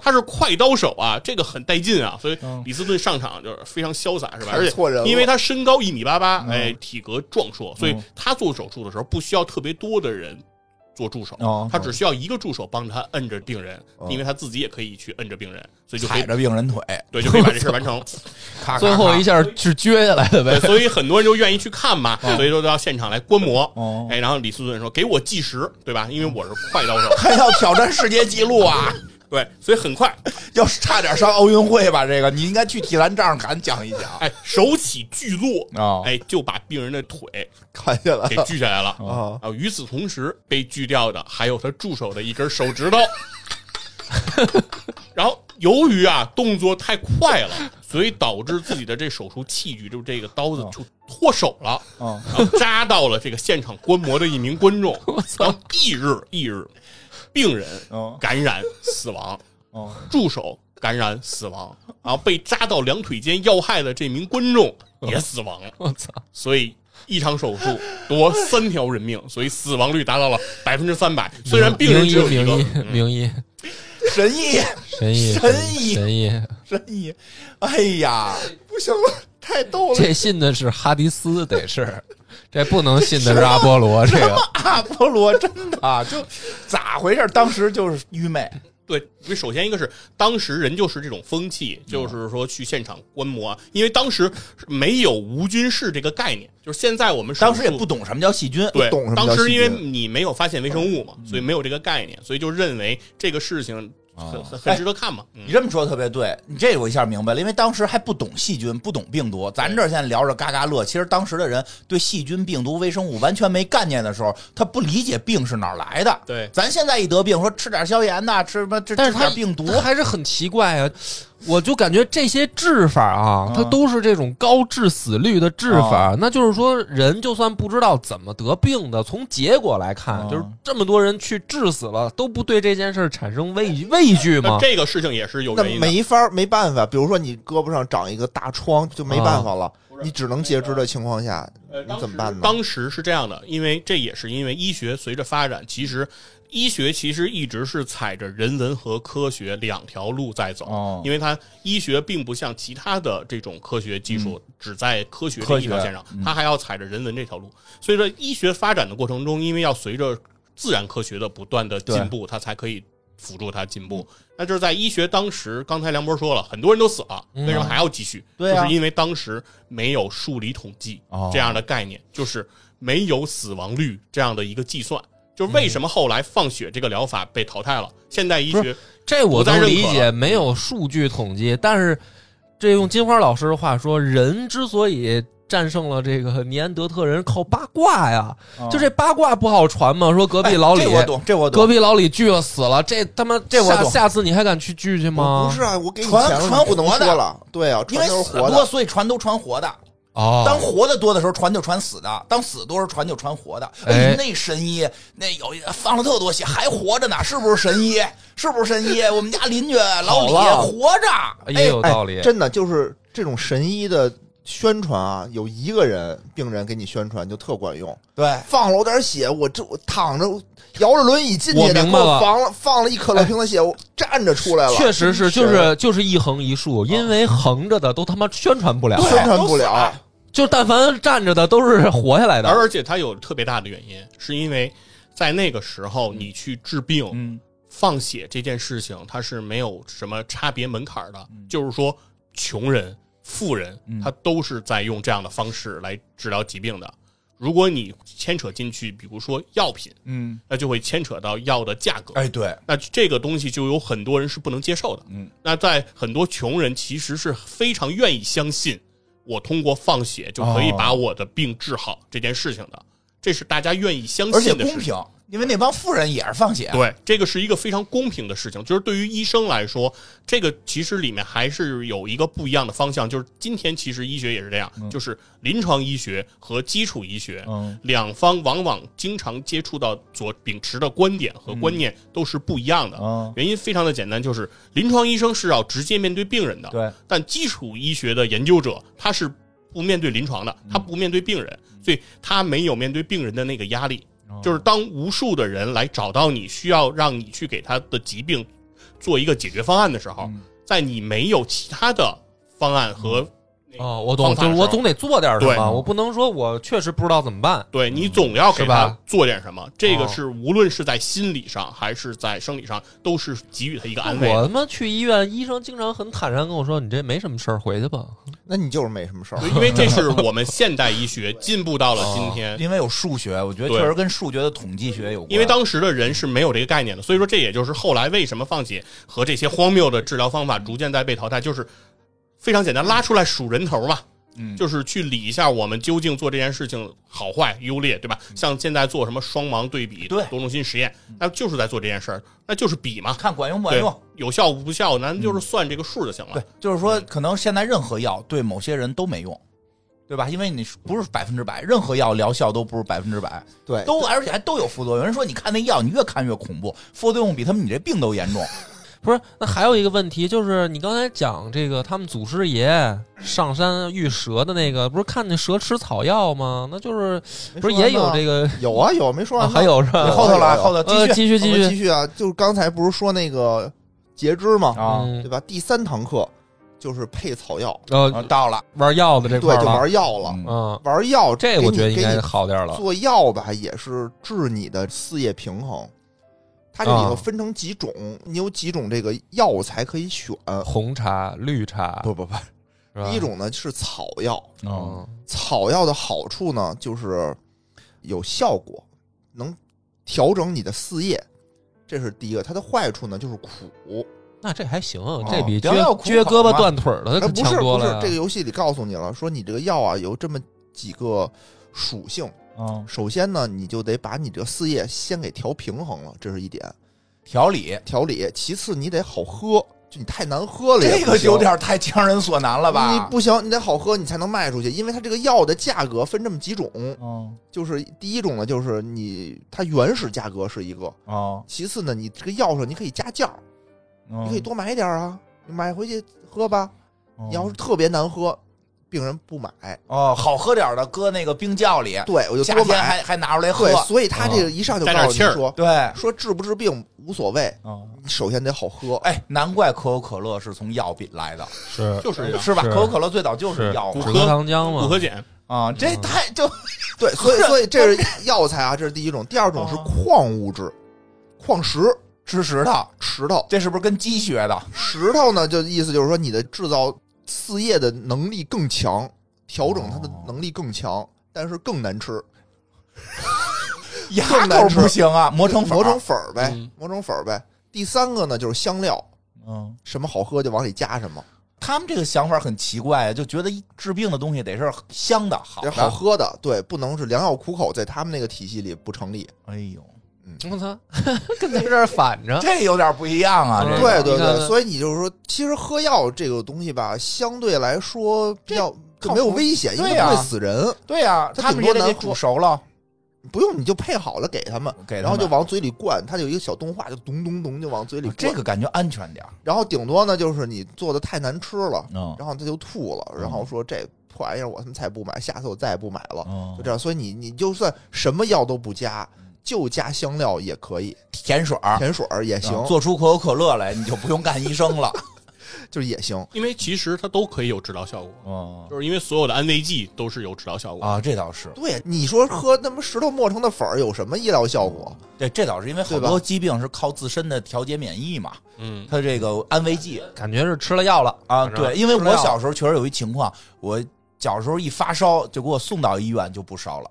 Speaker 6: 他是快刀手啊，这个很带劲啊，所以
Speaker 7: 嗯
Speaker 6: 李斯顿上场就是非常潇洒，是吧？
Speaker 5: 看
Speaker 6: 而
Speaker 5: 错人
Speaker 6: 且
Speaker 5: 了
Speaker 6: 因为他身高一米八八，
Speaker 7: 嗯
Speaker 6: 哎，体格壮硕，所以
Speaker 7: 嗯
Speaker 6: 他做手术的时候不需要特别多的人做助手，
Speaker 7: 哦
Speaker 6: 他只需要一个助手帮着他摁着病人，因为他自己也可以去摁着病人，所以就可
Speaker 7: 踩
Speaker 6: 以
Speaker 7: 着病人腿，
Speaker 6: 对，就可以把这事儿完成。
Speaker 7: 咔咔
Speaker 4: 最后一下是撅下来的
Speaker 6: 对，
Speaker 4: 呗。
Speaker 6: 所以很多人就愿意去看嘛，
Speaker 4: 哦
Speaker 6: 所以都到现场来观摩。
Speaker 7: 哦
Speaker 6: 哎，然后李斯顿说：“给我计时，对吧？因为我是快刀手。
Speaker 7: 还要挑战世界纪录啊！”
Speaker 6: 对，所以很快，
Speaker 7: 要是差点上奥运会吧，这个你应该去体坛仗杆讲一讲。
Speaker 6: 哎，手起巨落，
Speaker 7: 哦
Speaker 6: 哎，就把病人的腿
Speaker 5: 看见了
Speaker 6: 给锯下来了。
Speaker 7: 哦
Speaker 5: 啊！
Speaker 6: 啊，与此同时，被锯掉的还有他助手的一根手指头。 然后，由于啊动作太快了，所以导致自己的这手术器具，就这个刀子就脱手了，
Speaker 7: 哦
Speaker 6: 然后扎到了这个现场观摩的一名观众。然后翌日，翌日，病人
Speaker 7: 哦
Speaker 6: 感染死亡，
Speaker 7: 哦
Speaker 6: 助手感染死亡，然后被扎到两腿间要害的这名观众也死亡了。
Speaker 4: 我操！
Speaker 6: 所以一场手术夺三条人命，所以死亡率达到了百分之三百。虽然病人只有一
Speaker 4: 名
Speaker 6: 个
Speaker 4: 医，名医，
Speaker 7: 神医，
Speaker 4: 名医
Speaker 7: 神
Speaker 4: 神
Speaker 7: 医
Speaker 4: 神医。
Speaker 7: 神医，哎呀，
Speaker 5: 不行了，太逗了。
Speaker 4: 这信的是哈迪斯，得是，这不能信的是阿波罗。这个
Speaker 7: 阿波罗真的啊，就咋回事？当时就是愚昧，
Speaker 6: 对，因为首先一个是当时人就是这种风气，就是说去现场观摩，啊因为当时没有无菌室这个概念，就是现在我们手术
Speaker 7: 当时也不懂什么叫细菌。
Speaker 6: 对
Speaker 5: 不懂什么，
Speaker 6: 当
Speaker 5: 叫
Speaker 6: 时
Speaker 5: 细
Speaker 6: 因为
Speaker 5: 菌
Speaker 6: 你没有发现微生物嘛，所以没有这个概念，所以就认为这个事情很很很值得看嘛。嗯
Speaker 7: 你这么说特别对，你这我一下明白了，因为当时还不懂细菌，不懂病毒。咱这儿现在聊着嘎嘎乐，其实当时的人对细菌、病毒、微生物完全没概念的时候，他不理解病是哪儿来的。
Speaker 6: 对
Speaker 7: 咱现在一得病，说吃点消炎呐，吃什么吃
Speaker 4: 但是
Speaker 7: 吃
Speaker 4: 它
Speaker 7: 点病毒，
Speaker 4: 它还是很奇怪啊。我就感觉这些治法啊，它都是这种高致死率的治
Speaker 6: 啊
Speaker 4: 法。那就是说，人就算不知道怎么得病的，从结果来看，
Speaker 6: 啊
Speaker 7: 哦
Speaker 4: 就是这么多人去治死了，都不对这件事儿产生畏畏惧
Speaker 6: 那
Speaker 4: 吗？
Speaker 6: 这个事情也是有
Speaker 5: 那
Speaker 6: 原因的。
Speaker 5: 没法儿没办法，比如说你胳膊上长一个大疮，就没办法了，你只能截肢的情况下，
Speaker 6: 嗯呃
Speaker 5: 你怎么办呢？
Speaker 6: 当时是这样的，因为这也是因为医学随着发展，其实医学其实一直是踩着人文和科学两条路在走，
Speaker 7: 哦
Speaker 6: 因为它医学并不像其他的这种科学技术、只在科学这一条线上
Speaker 7: 嗯科学嗯，
Speaker 6: 它还要踩着人文这条路。所以说，医学发展的过程中，因为要随着自然科学的不断的进步，它才可以。辅助它进步，那就是在医学当时，刚才梁博说了，很多人都死了，为什么还要继续？
Speaker 7: 对啊
Speaker 6: 就是因为当时没有数理统计
Speaker 7: 哦
Speaker 6: 这样的概念，就是没有死亡率这样的一个计算。就是为什么后来放血这个疗法被淘汰了？现代医
Speaker 4: 不
Speaker 6: 学
Speaker 4: 这我能理
Speaker 6: 不再认可
Speaker 4: 解，
Speaker 6: 了
Speaker 4: 没有数据统计，但是这用金花老师的话说，人之所以战胜了这个尼安德特人，靠八卦呀，
Speaker 6: 啊
Speaker 4: 就这八卦不好传吗？说隔壁老李，
Speaker 7: 哎这我懂，这我懂。
Speaker 4: 隔壁老李锯了死了，这他妈
Speaker 7: 这我
Speaker 4: 下
Speaker 7: 懂
Speaker 4: 下次你还敢去锯去
Speaker 5: 我
Speaker 4: 吗？
Speaker 5: 不是啊，我给你
Speaker 7: 传
Speaker 5: 钱了，
Speaker 7: 传
Speaker 5: 你不能
Speaker 7: 活的
Speaker 5: 说了。对啊，
Speaker 7: 因为
Speaker 5: 传都是
Speaker 7: 死
Speaker 5: 活
Speaker 7: 多，
Speaker 5: 的，
Speaker 7: 所以传都传活的。
Speaker 4: 哦，
Speaker 7: 当活的多的时候，传就传死的；当死多时，传就传活的。
Speaker 4: 哎
Speaker 7: 哎，那神医那有一放了特多血，还活着呢，是不是神医？是不是神医？我们家邻居老李
Speaker 4: 好了
Speaker 7: 活着，
Speaker 4: 也有道理
Speaker 5: 哎，。真的就是这种神医的宣传啊，有一个人病人给你宣传就特管用。
Speaker 7: 哎对，
Speaker 5: 放了我点儿血，我这我躺着摇着轮椅进去
Speaker 4: 我
Speaker 5: 的，
Speaker 4: 明
Speaker 5: 给
Speaker 4: 白
Speaker 5: 我
Speaker 4: 了哎
Speaker 5: 放了放了一可乐瓶的血，我站着出来了。
Speaker 4: 确实是，
Speaker 5: 真
Speaker 4: 就是就是一横一竖，因为横着的都他妈宣传不了。哎
Speaker 5: 宣传不
Speaker 7: 对都
Speaker 5: 了
Speaker 7: 死，
Speaker 4: 就但凡站着的都是活下来的，
Speaker 6: 而且它有特别大的原因，是因为在那个时候你去治病，
Speaker 7: 嗯
Speaker 6: 放血这件事情，它是没有什么差别门槛的，
Speaker 7: 嗯
Speaker 6: 就是说，穷人、富人
Speaker 7: 嗯，
Speaker 6: 他都是在用这样的方式来治疗疾病的。如果你牵扯进去，比如说药品，
Speaker 7: 嗯，
Speaker 6: 那就会牵扯到药的价格。
Speaker 7: 哎，对，
Speaker 6: 那这个东西就有很多人是不能接受的。
Speaker 7: 嗯，
Speaker 6: 那在很多穷人其实是非常愿意相信我通过放血就可以
Speaker 7: 哦
Speaker 6: 把我的病治好这件事情的，这是大家愿意相
Speaker 7: 而且
Speaker 6: 信的
Speaker 7: 公
Speaker 6: 事情。
Speaker 7: 平，因为那帮富人也是放血，
Speaker 6: 对，这个是一个非常公平的事情。就是对于医生来说，这个其实里面还是有一个不一样的方向。就是今天其实医学也是这样，就是临床医学和基础医学、
Speaker 7: 嗯
Speaker 6: 两方往往经常接触到所秉持的观点和观念都是不一样的。
Speaker 7: 嗯，
Speaker 6: 原因非常的简单，就是临床医生是要直接面对病人的，
Speaker 7: 对，
Speaker 6: 但基础医学的研究者他是不面对临床的，他不面对病人，所以他没有面对病人的那个压力。
Speaker 4: 哦
Speaker 6: 就是当无数的人来找到你，需要让你去给他的疾病做一个解决方案的时
Speaker 4: 嗯
Speaker 6: 候，在你没有其他的方案和那个
Speaker 4: 哦，我懂，
Speaker 6: 方法
Speaker 4: 就
Speaker 6: 的
Speaker 4: 是
Speaker 6: 时候
Speaker 4: 我总得做点什
Speaker 6: 对
Speaker 4: 么，我不能说我确实不知道怎么办。
Speaker 6: 对你总要
Speaker 4: 嗯
Speaker 6: 给
Speaker 4: 是吧
Speaker 6: 他做点什么，这个
Speaker 4: 哦
Speaker 6: 是无论是在心理上还是在生理上，都是给予他一个安慰的。
Speaker 4: 我他妈去医院，医生经常很坦然跟我说：“你这没什么事儿，回去吧。
Speaker 5: 那你就是没什么事儿
Speaker 6: 对，。 因为这是我们现代医学进步到了今天，
Speaker 7: 因为有数学，我觉得
Speaker 6: 对
Speaker 7: 确实跟数学的统计学有关，
Speaker 6: 因为当时的人是没有这个概念的，所以说这也就是后来为什么放血和这些荒谬的治疗方法逐渐在被淘汰，就是非常简单，拉出来数人头嘛。
Speaker 7: 嗯
Speaker 6: 就是去理一下我们究竟做这件事情好坏优劣，对吧？像现在做什么双盲对比、
Speaker 7: 嗯对
Speaker 6: 多中心实验，那就是在做这件事儿，那就是比嘛，
Speaker 7: 看管用不管
Speaker 6: 对
Speaker 7: 用。，嗯
Speaker 6: 有效无效，咱就是算这个数就行了。
Speaker 7: 对，就是说，可能现在任何药对某些人都没用，对吧？因为你不是百分之百，任何药疗效都不是百分之百，
Speaker 5: 对，
Speaker 7: 都而且还都有副作用。有人说，你看那药，你越看越恐怖，副作用比他们你这病都严重。”
Speaker 4: 不是，那还有一个问题就是，你刚才讲这个他们祖师爷上山遇蛇的那个，不是看见蛇吃草药吗？那就是
Speaker 5: 没
Speaker 4: 不是
Speaker 5: 说完
Speaker 4: 也有
Speaker 5: 呢
Speaker 4: 这个？
Speaker 5: 有啊有，没说
Speaker 4: 啊
Speaker 5: 完呢、
Speaker 4: 还有是
Speaker 7: 你
Speaker 5: 有
Speaker 4: 吧？
Speaker 7: 后头了，
Speaker 5: 有有
Speaker 7: 后头
Speaker 4: 呃，
Speaker 7: 继
Speaker 4: 继
Speaker 7: 续
Speaker 4: 续继
Speaker 5: 我们继
Speaker 4: 续
Speaker 5: 续啊，就是刚才不是说那个截肢吗？
Speaker 7: 啊，
Speaker 5: 对
Speaker 4: 嗯
Speaker 5: 吧？第三堂课就是配草药，
Speaker 7: 啊
Speaker 4: 呃，
Speaker 7: 到了，
Speaker 4: 玩药的这
Speaker 5: 哦对，
Speaker 4: 块儿
Speaker 5: 就
Speaker 4: 了。
Speaker 5: 玩药了。
Speaker 7: 嗯
Speaker 4: 嗯，
Speaker 5: 玩药
Speaker 4: 这
Speaker 5: 给
Speaker 4: 我
Speaker 5: 你
Speaker 4: 觉得应
Speaker 5: 给
Speaker 4: 该
Speaker 5: 你
Speaker 4: 好点儿了。
Speaker 5: 做药吧，也是治你的四叶平衡。它这里头
Speaker 4: 啊
Speaker 5: 分成几种，你有几种这个药材可以选。
Speaker 4: 红茶、绿茶，
Speaker 7: 不不不，
Speaker 4: 是吧
Speaker 5: 第一，种呢是草药，
Speaker 7: 嗯，
Speaker 4: 嗯，
Speaker 5: 草药的好处呢就是有效果，能调整你的四叶，这是第一个。它的坏处呢就是苦，
Speaker 4: 那这还行，
Speaker 5: 哦
Speaker 4: 这比
Speaker 7: 不要
Speaker 4: 撅
Speaker 7: 哭
Speaker 4: 撅胳
Speaker 7: 好
Speaker 4: 膊
Speaker 7: 吗
Speaker 4: 断腿儿的
Speaker 5: 哎，
Speaker 4: 可
Speaker 5: 不
Speaker 4: 强
Speaker 5: 是
Speaker 4: 多
Speaker 5: 不
Speaker 4: 了
Speaker 5: 是
Speaker 4: 呀。，
Speaker 5: 这个游戏里告诉你了，说你这个药啊有这么几个属性。
Speaker 7: 嗯，
Speaker 5: 首先呢，你就得把你这四叶先给调平衡了，这是一点
Speaker 7: 调理，
Speaker 5: 调理。其次，你得好喝，就你太难喝了也
Speaker 7: 这
Speaker 5: 不
Speaker 7: 个
Speaker 5: 行，
Speaker 7: 有点太强人所难了吧？
Speaker 5: 你不行，你得好喝，你才能卖出去。因为它这个药的价格分这么几种，
Speaker 7: 嗯，
Speaker 5: 就是第一种呢，就是你它原始价格是一个；
Speaker 7: 哦
Speaker 5: 其次呢，你这个药上你可以加价，
Speaker 7: 嗯，
Speaker 5: 你可以多买一点啊，你买回去喝吧。
Speaker 7: 嗯
Speaker 5: 你要是特别难喝，病人不买，
Speaker 7: 哦好喝点儿的，搁那个冰窖里，
Speaker 5: 对我就
Speaker 7: 夏
Speaker 5: 多
Speaker 7: 天
Speaker 5: 买。
Speaker 7: 还还拿出来喝
Speaker 5: 对，，所以他这个一上就
Speaker 6: 带点
Speaker 5: 告诉
Speaker 6: 气
Speaker 5: 你
Speaker 6: 儿
Speaker 5: 说，
Speaker 7: 对，
Speaker 5: 说治不治病无所谓，
Speaker 7: 嗯，
Speaker 5: 你首先得好喝。
Speaker 7: 哎，难怪可口可乐是从药品来的，
Speaker 4: 是
Speaker 6: 就是
Speaker 5: 啊
Speaker 6: 这样
Speaker 7: 是吧？
Speaker 4: 是
Speaker 7: 可口可乐最早就是药
Speaker 6: 骨
Speaker 7: 嘛
Speaker 4: 止
Speaker 6: 科
Speaker 4: 咳糖浆
Speaker 6: 骨
Speaker 4: 嘛
Speaker 6: 科，碱
Speaker 7: 啊，这太就
Speaker 5: 对，所 以所以这是药材啊，这是第一种。第二种是
Speaker 7: 哦
Speaker 5: 矿物质，矿石、
Speaker 7: 吃石头，
Speaker 5: 石头。
Speaker 7: 这是不是跟鸡学 的？
Speaker 5: 石头呢，就意思就是说你的制造四叶的能力更强，调整它的
Speaker 7: 哦
Speaker 5: 能力更强，但是更难吃，
Speaker 7: 牙
Speaker 5: 更难
Speaker 7: 口
Speaker 5: 吃
Speaker 7: 不行啊，磨成粉，
Speaker 5: 磨成，粉儿呗，
Speaker 6: 嗯
Speaker 5: 磨成粉儿呗。第三个呢就是香料，
Speaker 7: 嗯。
Speaker 5: 什么好喝就往里加什么，
Speaker 7: 他们这个想法很奇怪，就觉得一治病的东西得是香的、好
Speaker 5: 这
Speaker 7: 的。
Speaker 5: 好喝的，对，不能是良药苦口，在他们那个体系里不成立。
Speaker 7: 哎呦，
Speaker 4: 我操， 跟咱这儿反着。
Speaker 7: 这有点不一样啊！
Speaker 4: 嗯
Speaker 7: 这
Speaker 5: 对
Speaker 7: 个
Speaker 5: 对
Speaker 4: 你看看
Speaker 5: 对，所以你就是说，其实喝药这个东西吧，相对来说比较
Speaker 7: 这
Speaker 5: 就没有危险，因为
Speaker 7: 对啊
Speaker 5: 不会死人。
Speaker 7: 对呀，
Speaker 5: 它
Speaker 7: 他们也得
Speaker 5: 顶多
Speaker 7: 给
Speaker 5: 难
Speaker 7: 煮熟了，
Speaker 5: 不用你就配好了给他们，
Speaker 7: 给他们
Speaker 5: 然后就往嘴里灌。它有一个小动画，就咚咚咚就往嘴里灌。
Speaker 7: 啊这个感觉安全点儿。
Speaker 5: 然后顶多呢就是你做的太难吃了，
Speaker 7: 嗯
Speaker 5: 然后他就吐了，然后说这破玩意儿我他妈再不买，下次我再也不买了，
Speaker 7: 嗯
Speaker 5: 就这样。所以你你就算什么药都不加，就加香料也可以，
Speaker 7: 甜水儿啊嗯
Speaker 5: 甜水儿也行。
Speaker 7: 做出可口可乐来，你就不用干医生了。
Speaker 5: 就是也行。
Speaker 6: 因为其实它都可以有治疗效果，
Speaker 7: 嗯
Speaker 6: 就是因为所有的安慰剂都是有治疗效果。
Speaker 7: 啊，这倒是，
Speaker 5: 对，你说喝那么石头磨成的粉儿有什么医疗效果？
Speaker 7: 对，这倒是因为好
Speaker 5: 对
Speaker 7: 多
Speaker 5: 吧
Speaker 7: 疾病是靠自身的调节免疫嘛，
Speaker 6: 嗯，
Speaker 7: 它这个安慰剂
Speaker 4: 感觉是吃了药了
Speaker 7: 啊，
Speaker 4: 反正
Speaker 7: 对，因为
Speaker 4: 吃了
Speaker 7: 我
Speaker 4: 药
Speaker 7: 小时候确实有一情况，我小时候一发烧就给我送到医院就不烧了，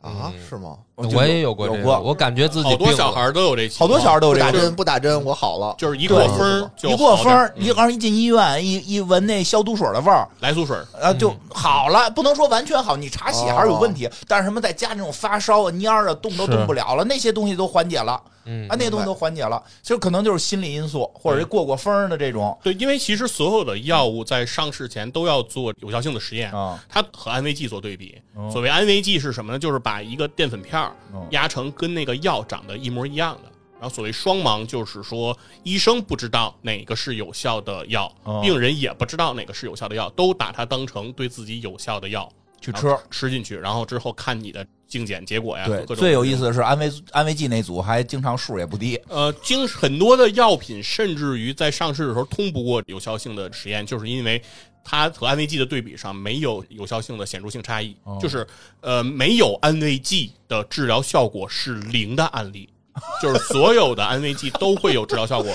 Speaker 5: 啊，
Speaker 4: 嗯
Speaker 5: 是吗？
Speaker 7: 就
Speaker 4: 我也有过这
Speaker 7: 有
Speaker 4: 个，
Speaker 7: 过
Speaker 4: 我感觉自己
Speaker 6: 好多
Speaker 4: 病了
Speaker 6: 小孩都有这情
Speaker 7: 好
Speaker 6: 况，
Speaker 7: 多小孩都有
Speaker 5: 不
Speaker 7: 这
Speaker 5: 打
Speaker 7: 个，
Speaker 5: 针不打针，我好了。
Speaker 6: 就是一过
Speaker 7: 对
Speaker 6: 风儿就
Speaker 7: 一过
Speaker 6: 好
Speaker 7: 风
Speaker 6: 点
Speaker 7: 儿
Speaker 6: 儿，
Speaker 7: 一
Speaker 6: 嗯
Speaker 7: 刚一进医院，一一闻那消毒水的味儿，
Speaker 6: 来苏水儿，
Speaker 7: 啊，就好了，不能说完全好，你查血还是有问
Speaker 6: 哦
Speaker 7: 题。但是什么在家那种发烧啊、蔫儿啊，动都
Speaker 4: 是
Speaker 7: 动不了了，那些东西都缓解了啊，
Speaker 4: 嗯
Speaker 7: 那些东西都缓解了。其实可能就是心理因素，或
Speaker 6: 嗯
Speaker 7: 者是过过风儿的这种
Speaker 6: 对，因为其实所有的药物在上市前都要做有效性的实验，
Speaker 7: 啊，
Speaker 6: 它和安慰剂做对比。
Speaker 7: 嗯
Speaker 6: 所谓安慰剂是什么呢？就是把一个淀粉片儿
Speaker 7: 嗯
Speaker 6: 压成跟那个药长得一模一样的。然后所谓双盲，就是说医生不知道哪个是有效的药
Speaker 7: 哦，
Speaker 6: 病人也不知道哪个是有效的药，都把它当成对自己有效的药
Speaker 7: 去
Speaker 6: 然
Speaker 7: 吃
Speaker 6: 后。吃进去，然后之后看你的镜检结果呀，
Speaker 7: 对，
Speaker 6: 啊各种
Speaker 7: 最有意思。的是安慰安慰剂那组还经常数也不低，
Speaker 6: 呃，经很多的药品，甚至于在上市的时候通不过有效性的实验，就是因为它和安慰剂的对比上没有有效性的显著性差异，
Speaker 7: 哦
Speaker 6: 就是呃没有安慰剂的治疗效果是零的案 例。就是所有的安慰剂都会有治疗效果，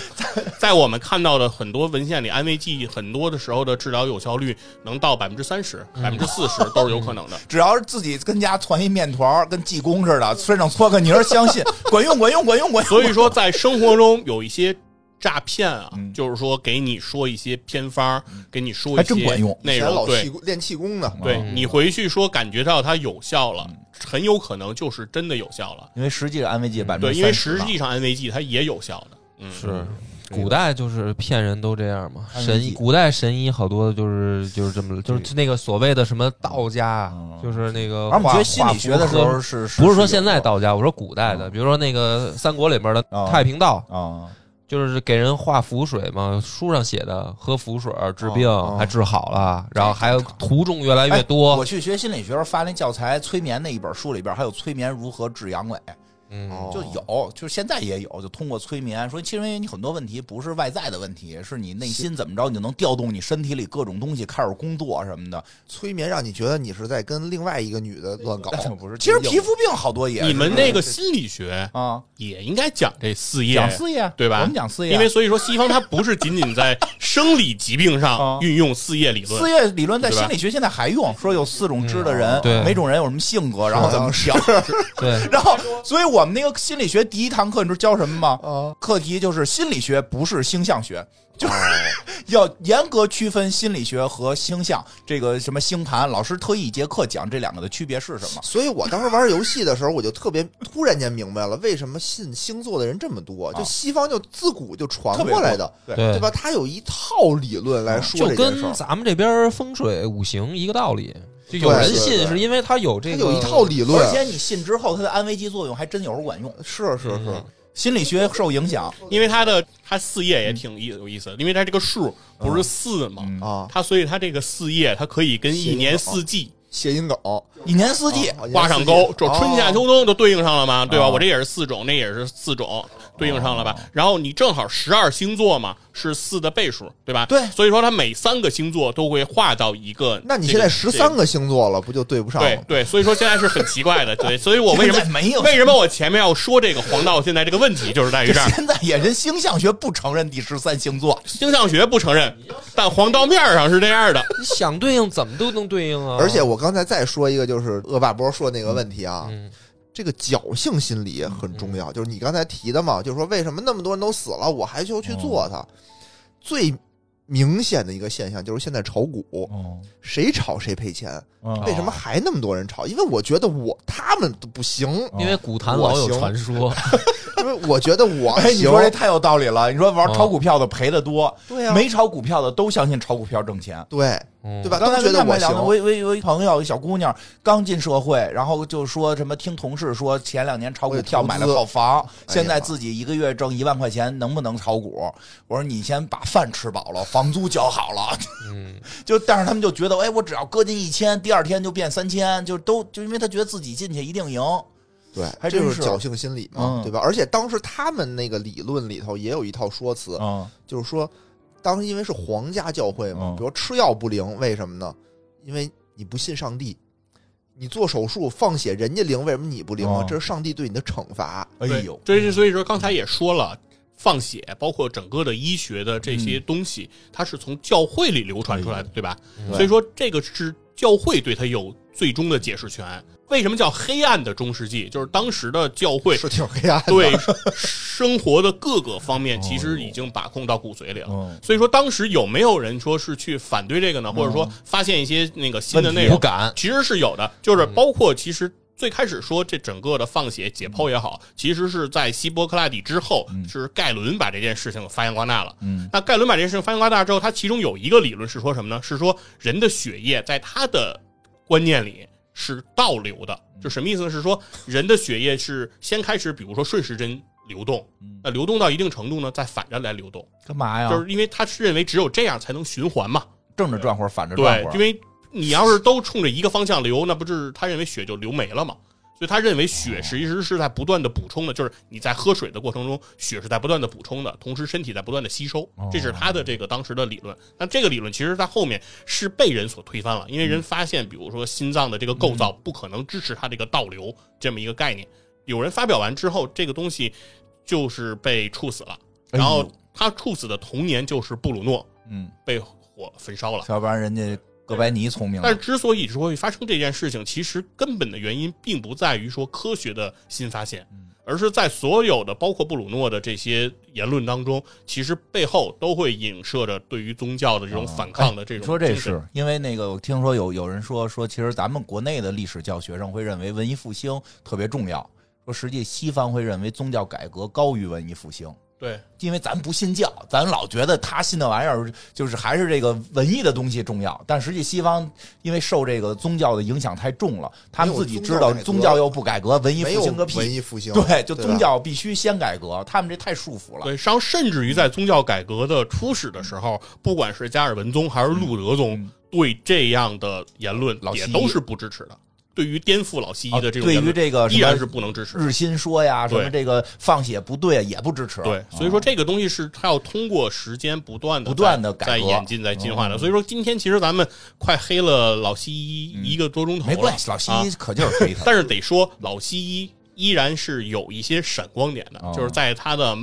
Speaker 6: 在我们看到的很多文献里，安慰剂很多的时候的治疗有效率能到百分之三十、百分之四十都是有可能的。
Speaker 7: 只要是自己跟家攒一面团儿，跟济公似的，身上搓个泥儿，相信 管用，管用，管用，管用。
Speaker 6: 所以说，在生活中有一些诈骗啊，
Speaker 7: 嗯
Speaker 6: 就是说给你说一些偏方儿，给你说
Speaker 7: 还
Speaker 6: 一
Speaker 7: 真管
Speaker 6: 些
Speaker 7: 用
Speaker 5: 以
Speaker 6: 内
Speaker 5: 前
Speaker 6: 容，
Speaker 5: 老气
Speaker 6: 对
Speaker 5: 功啊练气功呢，
Speaker 6: 对，
Speaker 7: 嗯
Speaker 6: 你回去说感觉到它有效了，很有可能就是真的有效了。
Speaker 7: 因为实际的安慰剂百分之
Speaker 6: 对，因为实际上安慰剂它也有效的，嗯，
Speaker 4: 是。古代就是骗人都这样嘛，
Speaker 7: 安慰
Speaker 4: 神
Speaker 7: 剂
Speaker 4: 医古代神医好多就是就是这么就是那个所谓的什么道家
Speaker 7: 嗯，
Speaker 4: 就是那个
Speaker 7: 而我觉
Speaker 4: 画
Speaker 7: 得心理学的时
Speaker 4: 画符
Speaker 7: 候
Speaker 4: 和
Speaker 7: 是嗯
Speaker 4: 不是说现在道家，我说古代的，比如说那个三国里边的
Speaker 7: 啊
Speaker 4: 太平道，
Speaker 7: 啊，
Speaker 4: 就是给人画符水嘛，书上写的喝符水儿治病
Speaker 5: 哦哦
Speaker 4: 还治好了，然后还有徒众越来越
Speaker 7: 哎
Speaker 4: 多
Speaker 7: 我，去学心理学时候发那教材催眠那一本书里边还有催眠如何治阳痿，
Speaker 4: 嗯，
Speaker 5: 哦
Speaker 7: 就有，就是现在也有，就通过催眠说，其实因为你很多问题不是外在的问题，是你内心怎么着，你就能调动你身体里各种东西开始工作什么的。
Speaker 5: 催眠让你觉得你是在跟另外一个女的乱搞。
Speaker 7: 但不是，其实皮肤病好多也是
Speaker 6: 你们那个心理学
Speaker 7: 啊，
Speaker 6: 也应该讲这四叶，
Speaker 7: 讲四叶
Speaker 6: 对吧？
Speaker 7: 我们讲四叶，
Speaker 6: 因为所以说西方它不是仅仅 在生理疾病
Speaker 7: 啊
Speaker 6: 上运用四叶理论
Speaker 7: 四，叶理论在
Speaker 6: 对吧
Speaker 7: 心理学现在还用，说有四种知的人，
Speaker 4: 嗯对
Speaker 7: 每种人有什么性格，然后怎么调。
Speaker 4: 对，
Speaker 7: 然后，所以我们那个心理学第一堂课，你知道教什么吗？
Speaker 5: 啊，哦
Speaker 7: 课题就是心理学不是星象学，就是 要严格区分心理学和星象。这个什么星盘，老师特意一节课讲这两个的区别是什么。
Speaker 5: 所以我当时玩游戏的时候，我就特别突然间明白了，为什么信星座的人这么多，就西方就自古就传
Speaker 7: 特别
Speaker 5: 过来的，
Speaker 7: 多对
Speaker 4: 对
Speaker 5: 对吧？他有一套理论来说
Speaker 4: 就
Speaker 5: 这件事
Speaker 4: 跟
Speaker 5: 儿，
Speaker 4: 咱们这边风水五行一个道理，就有人
Speaker 5: 对对
Speaker 4: 信
Speaker 5: 对
Speaker 4: 是因为他有
Speaker 5: 他
Speaker 4: 这个
Speaker 5: 有一套理论
Speaker 7: 而，且你信之后，它的安慰剂作用还真有时候管用。
Speaker 5: 是是是
Speaker 4: 嗯，
Speaker 7: 心理学受 影响，
Speaker 6: 因为它的它四叶也挺意有意思的，因为它这个数不是四嘛，
Speaker 7: 嗯
Speaker 5: 啊，
Speaker 6: 它所以它这个四叶它可以跟一年四季
Speaker 5: 谐音梗，
Speaker 7: 一年四季
Speaker 5: 啊啊
Speaker 6: 挂上
Speaker 5: 谐音
Speaker 6: 钩，
Speaker 5: 梗
Speaker 6: 就春夏秋冬就对应上了嘛，对吧？
Speaker 7: 哦
Speaker 6: 我这也是四种，那也是四种，对应上了吧？然后你正好十二星座嘛是四的倍数，对吧？
Speaker 7: 对
Speaker 6: 所以说它每三个星座都会划到一个。
Speaker 5: 那你现在十三
Speaker 6: 个。
Speaker 5: 个星座了，不就对不上了
Speaker 6: 对
Speaker 5: 吗？
Speaker 6: 对，所以说现在是很奇怪的，对，所以我为什
Speaker 7: 现在
Speaker 6: 么
Speaker 7: 没有
Speaker 6: 为什么我前面要说这个黄道现在这个问题，就是在于
Speaker 7: 这
Speaker 6: 这 儿，
Speaker 7: 现在也人星象学不承认第十三星座，
Speaker 6: 星象学不承认，但黄道面儿上是这样的，
Speaker 4: 你想对应怎么都能对应啊，
Speaker 5: 而且我刚才再说一个，就是恶霸波说那个问题啊，
Speaker 4: 嗯
Speaker 5: 这个侥幸心理很重
Speaker 7: 嗯
Speaker 5: 要，就是你刚才提的嘛，就是说为什么那么多人都死了，我还就去做它？
Speaker 7: 嗯
Speaker 5: 最明显的一个现象就是现在炒股，
Speaker 7: 哦，
Speaker 5: 谁炒谁赔钱，为
Speaker 7: 为
Speaker 5: 什么还那么多人炒？因为我觉得我他们都不行，
Speaker 4: 因为古坛老有传说，
Speaker 5: 因为我觉得我
Speaker 7: 哎，
Speaker 5: 哦
Speaker 7: 你
Speaker 5: 行。哦
Speaker 7: 说这太有道理了。你说玩
Speaker 4: 啊
Speaker 7: 炒股票的赔的多，
Speaker 5: 对啊
Speaker 7: 没炒股票的都相信炒股票挣钱。
Speaker 5: 对
Speaker 4: 嗯
Speaker 5: 对吧？
Speaker 7: 刚
Speaker 5: 都
Speaker 7: 才
Speaker 5: 觉
Speaker 7: 跟
Speaker 5: 得
Speaker 7: 他
Speaker 5: 我
Speaker 7: 们聊呢，我
Speaker 5: 行，
Speaker 7: 我有一朋友，一小姑娘刚进社会，然后就说什么听同事说前两年炒股票
Speaker 5: 我也
Speaker 7: 买
Speaker 5: 投
Speaker 7: 了
Speaker 5: 资
Speaker 7: 套房，现
Speaker 5: 哎
Speaker 7: 在
Speaker 5: 呀
Speaker 7: 自己一个月挣一万块钱，能不能炒股？我说你先把饭吃饱了，房租交好了，
Speaker 4: 嗯，
Speaker 7: 就但是他们就觉得，哎，我只要搁进一千，第二天就变三千，就都就因为他觉得自己进去一定赢。
Speaker 5: 对，
Speaker 7: 还
Speaker 5: 这
Speaker 7: 真
Speaker 5: 就是是侥幸心理嘛，
Speaker 7: 嗯
Speaker 5: 对吧？而且当时他们那个理论里头也有一套说辞，
Speaker 7: 嗯
Speaker 5: 就是说当时因为是皇家教会嘛，
Speaker 7: 嗯
Speaker 5: 比如吃药不灵，为什么呢？因为你不信上帝，你做手术放血人家灵，为什么你不灵啊？
Speaker 7: 哦
Speaker 5: 这是上帝对你的惩罚。
Speaker 7: 哎
Speaker 6: 对
Speaker 7: 呦，
Speaker 6: 这是所以说刚才也说了。放血，包括整个的医学的这些东西，它是从教会里流传出来的，对吧？
Speaker 4: 嗯
Speaker 6: 所以说，这个是教会对它有最终的解释权。为什么叫黑暗的中世纪？就是当时的教会
Speaker 5: 是挺黑暗的。
Speaker 6: 对生活的各个方面，其实已经把控到骨髓里了。
Speaker 7: 嗯，
Speaker 6: 所以说，当时有没有人说是去反对这个呢？或者说发现一些那个新的内
Speaker 4: 不
Speaker 6: 容？
Speaker 4: 敢，
Speaker 6: 其实是有的，就是包括其实最开始说这整个的放血解剖也好，其实是在希波克拉底之后，是盖伦把这件事情发扬光大了。
Speaker 7: 嗯，
Speaker 6: 那盖伦把这件事情发扬光大之后，他其中有一个理论是说什么呢？是说人的血液在他的观念里是倒流的，就什么意思呢？是说人的血液是先开始，比如说顺时针流动，那流动到一定程度呢，再反着来流动，
Speaker 7: 干嘛呀？
Speaker 6: 就是因为他是认为只有这样才能循环嘛。
Speaker 7: 正着转会儿，反着转
Speaker 6: 对
Speaker 7: 会，儿，
Speaker 6: 因为你要是都冲着一个方向流，那不就是他认为血就流没了嘛？所以他认为
Speaker 7: 哦
Speaker 6: 血其实是在不断的补充的，就是你在喝水的过程中，血是在不断的补充的，同时身体在不断的吸收
Speaker 7: 哦。
Speaker 6: 这是他的这个当时的理论。那这个理论其实在后面是被人所推翻了，因为
Speaker 7: 嗯
Speaker 6: 人发现，比如说心脏的这个构造不可能支持它这个倒流这么一个概念。有人发表完之后，这个东西就是被处死了。然
Speaker 7: 哎
Speaker 6: 后
Speaker 7: 呦
Speaker 6: 他处死的同年就是布鲁诺
Speaker 7: 嗯，
Speaker 6: 被火焚烧了。
Speaker 7: 要不然人家哥白尼聪明了
Speaker 6: 但是之所以说会发生这件事情，其实根本的原因并不在于说科学的新发现，
Speaker 7: 嗯
Speaker 6: 而是在所有的包括布鲁诺的这些言论当中，其实背后都会影射着对于宗教的这种反抗的这
Speaker 7: 哦哎
Speaker 6: 种。
Speaker 7: 你啊说这是因为那个，我听说有有人说说，其实咱们国内的历史教学生会认为文艺复兴特别重要，说实际西方会认为宗教改革高于文艺复兴，
Speaker 6: 对，
Speaker 7: 因为咱不信教，咱老觉得他信那玩意儿就是还是这个文艺的东西重要，但实际西方因为受这个宗教的影响太重了，他们自己知道
Speaker 5: 没有宗教改革
Speaker 7: 宗教又不改革，文艺
Speaker 5: 没
Speaker 7: 复
Speaker 5: 有
Speaker 7: 兴个
Speaker 5: 文
Speaker 7: 屁，
Speaker 5: 艺复兴，
Speaker 7: 对，就
Speaker 5: 吧
Speaker 7: 宗教必须先改革，他们这太束缚了，
Speaker 6: 对，然后甚至于在宗教改革的初始的时候，不管是加尔文宗还是路德宗，对这样的言论
Speaker 7: 嗯老西
Speaker 6: 也
Speaker 7: 医
Speaker 6: 都是不支持的。对于颠覆老西医的这种
Speaker 7: 啊对于
Speaker 6: 言论，
Speaker 7: 这个什么
Speaker 6: 依然是不能支持的。
Speaker 7: 日心说呀，什么
Speaker 6: 对
Speaker 7: 这个放血不对也不支持，啊
Speaker 6: 对，所以说这个东西是它要通过时间不断的、
Speaker 7: 哦不断地改革哦
Speaker 6: 在演进、在进化的。所以说今天其实咱们快黑了老西医一个多钟头了，
Speaker 7: 没关系，老西
Speaker 6: 啊
Speaker 7: 医可劲儿黑他。
Speaker 6: 但是得说老西医依然是有一些闪光点的，
Speaker 7: 哦
Speaker 6: 就是在他的。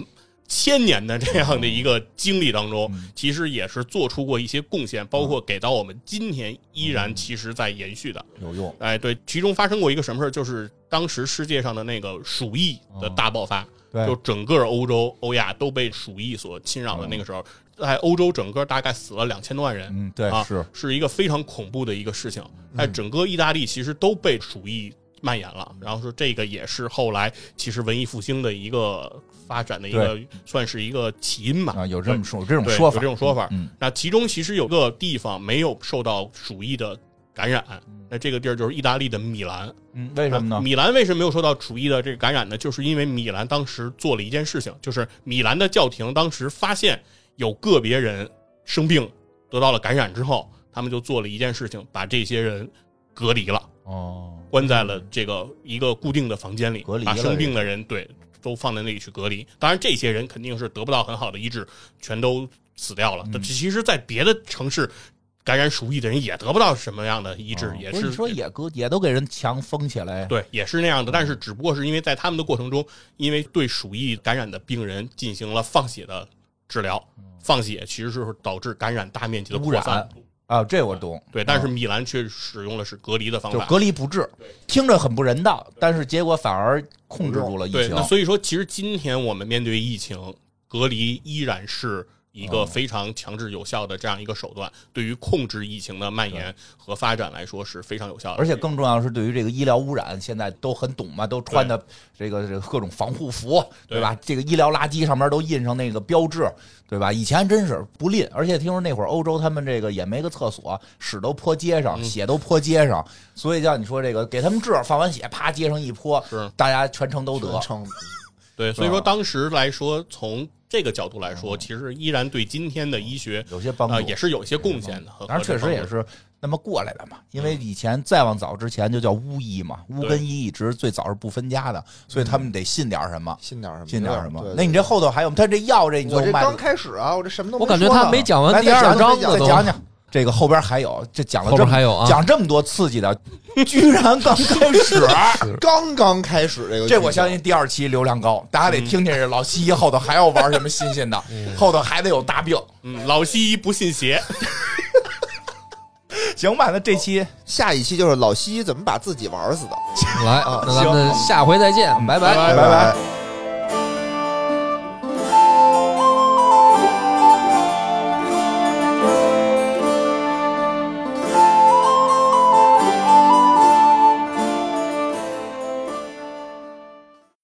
Speaker 6: 千年的这样的一个经历当中，
Speaker 7: 嗯
Speaker 6: 其实也是做出过一些贡献，包括给到我们今天依然
Speaker 7: 嗯
Speaker 6: 其实在延续的。
Speaker 7: 有用。
Speaker 6: 哎，对，其中发生过一个什么事儿，就是当时世界上的那个鼠疫
Speaker 7: 哦
Speaker 6: 的大爆发，
Speaker 7: 对
Speaker 6: 就整个欧洲、欧亚都被鼠疫所侵扰的那个时候，在欧洲整个大概死了两千多万人，
Speaker 7: 嗯，对，
Speaker 6: 啊，
Speaker 7: 是嗯
Speaker 6: 是一个非常恐怖的一个事情，在整个意大利其实都被鼠疫蔓延了，然后说这个也是后来其实文艺复兴的一个发展的一个算是一个起因吧，
Speaker 7: 啊，有
Speaker 6: 对
Speaker 7: 这么说，有这种
Speaker 6: 对
Speaker 7: 说法，
Speaker 6: 有这种说法。
Speaker 7: 嗯
Speaker 6: 那其中其实有个地方没有受到鼠疫的感染，那这个地儿就是意大利的米兰。
Speaker 7: 嗯，为什么
Speaker 6: 啊
Speaker 7: 呢？
Speaker 6: 米兰为什么没有受到鼠疫的这个感染呢？就是因为米兰当时做了一件事情，就是米兰的教廷当时发现有个别人生病得到了感染之后，他们就做了一件事情，把这些人隔离了。
Speaker 7: 哦，
Speaker 6: 关在了这个一个固定的房间里，
Speaker 7: 隔离
Speaker 6: 把
Speaker 7: 了
Speaker 6: 生病的人对都放在那里去隔离。当然，这些人肯定是得不到很好的医治，全都死掉了。
Speaker 7: 嗯
Speaker 6: 但其实，在别的城市感染鼠疫的人也得不到什么样的医治，
Speaker 7: 哦
Speaker 6: 也
Speaker 7: 不
Speaker 6: 是
Speaker 7: 你说也搁也都给人墙封起来，
Speaker 6: 对，也是那样的。但是，只不过是因为在他们的过程中，因为对鼠疫感染的病人进行了放血的治疗，放血其实是导致感染大面积的
Speaker 7: 嗯污
Speaker 6: 扩
Speaker 7: 染
Speaker 6: 散。
Speaker 7: 啊，这我懂，
Speaker 6: 对，但是米兰却使用的是隔离的方
Speaker 7: 就
Speaker 6: 法，
Speaker 7: 隔离不治，听着很不人道，但是结果反而控制住了疫
Speaker 6: 对，
Speaker 7: 情
Speaker 6: 那。所以说，其实今天我们面对疫情，隔离依然是一
Speaker 7: 嗯
Speaker 6: 个非常强制有效的这样一个手段，对于控制疫情的蔓延和发展来说是非常有效的。
Speaker 7: 而且更重要的是，对于这个医疗污染，现在都很懂嘛，都穿的这个这个各种防护服，对吧？这个医疗垃圾上面都印上那个标志，对吧？以前真是不吝，而且听说那会儿欧洲他们这个也没个厕所，屎都泼街
Speaker 6: 嗯
Speaker 7: 上，血都泼街上，所以叫你说这个给他们治，放完血啪街上一泼，
Speaker 6: 是
Speaker 7: 大家全程都得
Speaker 5: 全。称
Speaker 6: 对，
Speaker 7: 嗯
Speaker 6: 所以说当时来说，从这个角度来说，其实依然对今天的医学
Speaker 7: 有些帮助
Speaker 6: 呃也是有一些贡献的和。
Speaker 7: 当然，确实也
Speaker 6: 和这个帮助嗯
Speaker 7: 是。那那么过来的嘛。因为以前再往早之前就叫巫医嘛，巫
Speaker 6: 对嗯
Speaker 7: 跟医一直最早是不分家的，所以他们得信点什么，
Speaker 5: 信点什么？
Speaker 7: 信点什么
Speaker 5: 对。
Speaker 7: 那你这后头还有，他这药这你
Speaker 5: 我
Speaker 7: 就
Speaker 5: 这
Speaker 7: 卖
Speaker 5: 刚开始啊，我这什么都
Speaker 4: 我感觉
Speaker 5: 说呢
Speaker 4: 他没讲完
Speaker 7: 来
Speaker 4: 第
Speaker 7: 再
Speaker 4: 二
Speaker 7: 讲
Speaker 4: 章
Speaker 7: 讲
Speaker 4: 呢，
Speaker 7: 再
Speaker 4: 都
Speaker 7: 讲讲。这个后边还有，这讲了
Speaker 4: 后
Speaker 7: 这
Speaker 4: 边
Speaker 7: 么
Speaker 4: 还有啊，
Speaker 7: 讲这么多刺激的，居然 刚开始，啊
Speaker 5: 刚刚开始这个，
Speaker 7: 这我相信第二期流量高，大
Speaker 4: 嗯
Speaker 7: 家得听听这老西医后头还要玩什么新鲜的，后头还得有大病，
Speaker 6: 嗯，老西医不信邪，
Speaker 7: 行吧？那这期
Speaker 5: 下一期就是老西怎么把自己玩死的。
Speaker 4: 嗯
Speaker 5: 嗯
Speaker 4: 来，那咱们下回再见，拜
Speaker 7: 拜
Speaker 5: 拜拜。